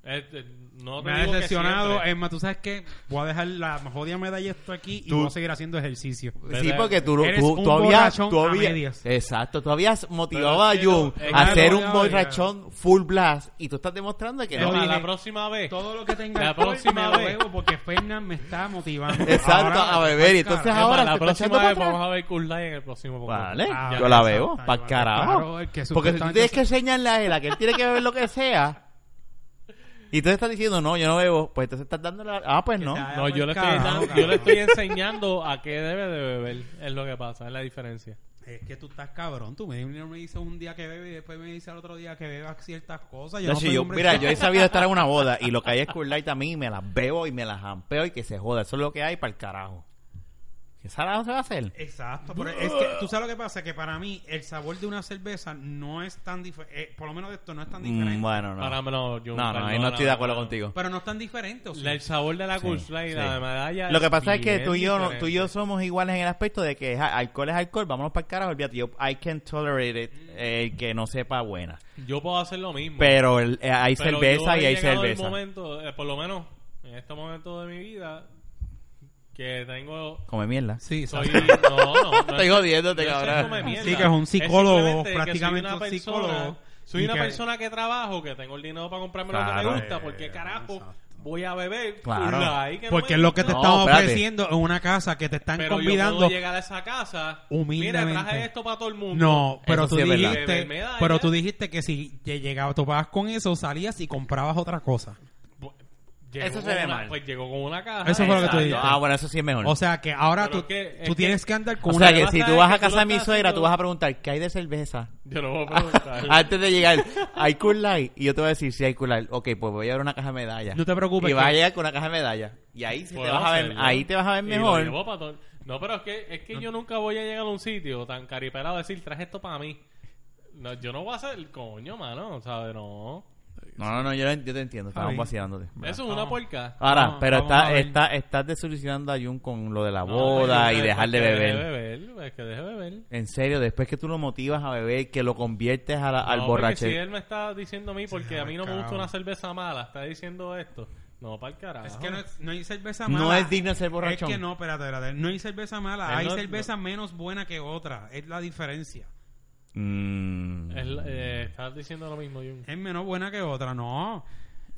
Speaker 3: Este, no te
Speaker 2: Me ha
Speaker 3: digo que
Speaker 2: decepcionado.
Speaker 3: siempre.
Speaker 2: Es más, tú sabes que voy a dejar la jodida medalla esto aquí y
Speaker 1: Tú-
Speaker 2: voy a seguir haciendo ejercicio.
Speaker 1: Sí,
Speaker 3: Verdad.
Speaker 1: porque tú, lo-
Speaker 2: Eres
Speaker 1: tú,
Speaker 2: un
Speaker 1: tú habías,
Speaker 2: borrachón
Speaker 1: tú
Speaker 2: a
Speaker 1: habías-
Speaker 2: medias.
Speaker 1: exacto, tú habías motivado a
Speaker 3: es que no-
Speaker 1: Jun
Speaker 3: es que
Speaker 1: a
Speaker 3: no
Speaker 1: ser
Speaker 2: lo
Speaker 1: un
Speaker 2: había-
Speaker 1: borrachón full blast y tú estás demostrando que
Speaker 3: Es
Speaker 1: no.
Speaker 3: más, la
Speaker 2: dije-
Speaker 3: próxima vez.
Speaker 2: Todo lo que tenga
Speaker 3: La
Speaker 2: alcohol
Speaker 3: próxima
Speaker 2: me lo
Speaker 3: vez.
Speaker 2: bebo porque Fernan me está motivando.
Speaker 1: Exacto,
Speaker 2: Ahora,
Speaker 1: a beber. Y entonces
Speaker 2: cara,
Speaker 3: Es
Speaker 1: ahora
Speaker 3: más,
Speaker 1: te
Speaker 3: la
Speaker 1: está
Speaker 3: próxima
Speaker 1: echando
Speaker 3: vez
Speaker 1: para atrás.
Speaker 3: vamos a ver Cool Light en el próximo podcast.
Speaker 1: Vale,
Speaker 2: Ah,
Speaker 1: yo
Speaker 2: ya,
Speaker 1: la
Speaker 2: ya,
Speaker 1: veo,
Speaker 2: está,
Speaker 1: para
Speaker 2: claro,
Speaker 1: carajo.
Speaker 2: el que
Speaker 1: Porque si tú
Speaker 2: supuestamente
Speaker 1: tienes
Speaker 2: se-
Speaker 1: que enseñarle a él a que él tiene que beber lo que sea, Y tú estás diciendo, no, yo no bebo. Pues entonces estás dando la... Ah, pues no.
Speaker 2: sea-
Speaker 3: No, yo le, estoy
Speaker 2: Carajo,
Speaker 3: dando-
Speaker 2: cabrón.
Speaker 3: yo le estoy enseñando a qué debe de beber. Es lo que pasa, es la diferencia.
Speaker 2: Es que tú estás cabrón. Tú me, me dices un día que bebe y después me dices al otro día que beba ciertas cosas. Yo
Speaker 1: Yo
Speaker 2: no
Speaker 1: sí,
Speaker 2: soy
Speaker 1: yo-
Speaker 2: hombre
Speaker 1: mira,
Speaker 2: que-
Speaker 1: yo he sabido estar en una
Speaker 2: (laughs)
Speaker 1: boda y lo que hay es Cool Light a mí y me las bebo y me las jampeo y que se joda. Eso es lo que hay para el carajo. ¿Qué carajo se va a hacer?
Speaker 2: Exacto, pero es que tú sabes lo que pasa, que para mí el sabor de una cerveza no es tan diferente, por lo menos de esto no es tan diferente.
Speaker 1: Mm, bueno, no.
Speaker 3: Para no, yo-
Speaker 1: no, no, ahí no
Speaker 3: perdona,
Speaker 1: estoy de acuerdo contigo.
Speaker 2: Pero no Pues, es tan diferente, o sea,
Speaker 3: La- el sabor de la
Speaker 1: Sí,
Speaker 3: cursa y
Speaker 1: sí.
Speaker 3: la de medalla.
Speaker 1: Lo que pasa es que tú y yo no-
Speaker 3: bien
Speaker 1: tú y yo
Speaker 3: diferente.
Speaker 1: somos iguales en el aspecto de que ja, alcohol es alcohol, vámonos para el carajo, olvídate. Yo, I can tolerate it,
Speaker 2: Mm.
Speaker 1: eh, que no sepa buena.
Speaker 3: Yo puedo hacer lo mismo.
Speaker 1: Pero el- eh, hay
Speaker 3: Pero
Speaker 1: cerveza
Speaker 3: yo he
Speaker 1: y hay
Speaker 3: llegado al
Speaker 1: cerveza.
Speaker 3: momento, eh, por lo menos en este momento de mi vida, que tengo.
Speaker 1: Come mierda.
Speaker 2: sí,
Speaker 3: Soy,
Speaker 2: exacto. (laughs)
Speaker 3: no, no, no
Speaker 1: Estoy
Speaker 3: es-
Speaker 1: jodiéndote,
Speaker 3: no es ser come
Speaker 1: cabrón.
Speaker 3: mierda.
Speaker 2: Sí, que es un
Speaker 3: Es simplemente
Speaker 2: psicólogo,
Speaker 3: que soy
Speaker 2: prácticamente
Speaker 3: una
Speaker 2: un
Speaker 3: persona-
Speaker 2: psicólogo.
Speaker 3: Soy
Speaker 2: Y
Speaker 3: una
Speaker 2: que-
Speaker 3: persona que trabajo, que tengo el dinero para comprarme lo que
Speaker 1: Claro.
Speaker 3: me gusta, porque carajo
Speaker 2: Exacto.
Speaker 3: voy a beber.
Speaker 1: Claro.
Speaker 3: Kulai, que no
Speaker 2: Porque
Speaker 3: me
Speaker 2: es lo que te
Speaker 3: gusta.
Speaker 1: No,
Speaker 2: están
Speaker 1: espérate.
Speaker 2: ofreciendo en una casa que te están
Speaker 3: Pero yo
Speaker 2: convidando.
Speaker 3: puedo llegar a esa casa.
Speaker 2: Humildemente.
Speaker 3: Mira, traje esto para todo el mundo.
Speaker 2: No, pero
Speaker 1: Eso
Speaker 2: tú
Speaker 1: sí es verdad.
Speaker 2: dijiste,
Speaker 3: Beber medalla.
Speaker 2: pero tú dijiste que si te llegaba, topabas con eso, salías y comprabas otra cosa.
Speaker 3: Bu- llegó
Speaker 1: Eso se
Speaker 3: con
Speaker 1: ve
Speaker 3: una-
Speaker 1: mal.
Speaker 3: Pues llegó con una caja.
Speaker 2: Eso fue lo que tú
Speaker 3: Exacto.
Speaker 2: dijiste.
Speaker 1: Ah, bueno, eso sí es mejor.
Speaker 2: O sea que ahora
Speaker 3: Pero
Speaker 2: tú,
Speaker 3: es que- es
Speaker 2: tú
Speaker 3: que-
Speaker 2: tienes que andar con
Speaker 1: O
Speaker 2: una
Speaker 1: sea que
Speaker 3: cosa
Speaker 1: si
Speaker 3: es
Speaker 1: tú vas
Speaker 3: que
Speaker 1: a
Speaker 3: tú
Speaker 1: casa
Speaker 3: lo
Speaker 1: de mi
Speaker 3: estás
Speaker 1: suegra,
Speaker 3: haciendo-
Speaker 1: tú vas a preguntar, ¿qué hay de cerveza?
Speaker 3: Yo lo voy a
Speaker 1: (laughs)
Speaker 3: preguntar.
Speaker 1: Antes de llegar, hay Cool Light. Y yo te voy a decir, sí, hay Cool Light. Ok, pues voy a llevar una caja de medallas.
Speaker 2: No te preocupes
Speaker 1: Y vas
Speaker 2: que-
Speaker 1: a llegar con una caja de medallas. Y ahí sí te
Speaker 3: Puedo
Speaker 1: vas a ver,
Speaker 3: hacerlo.
Speaker 1: ahí te vas a ver
Speaker 3: Y lo
Speaker 1: mejor.
Speaker 3: llevo pa' todo- No, pero es que, es que yo nunca voy a llegar a un sitio tan caripelado a decir, traje esto para mí. No, yo no voy a hacer, coño, mano, ¿sabes? No.
Speaker 1: No, no, no, yo, yo te entiendo. Estábamos
Speaker 2: bien.
Speaker 1: vaciándote.
Speaker 3: Eso es una
Speaker 2: vamos.
Speaker 3: puerca.
Speaker 1: Ahora,
Speaker 2: Vamos,
Speaker 1: pero
Speaker 2: vamos a
Speaker 1: está,
Speaker 2: ver.
Speaker 1: está, estás desilusionando a Jun con lo de la
Speaker 3: No,
Speaker 1: boda
Speaker 3: yo-
Speaker 1: y
Speaker 3: es
Speaker 1: dejar de
Speaker 3: que deje
Speaker 1: beber.
Speaker 3: beber, Es que deje beber.
Speaker 1: En serio, después que tú lo motivas a beber, que lo conviertes a la- al
Speaker 3: No, porque
Speaker 1: borracho.
Speaker 3: Si él me está diciendo a mí, porque
Speaker 2: Sí,
Speaker 3: a mí no me gusta
Speaker 2: carajo.
Speaker 3: una cerveza mala, está diciendo esto. No, para el carajo.
Speaker 2: Es que no, es- no hay cerveza mala.
Speaker 1: No es digno de ser borrachón.
Speaker 2: Es que no, espérate, espérate. No hay cerveza mala.
Speaker 3: Es
Speaker 2: Hay
Speaker 3: no-
Speaker 2: cerveza menos buena que otra. Es la diferencia.
Speaker 1: Mm.
Speaker 3: Es la- eh, estás diciendo lo mismo, Jun.
Speaker 2: Es menos buena que otra, no.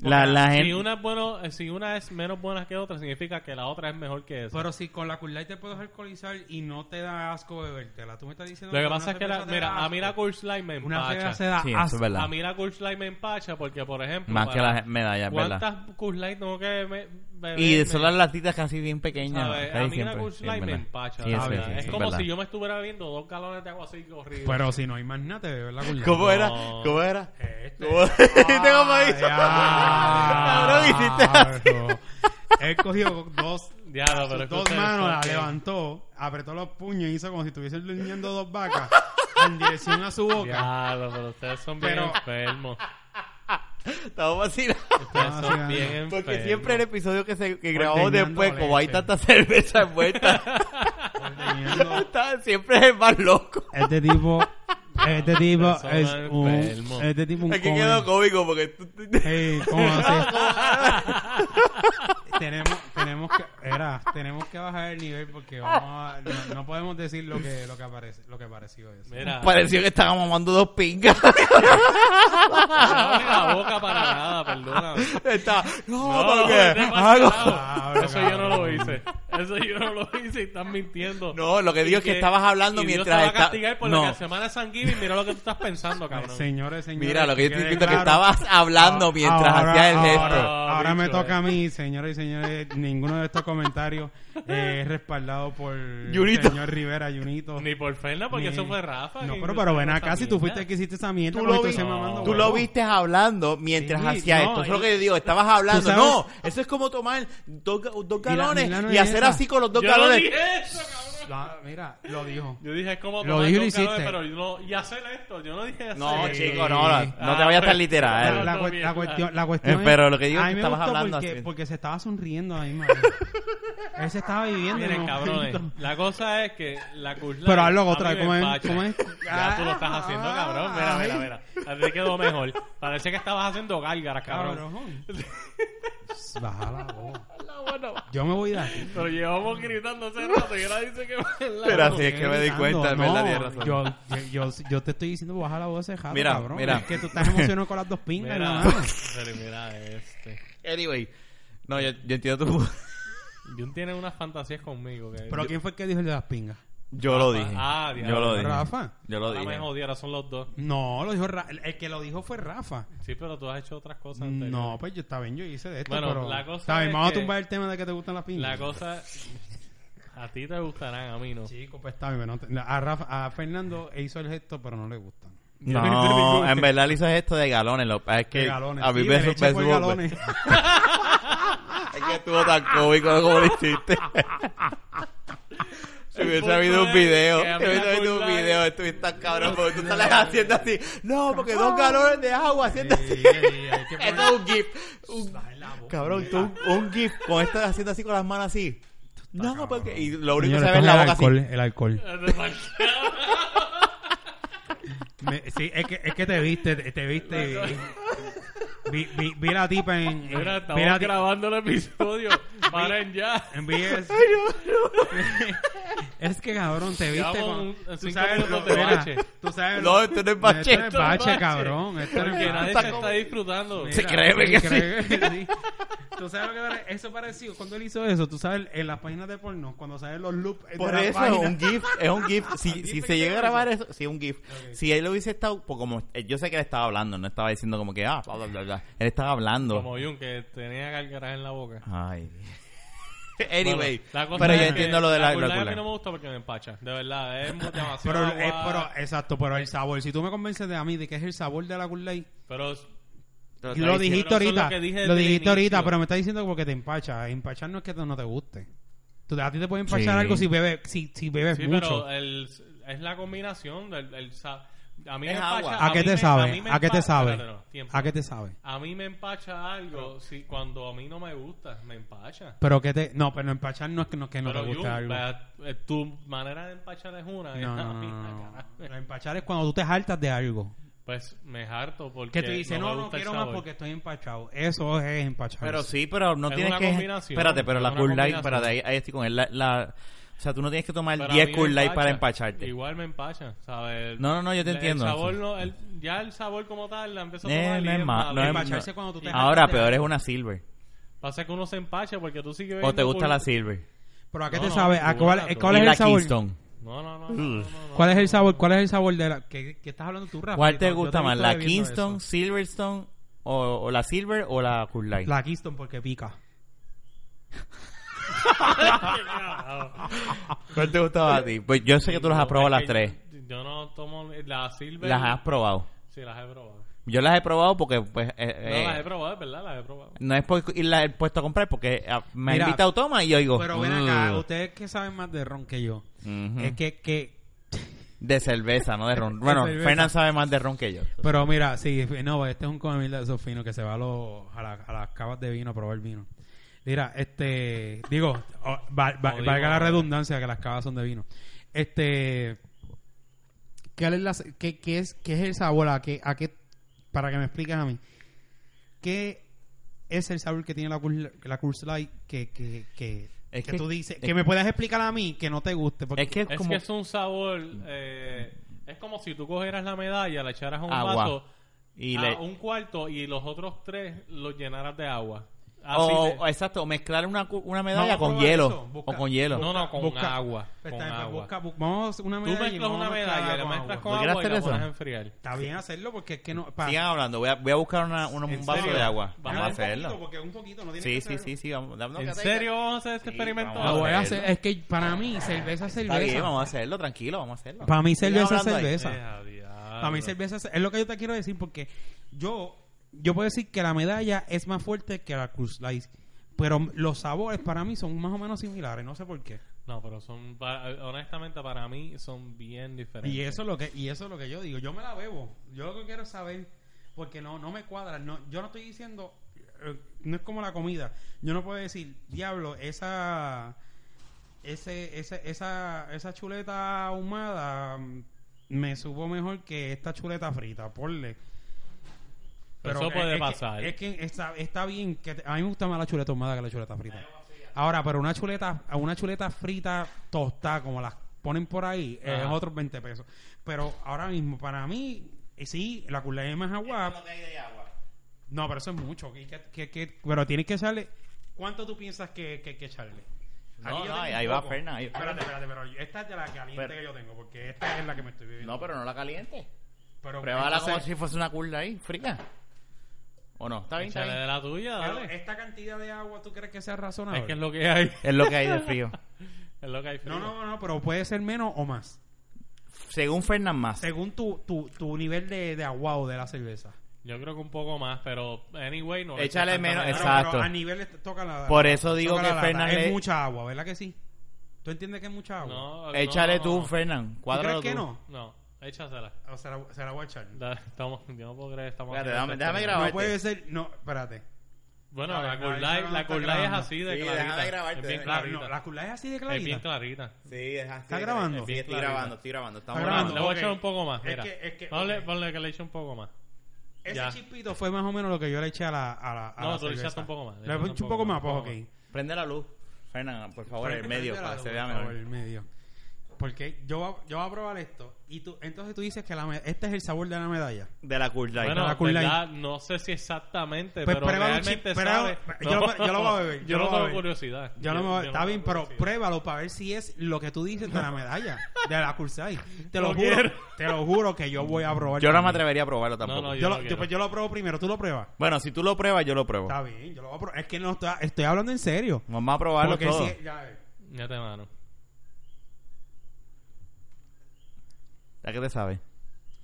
Speaker 1: La, la
Speaker 3: Si
Speaker 1: gente...
Speaker 3: una, es bueno, eh, si una es menos buena que otra, significa que la otra es mejor que esa.
Speaker 2: Pero si con la Cool Light te puedes alcoholizar y no te da asco bebértela. Tú me estás diciendo...
Speaker 3: Lo que
Speaker 2: una
Speaker 3: pasa es que,
Speaker 2: cerveza
Speaker 3: la-
Speaker 2: te
Speaker 3: mira,
Speaker 2: da
Speaker 3: a mí la
Speaker 2: asco.
Speaker 3: Coors Light me
Speaker 2: Una cerveza se
Speaker 3: empacha.
Speaker 2: da
Speaker 1: Sí, eso es
Speaker 2: asco.
Speaker 1: verdad.
Speaker 3: A mí la Coors Light me empacha porque, por ejemplo,
Speaker 1: Más que
Speaker 3: para-
Speaker 1: las medallas, ¿verdad?
Speaker 3: ¿cuántas Coors Light tengo que me- beber?
Speaker 1: Y de son las latitas casi bien pequeñas.
Speaker 3: ¿Sabes?
Speaker 1: casi
Speaker 3: A mí la
Speaker 1: siempre.
Speaker 3: Coors
Speaker 1: Sí,
Speaker 3: Light me
Speaker 1: verdad.
Speaker 3: empacha.
Speaker 1: Sí, eso
Speaker 3: ¿sabes?
Speaker 1: es, sí,
Speaker 3: es
Speaker 1: eso es
Speaker 3: como
Speaker 1: verdad.
Speaker 3: si yo me estuviera viendo dos galones de agua así horrible.
Speaker 2: Pero si no hay más nada, te bebes la Cool
Speaker 1: (laughs)
Speaker 2: Light.
Speaker 1: ¿Cómo
Speaker 2: (laughs)
Speaker 1: era?
Speaker 3: No.
Speaker 1: ¿Cómo era? (laughs)
Speaker 2: Este.
Speaker 1: ¿Cómo- ¿Viste
Speaker 3: (laughs)
Speaker 1: cómo hizo?
Speaker 2: Ah,
Speaker 1: Cabrón, hiciste
Speaker 2: diablo. Él cogió dos,
Speaker 3: Ya, no, pero
Speaker 2: sus dos
Speaker 3: escucha
Speaker 2: manos,
Speaker 3: esto,
Speaker 2: la
Speaker 3: que-
Speaker 2: levantó, apretó los puños y hizo como si estuviesen durmiendo dos vacas en dirección a su boca.
Speaker 3: Ya, no, pero ustedes son bien
Speaker 2: Pero-
Speaker 3: enfermos.
Speaker 1: Estamos vacilando.
Speaker 3: Ustedes
Speaker 2: Ah,
Speaker 3: son
Speaker 2: sí,
Speaker 3: bien
Speaker 2: ah,
Speaker 3: enfermos.
Speaker 1: Porque siempre el episodio que, se, que grabamos
Speaker 2: Ordeñando
Speaker 1: después, como hay
Speaker 2: leche.
Speaker 1: tanta cerveza
Speaker 3: (laughs)
Speaker 1: envuelta, (laughs)
Speaker 2: Ordeñando.
Speaker 1: está- siempre es el más loco.
Speaker 2: Este tipo, este tipo
Speaker 3: Persona
Speaker 2: es un,
Speaker 3: enfermo.
Speaker 2: este tipo un
Speaker 1: Aquí
Speaker 2: come-
Speaker 1: quedó cómico porque tú- tú-
Speaker 2: Ey, ¿cómo hace? tenemos, tenemos que, era, tenemos que bajar el nivel porque vamos a- no, no podemos decir lo que, lo que aparece, lo que apareció eso.
Speaker 1: (laughs)
Speaker 3: Mira,
Speaker 1: pareció que estábamos mamando dos pingas.
Speaker 3: no abre la boca para nada, perdóname.
Speaker 1: (laughs) Está, no,
Speaker 3: No,
Speaker 1: porque
Speaker 3: vete pa'l
Speaker 1: algo-
Speaker 3: carajo.
Speaker 2: Cabrón,
Speaker 3: Eso yo Ah, no lo
Speaker 2: Ah, cabrón.
Speaker 3: hice. Eso yo no lo hice y estás mintiendo.
Speaker 1: No, lo que digo es que estabas hablando
Speaker 3: y
Speaker 1: mientras
Speaker 3: Dios
Speaker 1: esta-
Speaker 3: te va a castigar por
Speaker 1: No.
Speaker 3: la que- semana de San Giving, mira lo que tú estás pensando, cabrón.
Speaker 2: Señores, señores.
Speaker 1: Mira, lo que yo estoy
Speaker 2: quede
Speaker 1: diciendo es que
Speaker 2: claro.
Speaker 1: estabas hablando mientras
Speaker 2: Ahora-
Speaker 1: hacías el gesto.
Speaker 2: Ahora, ahora me
Speaker 3: Bicho, eh.
Speaker 2: toca a mí, señoras y señores. Ninguno de estos comentarios
Speaker 3: (laughs)
Speaker 2: eh, es respaldado por el
Speaker 1: Junito.
Speaker 2: señor Rivera, Junito.
Speaker 3: Ni por Ferna, porque
Speaker 2: Ni-
Speaker 3: eso fue Rafa.
Speaker 2: No,
Speaker 3: que
Speaker 2: pero,
Speaker 3: hizo
Speaker 2: pero ven
Speaker 3: esa
Speaker 2: acá, si tú
Speaker 3: mierda.
Speaker 2: fuiste el que hiciste esa mierda,
Speaker 1: Tú
Speaker 2: porque
Speaker 1: lo,
Speaker 2: tú
Speaker 1: viste,
Speaker 2: se mamando
Speaker 1: tú
Speaker 2: huevo.
Speaker 1: lo viste hablando mientras
Speaker 2: Sí,
Speaker 1: hacía
Speaker 2: no,
Speaker 1: esto. Eso es
Speaker 2: y-
Speaker 1: lo que yo digo. Estabas
Speaker 2: Tú
Speaker 1: hablando.
Speaker 2: sabes-
Speaker 1: No, eso es como tomar dos, ga- dos
Speaker 2: la-
Speaker 1: galones
Speaker 2: y la
Speaker 1: y,
Speaker 2: no es
Speaker 1: hacer
Speaker 2: esa.
Speaker 1: así con los dos
Speaker 3: Yo no
Speaker 1: galones.
Speaker 3: dije eso, cabrón.
Speaker 2: La- mira, lo dijo.
Speaker 3: Yo dije, es como
Speaker 2: Lo
Speaker 3: tomar
Speaker 2: dije y lo
Speaker 3: dos galones,
Speaker 2: hiciste.
Speaker 3: pero yo no... Y hacer esto, yo no dije eso.
Speaker 1: No,
Speaker 2: Sí.
Speaker 1: chico, no, no, no te vayas
Speaker 3: Ah,
Speaker 1: tan
Speaker 2: La,
Speaker 1: literal.
Speaker 2: la
Speaker 3: no,
Speaker 2: cuest-
Speaker 3: bien,
Speaker 2: la
Speaker 3: ah.
Speaker 2: cuestión, la cuestión
Speaker 1: Eh,
Speaker 2: es-
Speaker 1: pero lo que digo
Speaker 2: a
Speaker 1: es
Speaker 2: mí
Speaker 1: que
Speaker 2: me
Speaker 1: estabas
Speaker 2: gustó
Speaker 1: hablando
Speaker 2: porque,
Speaker 1: así.
Speaker 2: porque se estaba sonriendo
Speaker 1: (laughs)
Speaker 2: ahí, man. Él se estaba viviendo.
Speaker 3: Miren, eh.
Speaker 2: ¿no?
Speaker 3: cabrones. La cosa es que la curla.
Speaker 2: Pero hazlo
Speaker 3: a mí
Speaker 2: otra vez,
Speaker 3: me
Speaker 2: ¿cómo es?
Speaker 3: empacha.
Speaker 2: ¿Cómo es? Ah.
Speaker 3: Ya tú lo estás haciendo, cabrón. Mira, mira,
Speaker 2: Ay.
Speaker 3: mira. Así quedó mejor. Parece que estabas haciendo gárgaras, (laughs) cabrón.
Speaker 2: Cabrón. Baja la voz. Yo me voy de aquí.
Speaker 3: Pero llevamos gritando hace rato y ahora dice que.
Speaker 1: Pero así es que me di cuenta, en
Speaker 2: No,
Speaker 1: verdad, tienes razón.
Speaker 2: Yo, yo, yo, yo te estoy diciendo baja la voz ese jato,
Speaker 1: Mira,
Speaker 2: cabrón.
Speaker 1: mira.
Speaker 2: Es que tú estás emocionado con las dos pingas,
Speaker 3: Mira, (laughs)
Speaker 2: hermano.
Speaker 3: pero mira este.
Speaker 1: Anyway, no, yo, yo entiendo tu. (laughs)
Speaker 3: Jun tiene unas fantasías conmigo. Que
Speaker 2: Pero ¿quién fue el que dijo el de las pingas?
Speaker 1: Yo lo dije.
Speaker 3: Ah,
Speaker 1: yo
Speaker 3: diablo.
Speaker 1: lo dije.
Speaker 2: Rafa.
Speaker 1: Yo lo
Speaker 3: Ahora me
Speaker 1: dije.
Speaker 3: jodí, ahora son los dos.
Speaker 2: No, lo dijo Ra- el que lo dijo fue Rafa.
Speaker 3: Sí, pero tú has hecho otras cosas antes.
Speaker 2: No, pues yo está bien, yo hice de esto,
Speaker 3: Bueno,
Speaker 2: pero
Speaker 3: la cosa
Speaker 2: está bien,
Speaker 3: es
Speaker 2: vamos
Speaker 3: que-
Speaker 2: a tumbar el tema de que te gustan las pintas.
Speaker 3: La cosa... A ti te gustarán, a mí no.
Speaker 2: Chico, pues está bien, pero no te- a Rafa, a Fernando e hizo el gesto, pero no le gustan. (laughs)
Speaker 1: No, en verdad le hizo esto de galones. Lo, es que
Speaker 2: De galones.
Speaker 1: a mí
Speaker 2: sí,
Speaker 1: me
Speaker 2: de leche
Speaker 1: me-
Speaker 2: por
Speaker 1: me- (laughs)
Speaker 2: galones.
Speaker 1: Es que estuvo tan cómico como lo hiciste. (laughs) Si hubiese habido un video,
Speaker 3: Que a
Speaker 1: si
Speaker 3: mí
Speaker 1: hubiese
Speaker 3: la
Speaker 1: habido un
Speaker 3: burla es-
Speaker 1: video, estuviste tan cabrón porque
Speaker 2: (laughs)
Speaker 1: tú estás haciendo así. No, porque dos galones de agua haciendo así.
Speaker 2: Ah. Sí, hay que
Speaker 1: Esto es un gif. Un- cabrón, tú un, un gif con esto haciendo así con las manos así. No, porque. Y lo único que
Speaker 2: Señores,
Speaker 1: se ve es
Speaker 2: esto
Speaker 1: la boca
Speaker 2: es el
Speaker 1: así.
Speaker 2: alcohol, el alcohol. Me- sí, es que, es que te viste, te, te viste. vi, vi, vi la tipa en. en-
Speaker 3: Mira,
Speaker 2: vi la
Speaker 3: estamos
Speaker 2: ti-
Speaker 3: grabando el episodio. Paren ya.
Speaker 2: en VS. (laughs) es que cabrón, te viste
Speaker 3: Llevamos
Speaker 2: con.
Speaker 3: un-
Speaker 2: Tú
Speaker 3: cinco
Speaker 2: sabes lo
Speaker 3: minutos de bache.
Speaker 2: Tú sabes
Speaker 1: No,
Speaker 2: lo-
Speaker 1: esto no es bache.
Speaker 2: Esto
Speaker 1: Esto
Speaker 2: no es
Speaker 3: es
Speaker 2: bache,
Speaker 3: bache.
Speaker 2: cabrón. Esto no es
Speaker 3: Porque
Speaker 2: bache.
Speaker 3: nadie se está disfrutando.
Speaker 1: Sí. Se
Speaker 2: Mira,
Speaker 1: cree que sí.
Speaker 2: cree que sí. Tú sabes lo que pare- eso pareció cuando él hizo eso, tú sabes en las páginas de porno, cuando salen los loops de
Speaker 1: Por
Speaker 2: la
Speaker 1: eso es
Speaker 2: página.
Speaker 1: un GIF, es un (laughs) GIF. Si, si
Speaker 2: GIF
Speaker 1: se
Speaker 2: que
Speaker 1: llega a
Speaker 2: te
Speaker 1: grabar eso, sí, un GIF. Si él lo hubiese estado, pues como eh, yo sé que él estaba hablando, no estaba diciendo como que, ah, bla, bla, bla, bla. Él estaba hablando.
Speaker 3: Como Jun, que tenía gargaras en la boca.
Speaker 1: Ay. (laughs) Anyway,
Speaker 3: Bueno, la cosa
Speaker 1: pero
Speaker 3: es
Speaker 1: yo
Speaker 3: que
Speaker 1: entiendo lo de la,
Speaker 3: La
Speaker 1: la
Speaker 3: culada a mí
Speaker 1: culada.
Speaker 3: no me gusta porque me empacha. De verdad, es mu-
Speaker 2: pero,
Speaker 3: demasiado agua.
Speaker 2: eh, pero- exacto, pero el sabor, si tú me convences de a mí de que es el sabor de la Gurley,
Speaker 1: Pero
Speaker 3: Pero
Speaker 1: está
Speaker 2: lo
Speaker 1: diciendo-
Speaker 2: dijiste
Speaker 3: pero eso es
Speaker 2: ahorita,
Speaker 3: lo que dije
Speaker 2: lo,
Speaker 3: desde el
Speaker 2: dijiste ahorita,
Speaker 3: inicio.
Speaker 2: pero me estás diciendo porque te empacha, empachar no es que no te guste. Tú, a ti te puede empachar
Speaker 1: Sí.
Speaker 2: algo si bebes si, si bebes
Speaker 3: sí,
Speaker 2: mucho.
Speaker 3: pero eh, el, es la combinación del el sa- a mí
Speaker 1: Es
Speaker 3: me
Speaker 1: agua.
Speaker 3: empacha,
Speaker 2: ¿A qué
Speaker 3: mí
Speaker 2: te
Speaker 3: me-
Speaker 2: sabe?
Speaker 3: mí me
Speaker 2: ¿A qué te
Speaker 3: empa-
Speaker 2: sabe?
Speaker 3: Espérate, no, tiempo.
Speaker 2: ¿A qué te sabe?
Speaker 3: A mí me empacha algo si cuando a mí no me gusta, me empacha.
Speaker 2: Pero que te no, pero empachar no es que no, que no
Speaker 3: pero
Speaker 2: te guste
Speaker 3: Jun,
Speaker 2: algo.
Speaker 3: la- eh, tu manera de empachar es una. y
Speaker 2: No,
Speaker 3: a
Speaker 2: no,
Speaker 3: mí-
Speaker 2: no, no, no. Empachar es cuando tú te hartas de algo.
Speaker 3: Pues me harto porque
Speaker 2: Que tú dices, no,
Speaker 3: me
Speaker 2: no,
Speaker 3: gusta el
Speaker 2: quiero más
Speaker 3: sabor.
Speaker 2: porque estoy empachado. Eso es empachado.
Speaker 1: Pero sí, pero no
Speaker 3: Es
Speaker 1: tienes
Speaker 3: una
Speaker 1: que.
Speaker 3: combinación,
Speaker 1: Espérate, pero
Speaker 3: es
Speaker 1: la
Speaker 3: una
Speaker 1: Cool Light,
Speaker 3: combinación.
Speaker 1: espérate, ahí, ahí estoy con él. La, la- o sea, tú no tienes que tomar
Speaker 3: Pero a
Speaker 1: 10
Speaker 3: mí me
Speaker 1: Cool Light
Speaker 3: empacha.
Speaker 1: para empacharte.
Speaker 3: Igual me empacha, ¿sabes?
Speaker 1: No, no, no, yo te
Speaker 3: El-
Speaker 1: entiendo.
Speaker 3: El sabor no, el- ya el sabor como tal la empezó a
Speaker 1: Eh,
Speaker 3: tomar.
Speaker 1: no
Speaker 3: y
Speaker 1: es ma- no es-
Speaker 2: Empacharse cuando tú te
Speaker 1: Ahora,
Speaker 2: hartas de
Speaker 1: peor es
Speaker 2: algo.
Speaker 1: una Silver.
Speaker 3: Pasa que uno se empacha porque tú sigues
Speaker 1: O te
Speaker 3: bebiendo
Speaker 1: gusta
Speaker 3: por-
Speaker 1: la Silver.
Speaker 2: Pero ¿a qué
Speaker 3: No,
Speaker 2: te
Speaker 3: no,
Speaker 2: sabe? ¿A
Speaker 3: ninguna,
Speaker 2: cuál,
Speaker 3: todo.
Speaker 2: cuál
Speaker 1: y
Speaker 2: es
Speaker 1: la
Speaker 2: el sabor?
Speaker 1: Kingston.
Speaker 3: No, no, no. no, no, no, no.
Speaker 2: ¿Cuál es el sabor? ¿Cuál es el sabor de la qué, qué estás hablando tú, Rafa?
Speaker 1: ¿Cuál te
Speaker 2: Yo
Speaker 1: gusta
Speaker 2: he
Speaker 1: más?
Speaker 2: visto
Speaker 1: ¿La
Speaker 2: bebiendo
Speaker 1: Kingston,
Speaker 2: eso.
Speaker 1: Silverstone o, o la Silver o la Cool Light?
Speaker 2: La Kingston porque pica.
Speaker 1: ¿Cuál te gustaba a ti? Pues yo sé que tú las has probado
Speaker 3: Es
Speaker 1: las
Speaker 3: que
Speaker 1: tres.
Speaker 3: Yo, yo no tomo la silver.
Speaker 1: Las has probado.
Speaker 3: Sí, las he probado.
Speaker 1: Yo las he probado porque pues eh,
Speaker 3: No,
Speaker 1: eh,
Speaker 3: las he probado, es verdad, las he probado.
Speaker 1: no es por irlas he puesto a comprar porque ah, me
Speaker 2: Mira,
Speaker 1: ha invitado Toma y yo digo
Speaker 2: Pero ven acá,
Speaker 1: "Ugh".
Speaker 2: ustedes que saben más de ron que yo.
Speaker 1: Ujú.
Speaker 2: Es que, que
Speaker 1: de cerveza, no de ron.
Speaker 2: De
Speaker 1: Bueno,
Speaker 2: cerveza.
Speaker 1: Fernán sabe más de ron que yo.
Speaker 2: Pero mira, sí, no, este es un comemil de esos finos que se va a, los- a, la- a las cavas de vino a probar vino. Mira, este, digo, o- va- va-
Speaker 3: No digo
Speaker 2: valga la
Speaker 3: nada.
Speaker 2: redundancia que las cavas son de vino. Este, ¿cuál es la- qué, qué es, ¿qué es el sabor? ¿A qué, a qué, para que me expliques a mí, ¿qué es el sabor que tiene la, Coors- la Coors Light que, que, que,
Speaker 1: Es
Speaker 2: que
Speaker 1: que-
Speaker 2: tú dices, que
Speaker 1: es-
Speaker 2: me puedas explicar a mí que no te guste? Porque,
Speaker 1: Es que es
Speaker 3: Es
Speaker 1: como
Speaker 3: que es un sabor. eh, es como si tú cogieras la medalla, la echaras a un
Speaker 1: Agua.
Speaker 3: vaso,
Speaker 1: y
Speaker 3: a
Speaker 1: le-
Speaker 3: un cuarto y los otros tres los llenaras de agua. Así
Speaker 1: o,
Speaker 3: de-
Speaker 1: o exacto, mezclar una, cu- una medalla
Speaker 2: Vamos a
Speaker 1: con
Speaker 2: probar
Speaker 1: hielo
Speaker 2: eso, busca.
Speaker 1: o con hielo.
Speaker 3: no, no, con
Speaker 2: busca-
Speaker 3: agua.
Speaker 2: Pues
Speaker 3: con
Speaker 2: está bien, pues
Speaker 3: agua.
Speaker 2: busca- bu- vamos una
Speaker 3: Tú
Speaker 2: medalla. y
Speaker 3: mezclas
Speaker 2: vamos
Speaker 3: una
Speaker 2: a mezclarla
Speaker 3: medalla, la
Speaker 2: con
Speaker 3: mezclas
Speaker 2: agua.
Speaker 3: con
Speaker 1: ¿Por qué
Speaker 3: agua y
Speaker 1: hacer
Speaker 3: la
Speaker 1: eso?
Speaker 3: pones a enfriar.
Speaker 2: Está bien hacerlo porque es que no. pa-
Speaker 1: Sigan hablando, voy a, voy a buscar una, una-
Speaker 2: ¿En
Speaker 1: un vaso
Speaker 2: serio?
Speaker 1: de agua.
Speaker 2: Baja
Speaker 1: Vamos a
Speaker 2: un poquito,
Speaker 1: hacerlo.
Speaker 2: porque un poquito no tiene
Speaker 1: Sí,
Speaker 2: que
Speaker 1: sí,
Speaker 2: ser-
Speaker 1: sí, sí, vamos. dame- no,
Speaker 3: ¿En
Speaker 1: que-
Speaker 3: serio vamos a hacer este
Speaker 1: Sí,
Speaker 3: experimento?
Speaker 1: vamos
Speaker 2: Lo Ah, voy a hacer.
Speaker 1: hacerlo.
Speaker 2: Es que para mí, cerveza es cerveza.
Speaker 1: Está bien, vamos a hacerlo, tranquilo, vamos a hacerlo.
Speaker 2: Para mí
Speaker 1: Sigan
Speaker 2: cerveza es
Speaker 1: hablando ahí.
Speaker 2: cerveza.
Speaker 3: Eh, a
Speaker 2: Para mí,
Speaker 3: diablo.
Speaker 2: cerveza es es lo que yo te quiero decir porque yo, yo puedo decir que la medalla es más fuerte que la Cruz Light. Pero los sabores para mí son más o menos similares, no sé por qué.
Speaker 3: No, pero son. pa- Honestamente, para mí son bien diferentes.
Speaker 2: Y eso es lo que y eso es lo que yo digo, yo me la bebo. Yo lo que quiero es saber porque no no me cuadra, no yo no estoy diciendo eh, no es como la comida. Yo no puedo decir, "Diablo, esa ese, ese- esa esa chuleta ahumada mm, me supo mejor que esta chuleta frita, ponle.
Speaker 3: Eso puede
Speaker 2: es que-
Speaker 3: pasar.
Speaker 2: es que está, está bien que te- a mí me gusta más la chuleta ahumada que la chuleta frita. Ahora, pero una chuleta, a una chuleta frita tostada como las ponen por ahí eh,
Speaker 3: Ajá.
Speaker 2: es otros 20 pesos. Pero ahora mismo para mí eh, sí, la culé de más agua. No, pero eso es mucho. ¿Qué- qué- qué- qué- pero tienes que echarle ¿Cuánto tú piensas que, que hay que echarle?
Speaker 1: No,
Speaker 2: yo
Speaker 1: no,
Speaker 2: tengo
Speaker 1: ahí-
Speaker 2: un
Speaker 1: ahí va
Speaker 2: poco.
Speaker 1: Fernan, ahí-
Speaker 2: Espérate, espérate, pero esta es de la caliente
Speaker 1: Pero-
Speaker 2: que yo tengo, porque esta es la que me estoy viviendo.
Speaker 1: No, pero no la caliente.
Speaker 2: pero
Speaker 1: Pruébala como
Speaker 2: entonces-
Speaker 1: si fuese una curda ahí, fría. ¿O no? Está bien, está
Speaker 3: Échale de
Speaker 1: bien.
Speaker 3: la tuya,
Speaker 2: pero
Speaker 3: dale.
Speaker 2: esta cantidad de agua, ¿tú crees que sea razonable?
Speaker 3: Es que es lo que hay. (laughs)
Speaker 1: Es lo que hay de frío.
Speaker 3: Es lo que hay.
Speaker 2: No, no, no, pero puede ser menos o más.
Speaker 1: Según Fernán más.
Speaker 2: Según tu, tu, tu nivel de, de aguado de la cerveza.
Speaker 3: Yo creo que un poco más, pero anyway, no. le
Speaker 1: Échale
Speaker 3: eches tanta
Speaker 1: menos-
Speaker 3: mierda.
Speaker 1: exacto.
Speaker 2: pero a nivel est- toca la
Speaker 1: Por eso digo
Speaker 2: toca
Speaker 1: que
Speaker 2: la lata.
Speaker 1: Fernan
Speaker 2: Es
Speaker 1: le-
Speaker 2: mucha agua, ¿verdad que sí? ¿Tú entiendes que es mucha agua?
Speaker 3: No,
Speaker 1: eh, Échale
Speaker 3: no,
Speaker 1: tú,
Speaker 3: no.
Speaker 1: Fernán. Cuádralo
Speaker 2: crees que
Speaker 1: tú.
Speaker 2: no?
Speaker 3: No, échasela.
Speaker 2: O se la, se la voy a echar.
Speaker 3: Da- Estamos, yo no puedo creer que estamos
Speaker 1: Espérate,
Speaker 3: haciendo
Speaker 1: déjame-
Speaker 3: este
Speaker 1: déjame grabar.
Speaker 3: tema.
Speaker 2: No
Speaker 1: grabarte.
Speaker 2: puede ser... No, espérate.
Speaker 3: Bueno,
Speaker 2: Dale,
Speaker 3: la
Speaker 2: dale,
Speaker 3: Cool
Speaker 2: dale,
Speaker 3: Light-
Speaker 2: no
Speaker 3: la
Speaker 2: está
Speaker 3: Cool Light es
Speaker 2: grabando.
Speaker 3: así de
Speaker 1: Sí,
Speaker 3: clarita.
Speaker 1: déjame grabarte,
Speaker 3: Es bien
Speaker 1: déjame-
Speaker 2: La,
Speaker 3: clarita.
Speaker 2: no, la culá es así de
Speaker 3: Es bien
Speaker 2: clarita.
Speaker 3: clarita.
Speaker 1: Sí, es así.
Speaker 2: ¿Está grabando?
Speaker 1: Sí, estoy grabando, estoy grabando. Estamos
Speaker 2: Está grabando.
Speaker 3: Le voy
Speaker 2: ok.
Speaker 3: a echar un poco más.
Speaker 2: Es
Speaker 3: Mira.
Speaker 2: que- es que-
Speaker 3: Ponle,
Speaker 2: ok.
Speaker 3: ponle que le eche un poco más.
Speaker 2: Ese
Speaker 3: Ya.
Speaker 2: chispito fue más o menos lo que yo le eché a la a la a
Speaker 3: No,
Speaker 2: la
Speaker 3: tú le echaste
Speaker 2: cerveza.
Speaker 3: un poco más, le
Speaker 2: Le
Speaker 3: echaste
Speaker 2: eché un poco más, pues
Speaker 3: un poco
Speaker 2: ok.
Speaker 3: más.
Speaker 1: Prende la luz. Fernán, por favor, el
Speaker 2: Prende-
Speaker 1: medio,
Speaker 2: prende la
Speaker 1: para que
Speaker 2: luz,
Speaker 1: se
Speaker 2: por
Speaker 1: vea
Speaker 2: favor,
Speaker 1: mejor.
Speaker 2: el medio. Porque yo, voy a- yo voy a probar esto y tú entonces tú dices que la me- este es el sabor de la medalla.
Speaker 1: De la curda ahí.
Speaker 3: Bueno,
Speaker 2: la Cool
Speaker 3: verdad, no sé si exactamente,
Speaker 2: Pues
Speaker 3: pero
Speaker 2: pruébalo,
Speaker 3: realmente
Speaker 2: chi- pruébalo.
Speaker 3: sabe.
Speaker 2: Yo lo- yo lo voy a beber, yo
Speaker 3: Yo
Speaker 2: lo
Speaker 3: no
Speaker 2: voy a
Speaker 3: tengo
Speaker 2: beber.
Speaker 3: curiosidad.
Speaker 2: Yo no me voy- está
Speaker 3: tengo
Speaker 2: bien, pero
Speaker 3: curiosidad.
Speaker 2: pruébalo para ver si es lo que tú dices de la medalla, de la Cursai. Te lo
Speaker 3: No
Speaker 2: juro,
Speaker 3: quiero.
Speaker 2: te lo juro que yo voy a probar.
Speaker 1: Yo no me
Speaker 2: también.
Speaker 1: atrevería a probarlo tampoco.
Speaker 3: no,
Speaker 2: Yo
Speaker 3: Yo
Speaker 2: lo- yo-
Speaker 3: quiero.
Speaker 2: pues yo lo pruebo primero, tú lo pruebas.
Speaker 1: Bueno, si tú lo pruebas, yo lo pruebo.
Speaker 2: Está bien, yo lo voy a probar. Es que no estoy, estoy hablando en serio.
Speaker 1: Vamos a probarlo
Speaker 2: Porque
Speaker 1: todo.
Speaker 2: si, ya eh, ves.
Speaker 3: Ya te mano.
Speaker 1: ¿A qué te sabe?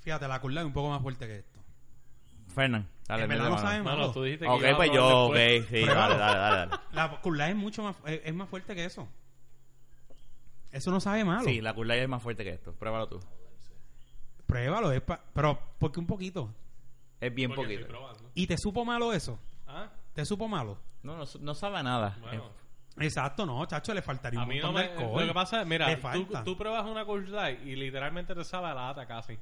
Speaker 2: Fíjate, la curla es un poco más fuerte que esto.
Speaker 1: Fernán, dale,
Speaker 2: En verdad
Speaker 1: mete
Speaker 2: no
Speaker 1: mano.
Speaker 2: (laughs) sabe malo.
Speaker 3: Mano, tú dijiste que
Speaker 1: Ok,
Speaker 3: iba a
Speaker 1: pues
Speaker 3: probar
Speaker 1: yo, ok,
Speaker 3: después.
Speaker 1: sí,
Speaker 2: Pruébalo.
Speaker 1: dale, dale, dale. dale.
Speaker 2: La curla es mucho más es, es más fuerte que eso. Eso no sabe malo.
Speaker 1: Sí, la curla es más fuerte que esto. Pruébalo tú.
Speaker 2: Pruébalo, es pa- pero porque un poquito.
Speaker 1: Es bien
Speaker 3: Porque estoy
Speaker 1: poquito.
Speaker 3: probando.
Speaker 2: ¿Y te supo malo eso?
Speaker 3: Ah,
Speaker 2: ¿Te supo malo?
Speaker 1: No, no, no sabe a nada.
Speaker 3: bueno.
Speaker 2: Exacto, no, chacho, le faltaría un
Speaker 3: A mí no
Speaker 2: montón
Speaker 3: me.
Speaker 2: de alcohol.
Speaker 3: Lo que pasa es,
Speaker 2: Le
Speaker 3: mira, tú,
Speaker 2: falta.
Speaker 3: tú pruebas una Cool Light y literalmente te sabe a lata casi.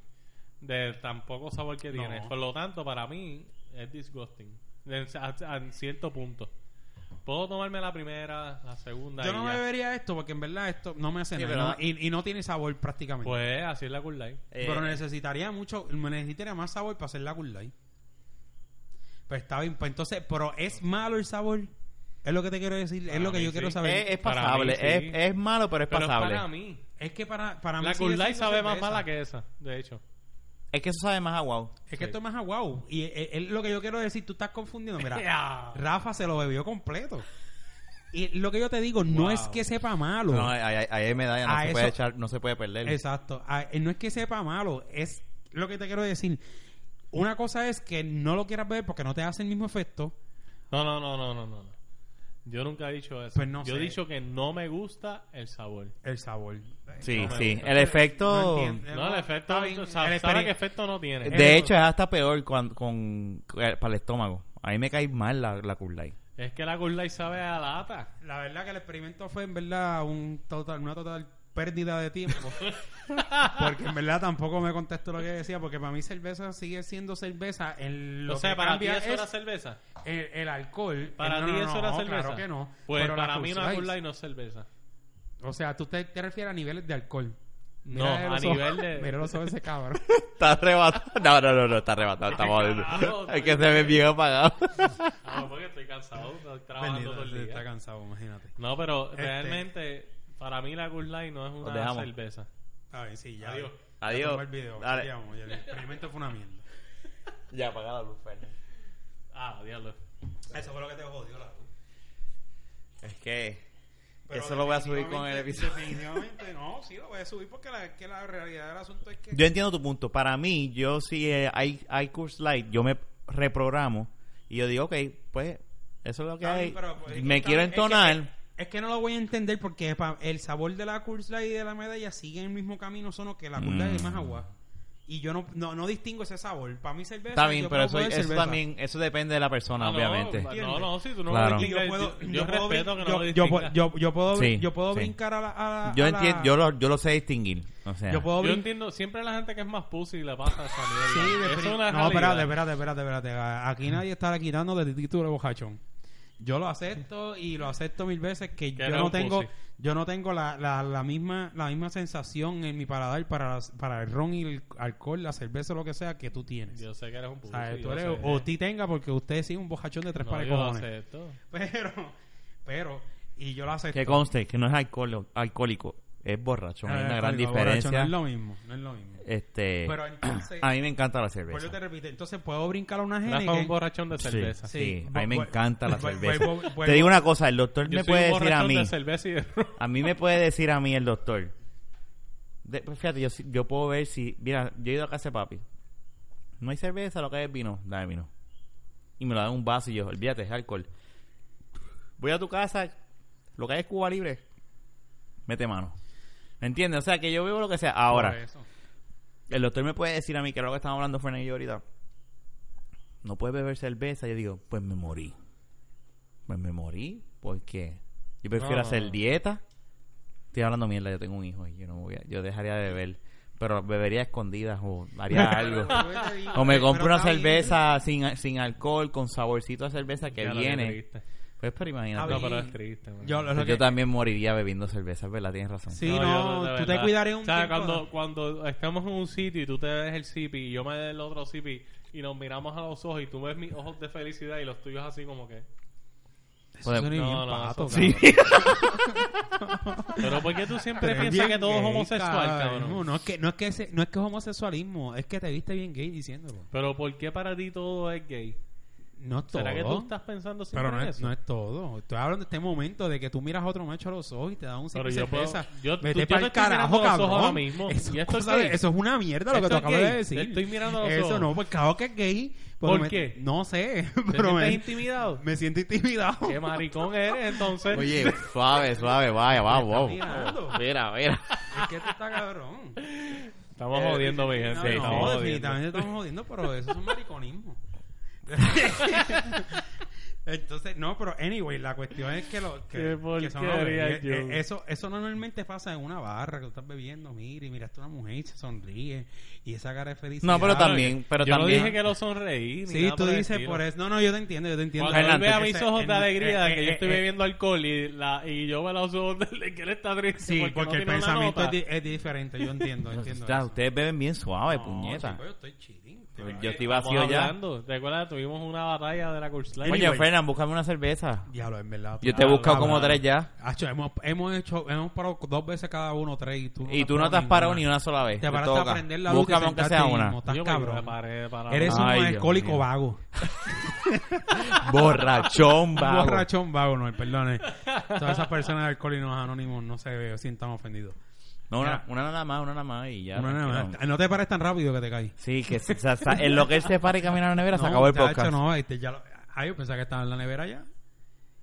Speaker 3: De tan poco sabor que
Speaker 2: No.
Speaker 3: tiene. Por lo tanto, para mí es disgusting. En, a, a cierto punto. Puedo tomarme la primera, la segunda.
Speaker 2: Yo
Speaker 3: y
Speaker 2: no
Speaker 3: ya.
Speaker 2: bebería esto porque en verdad esto no me hace
Speaker 1: Sí,
Speaker 2: nada.
Speaker 1: pero-
Speaker 2: Y, no- y- y no tiene sabor prácticamente.
Speaker 3: Pues así es la Cool Light.
Speaker 1: Eh,
Speaker 2: pero necesitaría mucho, me necesitaría más sabor para hacer la curla Pues está bien, pues entonces, pero es malo el sabor. Es lo que te quiero decir, es
Speaker 3: Para
Speaker 2: lo que
Speaker 3: mí
Speaker 2: yo quiero
Speaker 3: sí. Eh,
Speaker 2: saber.
Speaker 1: eh, es, es
Speaker 3: Para mí,
Speaker 1: pasable.
Speaker 3: sí.
Speaker 1: es, es malo, pero es
Speaker 3: Pero es
Speaker 1: pasable.
Speaker 3: para mí.
Speaker 2: Es que para, para mí
Speaker 3: La
Speaker 2: sigue
Speaker 3: Cool Light
Speaker 2: siendo
Speaker 3: sabe más
Speaker 2: cerveza.
Speaker 3: mala que esa, de hecho.
Speaker 1: Es que eso sabe más a wow.
Speaker 2: Es que esto es más aguau. Y es, es lo que yo quiero decir, tú estás confundiendo. Mira,
Speaker 3: (laughs) Ya.
Speaker 2: Rafa se lo bebió completo. Y lo que yo te digo, no
Speaker 3: Wow.
Speaker 2: es que sepa malo.
Speaker 1: No, ahí- ahí ahí hay medalla, no
Speaker 2: A
Speaker 1: se
Speaker 2: eso-
Speaker 1: puede echar, no se puede perder.
Speaker 2: Exacto. Ah, eh, No es que sepa malo, es lo que te quiero decir. Una cosa es que no lo quieras beber porque no te hace el mismo efecto.
Speaker 3: No, no, no, no, no, no. no. Yo nunca he dicho eso.
Speaker 2: Pues no
Speaker 3: Yo
Speaker 2: sé.
Speaker 3: he dicho que no me gusta el sabor.
Speaker 2: El sabor.
Speaker 1: Sí,
Speaker 3: No me
Speaker 1: sí.
Speaker 3: gusta.
Speaker 1: El efecto.
Speaker 2: No entiendo. Eh,
Speaker 3: No,
Speaker 2: no,
Speaker 3: el efecto,
Speaker 2: está bien.
Speaker 3: o sea,
Speaker 2: El
Speaker 3: sabe
Speaker 2: experi-
Speaker 3: qué efecto no tiene.
Speaker 1: de hecho, es hasta peor cuan- con, eh, para el estómago. A mí me cae mal la, la Cool Light.
Speaker 3: Es que la Cool Light sabe a lata.
Speaker 2: La verdad que el experimento fue en verdad un total, una total pérdida de tiempo.
Speaker 3: (laughs)
Speaker 2: porque en verdad tampoco me contestó lo que decía, porque para mí cerveza sigue siendo cerveza. En lo
Speaker 3: o sea,
Speaker 2: que
Speaker 3: para ti
Speaker 2: cambia
Speaker 3: eso era
Speaker 2: es
Speaker 3: cerveza.
Speaker 2: el, el alcohol.
Speaker 3: Para
Speaker 2: Eh, no,
Speaker 3: ti
Speaker 2: no,
Speaker 3: eso
Speaker 2: no,
Speaker 3: era cerveza.
Speaker 2: Claro que no.
Speaker 3: Pues
Speaker 2: Pero la
Speaker 3: para mí una
Speaker 2: Cruz Light.
Speaker 3: Cool Light no es cerveza.
Speaker 2: O sea, tú te, te refieres a niveles de alcohol.
Speaker 3: No,
Speaker 2: Mira
Speaker 3: a
Speaker 2: los
Speaker 3: nivel
Speaker 2: ojos-
Speaker 3: de-
Speaker 2: (laughs) Mira los ojos de ese cabrón.
Speaker 1: Está arrebatado. (laughs) No, no, no, no, está arrebatado.
Speaker 3: (laughs) Ah,
Speaker 1: Estamos
Speaker 3: Carajo,
Speaker 1: Es que se ve bien apagado.
Speaker 3: Ah, porque estoy cansado, estoy trabajando todo
Speaker 2: Bendito,
Speaker 3: el
Speaker 2: está
Speaker 3: día.
Speaker 2: cansado, imagínate.
Speaker 3: No, pero
Speaker 2: Este.
Speaker 3: realmente, para mí la Cool Light no es
Speaker 1: Os
Speaker 3: una
Speaker 1: dejamos.
Speaker 3: cerveza.
Speaker 2: A ver, sí, ya.
Speaker 3: Adiós.
Speaker 2: ya
Speaker 1: Adiós.
Speaker 2: tomó El, video,
Speaker 1: Dale.
Speaker 2: ya, vamos, ya, el experimento fue una mierda.
Speaker 1: Ya, apaga la luz, Fernández.
Speaker 3: Ah, diablo.
Speaker 2: Eso fue lo que te jodió la luz.
Speaker 1: Es que.
Speaker 2: Pero
Speaker 1: eso lo voy a subir con el
Speaker 2: definitivamente-
Speaker 1: episodio.
Speaker 2: Definitivamente no, sí lo voy a subir porque la, que la realidad del asunto es (laughs) que.
Speaker 1: Yo entiendo tu punto. Para mí, yo si eh, hay, hay Curse Light, yo me reprogramo y yo digo, ok, pues eso es lo que
Speaker 2: Está bien,
Speaker 1: hay.
Speaker 2: pero, pues, es que
Speaker 1: me
Speaker 2: está
Speaker 1: quiero
Speaker 2: bien, es que-
Speaker 1: entonar.
Speaker 2: Es que no lo voy a entender porque pa- el sabor de la Curse Light y de la medalla siguen el mismo camino, solo que la Curse Light
Speaker 1: Mm.
Speaker 2: es más agua. Y yo no, no, no distingo ese sabor. Para mí cerveza.
Speaker 1: Está bien,
Speaker 2: yo
Speaker 1: pero
Speaker 2: puedo
Speaker 1: eso,
Speaker 2: beber
Speaker 1: eso
Speaker 2: cerveza.
Speaker 1: también eso depende de la persona,
Speaker 3: Ah,
Speaker 1: obviamente.
Speaker 3: No, no, no, si tú no
Speaker 1: Claro.
Speaker 3: lo
Speaker 2: Y yo
Speaker 3: distingues,
Speaker 2: puedo,
Speaker 3: yo,
Speaker 2: yo puedo
Speaker 3: respeto
Speaker 2: brin-
Speaker 3: que no lo
Speaker 2: yo, yo, puedo-
Speaker 3: distingas.
Speaker 2: yo, yo puedo, brin-
Speaker 1: Sí,
Speaker 2: yo puedo
Speaker 1: sí.
Speaker 2: brincar a la. a la-
Speaker 1: yo
Speaker 2: a la-
Speaker 1: entiendo, yo lo, yo lo sé distinguir. O sea,
Speaker 2: yo puedo
Speaker 3: Yo
Speaker 2: brin-
Speaker 3: entiendo, siempre la gente que es más pussy le pasa esa mierda.
Speaker 2: Sí,
Speaker 3: Eso es
Speaker 2: defini-
Speaker 3: una
Speaker 2: No,
Speaker 3: realidad.
Speaker 2: espérate, espérate, espérate, espérate. A- Aquí nadie está quitando de título de bojachón. Yo lo acepto y lo acepto mil veces que yo
Speaker 3: eres
Speaker 2: no
Speaker 3: un
Speaker 2: tengo,
Speaker 3: pussy.
Speaker 2: yo no tengo la, la, la misma la misma sensación en mi paladar para, las- para el ron y el alcohol, la cerveza, lo que sea que tú tienes.
Speaker 3: Yo sé que eres un
Speaker 2: O
Speaker 3: pussy.
Speaker 2: sea, tú
Speaker 3: yo
Speaker 2: eres-
Speaker 3: sé.
Speaker 2: o ti tenga porque usted sí es un bojachón de tres (laughs)
Speaker 3: No,
Speaker 2: pares
Speaker 3: yo
Speaker 2: cojones.
Speaker 3: acepto.
Speaker 2: Pero, pero Y yo lo acepto.
Speaker 1: Que conste, que no es alcohol- alcohólico, es borracho.
Speaker 2: Ah,
Speaker 1: hay una gran
Speaker 2: alcohólico, borracho,
Speaker 1: diferencia.
Speaker 2: no es lo mismo, no es lo mismo.
Speaker 1: Este,
Speaker 2: Pero entonces,
Speaker 1: (clears throat) a mí me encanta la
Speaker 2: pues yo te
Speaker 1: cerveza.
Speaker 2: repito, entonces puedo brincar a una gente.
Speaker 3: Rafa es un borrachón de
Speaker 1: Sí.
Speaker 3: cerveza.
Speaker 1: Sí. a mí me encanta la cerveza.
Speaker 2: cerveza.
Speaker 1: Te digo una cosa, el doctor
Speaker 3: Yo
Speaker 1: me
Speaker 3: soy un
Speaker 1: puede decir a
Speaker 3: borrachón
Speaker 1: mí,
Speaker 3: de cerveza y de ron.
Speaker 1: a mí me puede decir a mí el doctor. De- pues fíjate, yo, sí- yo puedo ver si, mira, yo he ido a casa de papi. No hay cerveza, lo que hay es vino, dame vino. Y me lo dan en un vaso y yo, olvídate, es alcohol. Voy a tu casa, lo que hay es Cuba Libre, mete mano. ¿Me entiendes? O sea, que yo vivo lo que sea. Ahora,
Speaker 2: Por eso.
Speaker 1: el doctor me puede decir a mí que era lo que estamos hablando Fernández y yo ahorita. No puedes beber cerveza. Yo digo, pues me morí. Pues me morí. porque Yo prefiero
Speaker 3: No.
Speaker 1: hacer dieta. Estoy hablando mierda, yo tengo un hijo y yo no voy a- yo dejaría de beber. Pero bebería a escondidas o
Speaker 2: (laughs)
Speaker 1: haría algo. o me compro
Speaker 2: Pero
Speaker 1: una
Speaker 2: está bien.
Speaker 1: cerveza sin, sin alcohol, con saborcito a cerveza que
Speaker 3: Ya lo
Speaker 1: viene.
Speaker 3: triste.
Speaker 1: Pues pero
Speaker 2: A
Speaker 1: imagínate.
Speaker 3: No,
Speaker 2: ver,
Speaker 3: pero es triste. man.
Speaker 2: Yo, lo- lo
Speaker 1: Pues yo
Speaker 2: que-
Speaker 1: también moriría bebiendo cerveza, es ¿verdad? Tienes razón.
Speaker 2: Sí,
Speaker 3: yo,
Speaker 2: no,
Speaker 3: de
Speaker 2: tú te
Speaker 3: verdad.
Speaker 2: cuidaré un
Speaker 3: O sea,
Speaker 2: tiempo,
Speaker 3: cuando,
Speaker 2: ¿no?
Speaker 3: cuando estamos en un sitio y tú te ves el sipi y yo me doy el otro sipi y nos miramos a los ojos y tú ves mis ojos de felicidad y los tuyos así como que...
Speaker 2: Eso suena
Speaker 3: Pues, No,
Speaker 2: bien
Speaker 3: no,
Speaker 2: pato,
Speaker 3: eso-
Speaker 2: cabrón.
Speaker 3: Pero ¿por qué tú siempre
Speaker 2: Pero es
Speaker 3: piensas
Speaker 2: bien
Speaker 3: que todo es
Speaker 2: gay,
Speaker 3: homosexual,
Speaker 2: No,
Speaker 3: cabrón?
Speaker 2: no es que no es que ese- no es que es homosexualismo, es que te viste bien gay diciéndolo.
Speaker 3: Pero ¿por qué para ti todo es gay?
Speaker 2: No es todo.
Speaker 3: ¿Será que tú estás pensando siempre
Speaker 2: Pero no
Speaker 3: en
Speaker 2: es,
Speaker 3: eso?
Speaker 2: no es todo. Estoy hablando de este momento de que tú miras a otro macho a los ojos y te da un
Speaker 3: Pero
Speaker 2: sipi
Speaker 3: yo puedo-
Speaker 2: cerveza.
Speaker 3: yo-
Speaker 2: Vete para
Speaker 3: tú- yo te
Speaker 2: el
Speaker 3: estoy mirando
Speaker 2: carajo,
Speaker 3: a los ojos
Speaker 2: cabrón.
Speaker 3: ahora mismo.
Speaker 2: Eso,
Speaker 3: ¿Y esto es
Speaker 2: cosa de-
Speaker 3: gay?
Speaker 2: eso es una mierda lo que
Speaker 3: ¿Esto
Speaker 2: tú
Speaker 3: es
Speaker 2: acabas
Speaker 3: gay?
Speaker 2: de decir.
Speaker 3: Te estoy mirando a los
Speaker 2: Eso
Speaker 3: ojos.
Speaker 2: no, pues claro que es gay. Pues
Speaker 3: ¿Por
Speaker 2: me-
Speaker 3: qué?
Speaker 2: No sé, (laughs)
Speaker 3: ¿Te
Speaker 2: pero
Speaker 3: sientes
Speaker 2: me,
Speaker 3: (laughs) intimidado?
Speaker 2: me siento intimidado.
Speaker 3: ¿Qué maricón eres entonces?
Speaker 1: Oye, suave, suave, vaya, va, wow.
Speaker 2: pues. mirando.
Speaker 1: Mira, mira.
Speaker 2: Es que tú estás
Speaker 3: (laughs)
Speaker 2: cabrón.
Speaker 3: estamos jodiendo, mi gente.
Speaker 2: eh, No,
Speaker 1: Sí,
Speaker 2: no,
Speaker 3: estamos jodiendo.
Speaker 2: definitivamente estamos jodiendo, pero eso es un
Speaker 3: (laughs)
Speaker 2: mariconismo. Entonces, no, pero anyway, la cuestión es que, lo, que,
Speaker 3: Qué
Speaker 2: que son los
Speaker 3: porquería,
Speaker 2: bebés. Eh,
Speaker 3: Joe.
Speaker 2: eso, eso normalmente pasa en una barra que tú estás bebiendo, mira, y miraste a una mujer y se sonríe y esa cara de felicidad.
Speaker 1: No, pero también, pero
Speaker 3: yo
Speaker 1: también.
Speaker 3: no dije que lo sonreí. ni
Speaker 2: Sí,
Speaker 3: nada
Speaker 2: tú
Speaker 3: el
Speaker 2: dices
Speaker 3: estilo.
Speaker 2: por eso. No, no, yo te entiendo, yo te entiendo.
Speaker 3: Cuando él
Speaker 1: Adelante.
Speaker 3: vea mis
Speaker 2: Ese-
Speaker 3: ojos de
Speaker 2: en-
Speaker 3: alegría
Speaker 2: eh,
Speaker 3: de que yo
Speaker 2: eh,
Speaker 3: estoy
Speaker 2: eh,
Speaker 3: bebiendo alcohol y, la, y yo veo los ojos de que él está triste
Speaker 2: Sí, porque,
Speaker 3: no
Speaker 2: el
Speaker 3: tiene una
Speaker 2: pensamiento es,
Speaker 3: nota.
Speaker 2: di- es diferente, yo entiendo,
Speaker 1: Pero,
Speaker 2: entiendo.
Speaker 1: está,
Speaker 2: eso.
Speaker 1: ustedes beben bien suave,
Speaker 2: No, pues.
Speaker 1: puñeta.
Speaker 2: chico, yo estoy chilling.
Speaker 1: yo estoy
Speaker 3: Estamos
Speaker 1: vacío ya.
Speaker 3: hablando. ¿Te acuerdas? Tuvimos una batalla de la Curse Line.
Speaker 1: Oye, Fernan, búscame una cerveza.
Speaker 2: Diablo, en verdad.
Speaker 1: Yo te he buscado como
Speaker 2: cabrón.
Speaker 1: tres ya.
Speaker 2: Acho, hemos, hemos hecho, hemos parado dos veces cada uno, tres, y tú
Speaker 1: Y tú no te has parado ni una sola vez.
Speaker 2: Te paraste
Speaker 1: toca.
Speaker 2: a prender la luz
Speaker 1: Búscame
Speaker 2: y
Speaker 1: aunque
Speaker 2: sentaste
Speaker 1: sea
Speaker 2: ahí
Speaker 1: una.
Speaker 2: mismo. Estás
Speaker 3: Yo me
Speaker 2: cabrón.
Speaker 3: preparé para-
Speaker 2: Eres un
Speaker 1: Ay, Dios
Speaker 2: alcohólico
Speaker 1: mío.
Speaker 2: vago. (laughs)
Speaker 1: Borrachón, vago.
Speaker 2: Borrachón vago, no,
Speaker 1: (laughs)
Speaker 2: perdone. Todas esas personas alcohólicos anónimos no se sientan ofendidos.
Speaker 1: No, una, una nada más, una nada más y ya.
Speaker 2: Una nada más.
Speaker 1: tranquilo.
Speaker 2: No te pares tan rápido que te caes.
Speaker 1: Sí, que se- se- se- en lo que él se para y camina a la nevera se acabó el
Speaker 2: chacho,
Speaker 1: podcast.
Speaker 2: no, este, ya lo- Ay, yo pensaba que estaba en la nevera ya.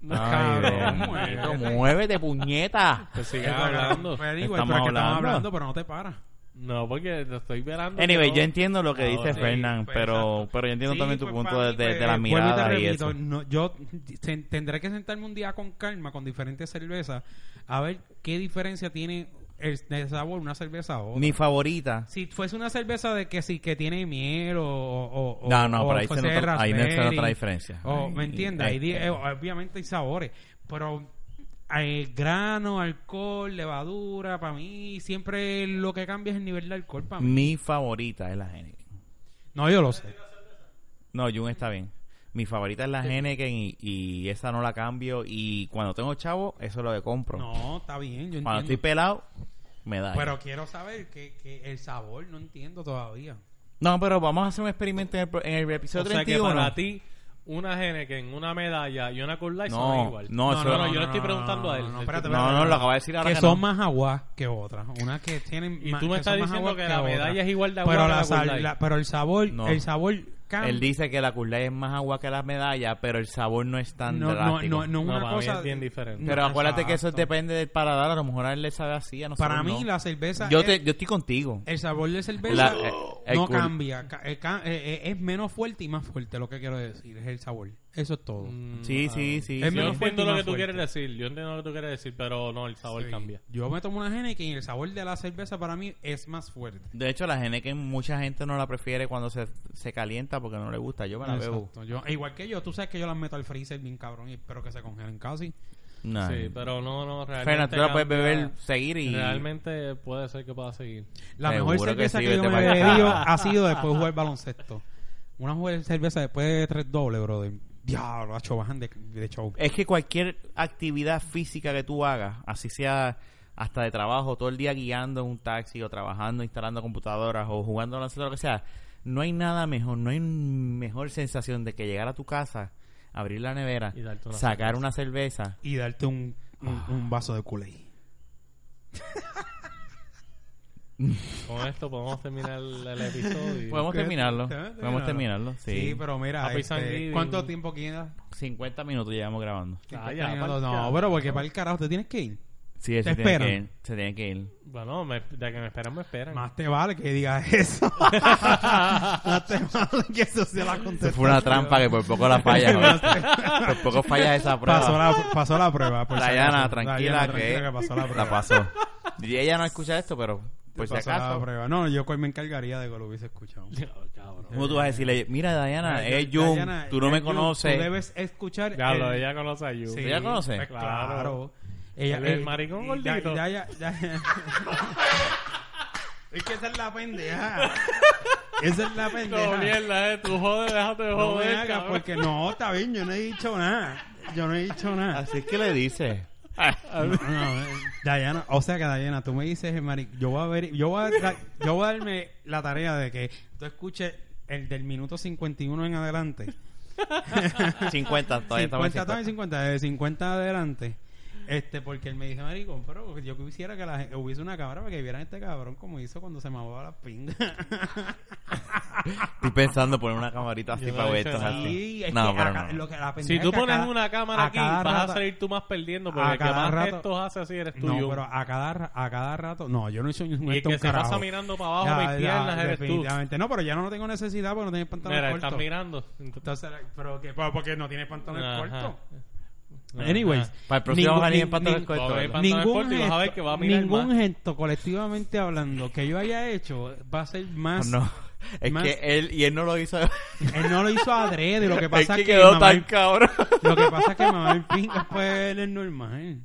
Speaker 2: No,
Speaker 1: Ay, Dios mío,
Speaker 2: muévete.
Speaker 1: muévete, puñeta.
Speaker 3: Pues sigue
Speaker 2: Pero,
Speaker 3: hablando.
Speaker 2: pero
Speaker 1: Estamos
Speaker 2: igual, pero es que estamos
Speaker 1: hablando.
Speaker 2: hablando, pero no te paras.
Speaker 3: No, porque lo estoy verando.
Speaker 1: Anyway,
Speaker 3: pero-
Speaker 1: yo entiendo lo que dice
Speaker 3: Ahora,
Speaker 2: sí,
Speaker 1: Fernan,
Speaker 2: pues,
Speaker 1: pero,
Speaker 2: exacto.
Speaker 1: pero yo entiendo
Speaker 2: Sí,
Speaker 1: también tu
Speaker 2: pues,
Speaker 1: punto
Speaker 2: para
Speaker 1: de,
Speaker 2: mí,
Speaker 1: de-
Speaker 2: pues,
Speaker 1: de la
Speaker 2: vuelvo y te
Speaker 1: mirada y
Speaker 2: repito,
Speaker 1: eso.
Speaker 2: no, yo ten- tendré que sentarme un día con calma, con diferentes cervezas, a ver qué diferencia tiene el, el sabor una cerveza a otra.
Speaker 1: Mi favorita.
Speaker 2: si fuese una cerveza de que sí, que tiene miel o... o, o-
Speaker 1: No, no,
Speaker 2: o
Speaker 1: pero ahí se
Speaker 2: fuese
Speaker 1: nota, ahí no se
Speaker 2: raspberry,
Speaker 1: nota la diferencia.
Speaker 2: o-
Speaker 1: Ahí-
Speaker 2: ¿Me entiendes? Ahí
Speaker 1: ahí-
Speaker 2: di- eh, obviamente hay sabores, pero el grano, alcohol, levadura, para mí siempre lo que cambia es el nivel de alcohol para mí.
Speaker 1: Mi favorita es la Henneken.
Speaker 2: No, yo lo sé.
Speaker 1: No, Jun está bien. Mi favorita es la Henneken y, y esa no la cambio. Y cuando tengo chavo, eso es lo que compro.
Speaker 2: No, está bien, yo entiendo.
Speaker 1: cuando estoy pelado, me da.
Speaker 2: Pero quiero saber que, que el sabor no entiendo todavía.
Speaker 1: no, pero vamos a hacer un experimento en el, pro- en el episodio
Speaker 3: O sea que
Speaker 1: 31.
Speaker 3: para ti, una Henneken, una medalla y una Cool Light son
Speaker 1: no,
Speaker 3: igual.
Speaker 1: no, eso-
Speaker 3: no,
Speaker 1: no,
Speaker 3: yo le estoy preguntando a él.
Speaker 2: No, no, espérate,
Speaker 1: No,
Speaker 2: espérate,
Speaker 1: no, lo
Speaker 2: espérate.
Speaker 1: acaba de decir ahora
Speaker 2: Que
Speaker 1: que
Speaker 2: son
Speaker 1: no.
Speaker 2: más aguas que otras. Unas que tienen
Speaker 3: Y
Speaker 2: más-
Speaker 3: tú me
Speaker 2: que
Speaker 3: estás
Speaker 2: son más
Speaker 3: diciendo
Speaker 2: aguas
Speaker 3: que la
Speaker 2: otras.
Speaker 3: medalla es igual de agua
Speaker 2: pero
Speaker 3: que
Speaker 2: la,
Speaker 3: la
Speaker 2: sal-
Speaker 3: Coors Light.
Speaker 2: la- pero el sabor,
Speaker 1: No.
Speaker 2: el sabor cambia.
Speaker 1: Él dice que la Curlay es más agua que la medalla, pero el sabor no es tan
Speaker 2: no, no,
Speaker 1: drástico.
Speaker 2: no, no es
Speaker 3: No,
Speaker 2: una
Speaker 3: para mí
Speaker 2: cosa
Speaker 3: es bien diferente.
Speaker 1: Pero
Speaker 2: No,
Speaker 1: acuérdate que eso
Speaker 2: exacto.
Speaker 1: depende del paladar. A lo mejor a él le sabe así, a nosotros
Speaker 2: Para mí
Speaker 1: no.
Speaker 2: la cerveza
Speaker 1: Yo,
Speaker 2: es- Eh,
Speaker 1: te, yo estoy contigo.
Speaker 2: el sabor de cerveza
Speaker 1: La- eh, el
Speaker 2: no
Speaker 1: Coors-
Speaker 2: cambia, Ca- eh, ca- eh, eh, es menos fuerte y más fuerte lo que quiero decir, es el sabor. Eso es todo.
Speaker 3: Mm,
Speaker 1: Sí, sí, sí.
Speaker 2: Es
Speaker 1: sí.
Speaker 3: Yo
Speaker 2: menos fuerte
Speaker 3: entiendo
Speaker 2: y
Speaker 3: lo
Speaker 2: más
Speaker 3: que tú
Speaker 2: fuerte.
Speaker 3: quieres decir. Yo entiendo lo que tú quieres decir, pero no, el sabor
Speaker 2: Sí.
Speaker 3: cambia.
Speaker 2: Yo me tomo una Henneken y el sabor de la cerveza para mí es más fuerte.
Speaker 1: De hecho, la Henneken mucha gente no la prefiere cuando se, se calienta porque no le gusta. Yo me la bebo.
Speaker 2: Exacto. Yo, e igual que yo, tú sabes que yo las meto al freezer bien cabrón y espero que se congelen casi.
Speaker 1: Nah.
Speaker 3: Sí, pero no, no, realmente.
Speaker 1: Fernan, tú la puedes
Speaker 3: cambia.
Speaker 1: beber, seguir y...
Speaker 3: Realmente puede ser que pueda seguir.
Speaker 2: La
Speaker 1: Seguro
Speaker 2: mejor cerveza
Speaker 1: que
Speaker 2: que,
Speaker 1: sí,
Speaker 2: yo
Speaker 1: vete
Speaker 2: me
Speaker 1: pa'l
Speaker 2: he bebido
Speaker 1: carajo.
Speaker 2: ha sido después de jugar baloncesto. Una jugar cerveza después de tres dobles, brother. Diablo, hacho, bajan de, de show.
Speaker 1: Es que cualquier actividad física que tú hagas, así sea hasta de trabajo, todo el día guiando en un taxi o trabajando, instalando computadoras o jugando a lanzador, lo que sea, no hay nada mejor, no hay mejor sensación de que llegar a tu casa, abrir la nevera,
Speaker 3: Y darte una
Speaker 1: sacar
Speaker 3: cerveza.
Speaker 1: una cerveza.
Speaker 2: Y darte un,
Speaker 1: Ah.
Speaker 2: un, un vaso de culé.
Speaker 3: Con esto podemos terminar el, el episodio.
Speaker 1: Podemos terminarlo, podemos terminarlo, sí.
Speaker 2: Sí, pero mira,
Speaker 3: Happy
Speaker 2: este,
Speaker 3: Thanksgiving.
Speaker 2: ¿cuánto tiempo queda?
Speaker 1: 50 minutos llevamos grabando.
Speaker 3: Ah,
Speaker 2: ¿Estás
Speaker 3: ya,
Speaker 2: terminando?
Speaker 3: pa'l
Speaker 2: no,
Speaker 3: carajo.
Speaker 2: pero porque para el carajo te tienes que ir.
Speaker 1: Sí, él
Speaker 2: Te
Speaker 1: se tiene que
Speaker 2: esperan.
Speaker 1: ir, se tiene que ir.
Speaker 3: Bueno, me, de que me esperan, me esperan.
Speaker 2: Más te vale que digas eso. Más te vale que eso sea la
Speaker 1: Eso
Speaker 2: contestación.
Speaker 1: fue una trampa que por poco la
Speaker 2: (laughs)
Speaker 1: falla. ¿no? por poco falla esa prueba.
Speaker 2: Pasó la, pasó la prueba. por si
Speaker 1: Dayana,
Speaker 2: acaso.
Speaker 1: tranquila,
Speaker 2: Dayana,
Speaker 1: que-
Speaker 2: tranquila, pasó la prueba.
Speaker 1: La pasó. (laughs) Y ella no escucha esto, pero por si
Speaker 2: Pasó la
Speaker 1: acaso.
Speaker 2: prueba. No, yo cual me encargaría de que lo hubiese escuchado.
Speaker 3: (laughs) Diablo, cabrón.
Speaker 1: ¿Cómo tú vas a decirle? Mira, Diana, es
Speaker 2: Dayana,
Speaker 1: Jun,
Speaker 2: Dayana,
Speaker 1: tú no me
Speaker 2: es Jun,
Speaker 1: conoces.
Speaker 2: Tú debes escuchar.
Speaker 3: Diablo,
Speaker 2: el-
Speaker 3: ella conoce a Yu.
Speaker 2: Eh, Sí,
Speaker 1: ¿Ella conoce?
Speaker 2: pues
Speaker 3: Claro.
Speaker 2: claro. Ella, eh,
Speaker 3: El- el maricón
Speaker 2: y-
Speaker 3: gordito.
Speaker 2: ya- ya- ya- (laughs) es que esa es la pendeja. Esa es la pendeja.
Speaker 3: No, mierda, eh. Tú joder, déjate de
Speaker 2: No me
Speaker 3: joder,
Speaker 2: hagas
Speaker 3: cabrón.
Speaker 2: porque no, está bien, yo no he dicho nada. Yo no he dicho nada.
Speaker 1: Así es que le (laughs) dices.
Speaker 2: No, no, eh, Dayana, o sea que Dayana, tú me dices, eh, Mari, yo voy a ver, yo voy a, tra- yo voy a darme la tarea de que tú escuches el del minuto 51 en adelante.
Speaker 1: 50, todavía estamos en
Speaker 2: 50
Speaker 1: 50.
Speaker 2: estaba en 50, de 50 adelante. Este, porque él me dice, marico, pero yo quisiera que la, gen- hubiese una cámara para que vieran este cabrón como hizo cuando se mamaba las pingas.
Speaker 1: Estoy pensando poner una camarita así
Speaker 3: Yo no
Speaker 1: para
Speaker 3: he
Speaker 1: ver
Speaker 3: dicho
Speaker 1: esto.
Speaker 3: nada.
Speaker 1: así.
Speaker 2: (laughs) Sí, es
Speaker 1: Ah, No,
Speaker 2: que
Speaker 1: pero
Speaker 2: a ca-
Speaker 1: no.
Speaker 2: lo que- la pendeja
Speaker 3: Si
Speaker 2: es
Speaker 3: tú
Speaker 2: que a
Speaker 3: pones
Speaker 2: cada-
Speaker 3: una cámara
Speaker 2: a
Speaker 3: aquí,
Speaker 2: cada
Speaker 3: vas a
Speaker 2: rato-
Speaker 3: salir tú más perdiendo. Porque
Speaker 2: a
Speaker 3: el que
Speaker 2: cada
Speaker 3: más
Speaker 2: rato-
Speaker 3: gestos hace así eres tú,
Speaker 2: No,
Speaker 3: Jun.
Speaker 2: pero a cada, ra- a cada rato... No, yo no hice un
Speaker 3: Y el
Speaker 2: esto
Speaker 3: que
Speaker 2: un
Speaker 3: se pasa
Speaker 2: carajo.
Speaker 3: mirando para abajo,
Speaker 2: Ya,
Speaker 3: mis piernas,
Speaker 2: ya,
Speaker 3: eres tú.
Speaker 2: definitivamente. No, pero ya no lo tengo necesidad porque no tienes pantalones
Speaker 3: Mira,
Speaker 2: cortos.
Speaker 3: estás mirando. Entonces,
Speaker 2: Entonces, pero que, pero porque no tienes pantalones
Speaker 3: Ajá.
Speaker 2: cortos.
Speaker 3: Ajá.
Speaker 2: Anyways,
Speaker 1: Para el próximo
Speaker 2: ningún-
Speaker 1: van a ir
Speaker 2: nin-
Speaker 1: en pantalones
Speaker 2: nin-
Speaker 1: cortos,
Speaker 3: Vamos a ir
Speaker 1: ¿verdad?
Speaker 3: pantalones cortos y vas a ver que va a mirar
Speaker 2: ningún
Speaker 3: más.
Speaker 2: gesto colectivamente hablando que yo haya hecho va a ser más.
Speaker 1: No. (laughs) Es
Speaker 2: Más-
Speaker 1: que él, y él no lo hizo.
Speaker 2: Él no lo hizo adrede. Lo
Speaker 1: (laughs)
Speaker 2: que
Speaker 1: Es
Speaker 2: pasa
Speaker 1: que
Speaker 2: es que,
Speaker 1: quedó
Speaker 2: mamá-
Speaker 1: tan cabrón. (laughs)
Speaker 2: lo que pasa es que mamá en pingas pues él es normal.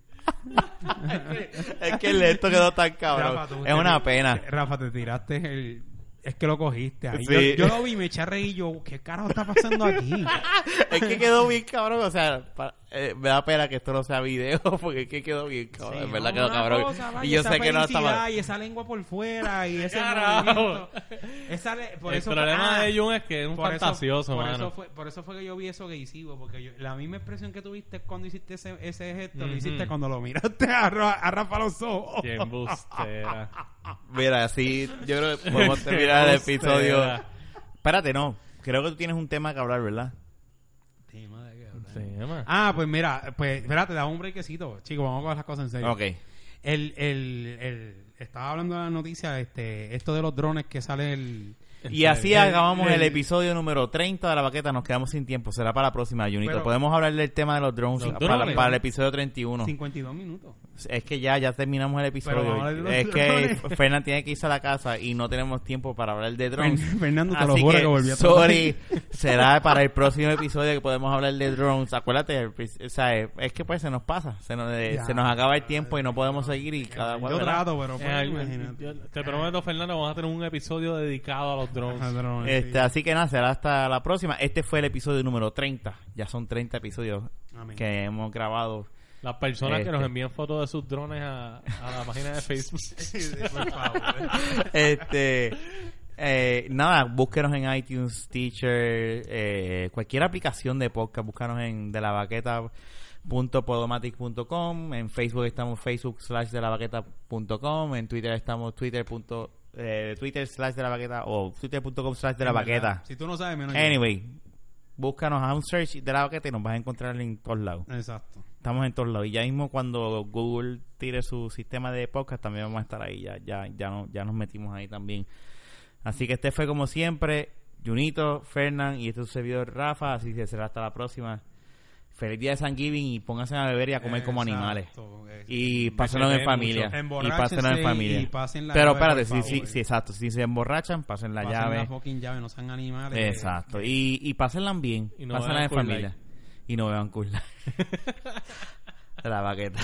Speaker 1: Es que el de esto quedó tan
Speaker 2: Rafa, tú
Speaker 1: cabrón.
Speaker 2: te-
Speaker 1: Es una pena.
Speaker 2: Rafa, te tiraste el. Es que lo cogiste. ahí.
Speaker 1: Sí.
Speaker 2: Yo, yo lo vi, me eché a reír. Yo, ¿qué carajo está
Speaker 1: (laughs)
Speaker 2: pasando aquí?
Speaker 1: Es que quedó bien cabrón, o sea, pa- eh, me da pena que esto no sea video, (laughs) porque es que quedó bien cabrón,
Speaker 2: Sí,
Speaker 1: en verdad
Speaker 2: no,
Speaker 1: quedó
Speaker 2: una
Speaker 1: cabrón.
Speaker 2: cosa, vaya,
Speaker 1: y yo
Speaker 2: esa
Speaker 1: sé que no
Speaker 2: felicidad
Speaker 1: estaba...
Speaker 2: Y esa lengua por fuera y ese
Speaker 3: Carajo.
Speaker 2: movimiento. Esa le- por
Speaker 3: el
Speaker 2: eso
Speaker 3: problema
Speaker 2: ah,
Speaker 3: de Jun es que es un
Speaker 2: por eso-
Speaker 3: fantasioso,
Speaker 2: por
Speaker 3: mano.
Speaker 2: Eso fue, por eso fue que yo vi eso que hicimos, porque yo- la misma expresión que tuviste cuando hiciste ese, ese gesto, lo
Speaker 3: Ujú.
Speaker 2: hiciste cuando lo miraste a, Ra- a Rafa los ojos. (laughs)
Speaker 3: Qué embustera.
Speaker 1: Mira, así yo creo que (laughs) podemos terminar el
Speaker 3: Hostia.
Speaker 1: episodio. Espérate, no, creo que tú tienes un tema que hablar, ¿verdad?
Speaker 2: Sí, madre, qué hablar.
Speaker 3: Sí, man.
Speaker 2: Ah, pues mira, pues espérate, da un brequecito, chicos, vamos a coger las cosas en serio.
Speaker 1: Ok.
Speaker 2: El, el, el, estaba hablando de la noticia, este, esto de los drones que sale el...
Speaker 1: Y así
Speaker 2: el-
Speaker 1: acabamos el,
Speaker 2: el-
Speaker 1: episodio número 30 de la baqueta, nos quedamos sin tiempo, será para la próxima, Junito.
Speaker 2: Pero-
Speaker 1: Podemos hablar del tema de los drones,
Speaker 3: Los
Speaker 1: para,
Speaker 3: drones.
Speaker 1: para el episodio 31.
Speaker 2: 52 minutos.
Speaker 1: Es que ya, ya terminamos el
Speaker 2: Pero vamos a hablar
Speaker 1: episodio.
Speaker 2: de
Speaker 1: Es
Speaker 2: los
Speaker 1: que
Speaker 2: drones.
Speaker 1: Fernan tiene que irse a la casa y no tenemos tiempo para hablar de drones.
Speaker 2: Fern- Fernando, te
Speaker 1: Así
Speaker 2: lo juro que volví a
Speaker 1: Sorry, será para el próximo episodio que podemos hablar de drones. Acuérdate, el pri- o sea, es que pues se nos pasa, se nos, eh,
Speaker 2: Ya.
Speaker 1: se nos acaba el tiempo y no podemos seguir y cada cual.
Speaker 2: Yo
Speaker 1: ¿verdad?
Speaker 2: trato, pero pues,
Speaker 3: Eh, al-
Speaker 2: imagínate.
Speaker 3: yo- te prometo, Fernando, vamos a tener un episodio dedicado a los
Speaker 2: Ah,
Speaker 3: drones.
Speaker 2: drones, sí.
Speaker 1: Este, Así que nada, será hasta la próxima. Este fue el episodio número 30. Ya son 30 episodios
Speaker 2: Amén.
Speaker 1: que hemos grabado.
Speaker 3: Las personas
Speaker 1: Este.
Speaker 3: que nos envían fotos de sus drones a, a la página
Speaker 2: (laughs)
Speaker 3: de Facebook.
Speaker 2: (laughs) Sí, sí,
Speaker 1: (laughs)
Speaker 2: por favor.
Speaker 1: este eh, nada búsquenos en iTunes Teacher eh, cualquier aplicación de podcast búscanos en de la baqueta en Facebook estamos facebook slash de la baqueta.com en Twitter estamos twitter punto, eh, twitter slash de la baqueta o twitter.com slash de la
Speaker 2: En verdad,
Speaker 1: baqueta
Speaker 2: Si tú no sabes, menos yo.
Speaker 1: anyway búscanos a un search de la baqueta y nos vas a encontrar en todos lados
Speaker 2: Exacto.
Speaker 1: estamos en todos lados y ya mismo cuando Google tire su sistema de podcast también vamos a estar ahí ya ya ya no ya nos metimos ahí también así que este fue como siempre Junito Fernán y este es su servidor Rafa así que será hasta la próxima feliz día de San Giving y pónganse a beber y a comer como
Speaker 2: Exacto,
Speaker 1: animales
Speaker 2: eh,
Speaker 1: y pásenlo en
Speaker 3: Beben
Speaker 1: familia
Speaker 2: mucho.
Speaker 1: y pásenlo
Speaker 2: Emborráchense
Speaker 1: en familia
Speaker 2: y pasen la
Speaker 1: pero
Speaker 2: llave,
Speaker 1: espérate
Speaker 2: por
Speaker 1: sí, sí
Speaker 2: favor.
Speaker 1: sí exacto si se emborrachan pasen la
Speaker 2: pasen
Speaker 1: llave
Speaker 2: la fucking llave, no sean animales.
Speaker 1: Exacto. Y, y pásenla bien.
Speaker 3: Y no
Speaker 1: pásenla
Speaker 3: beban
Speaker 1: en
Speaker 3: Cool (laughs)
Speaker 1: familia. Y no beban cool. Light. La baqueta.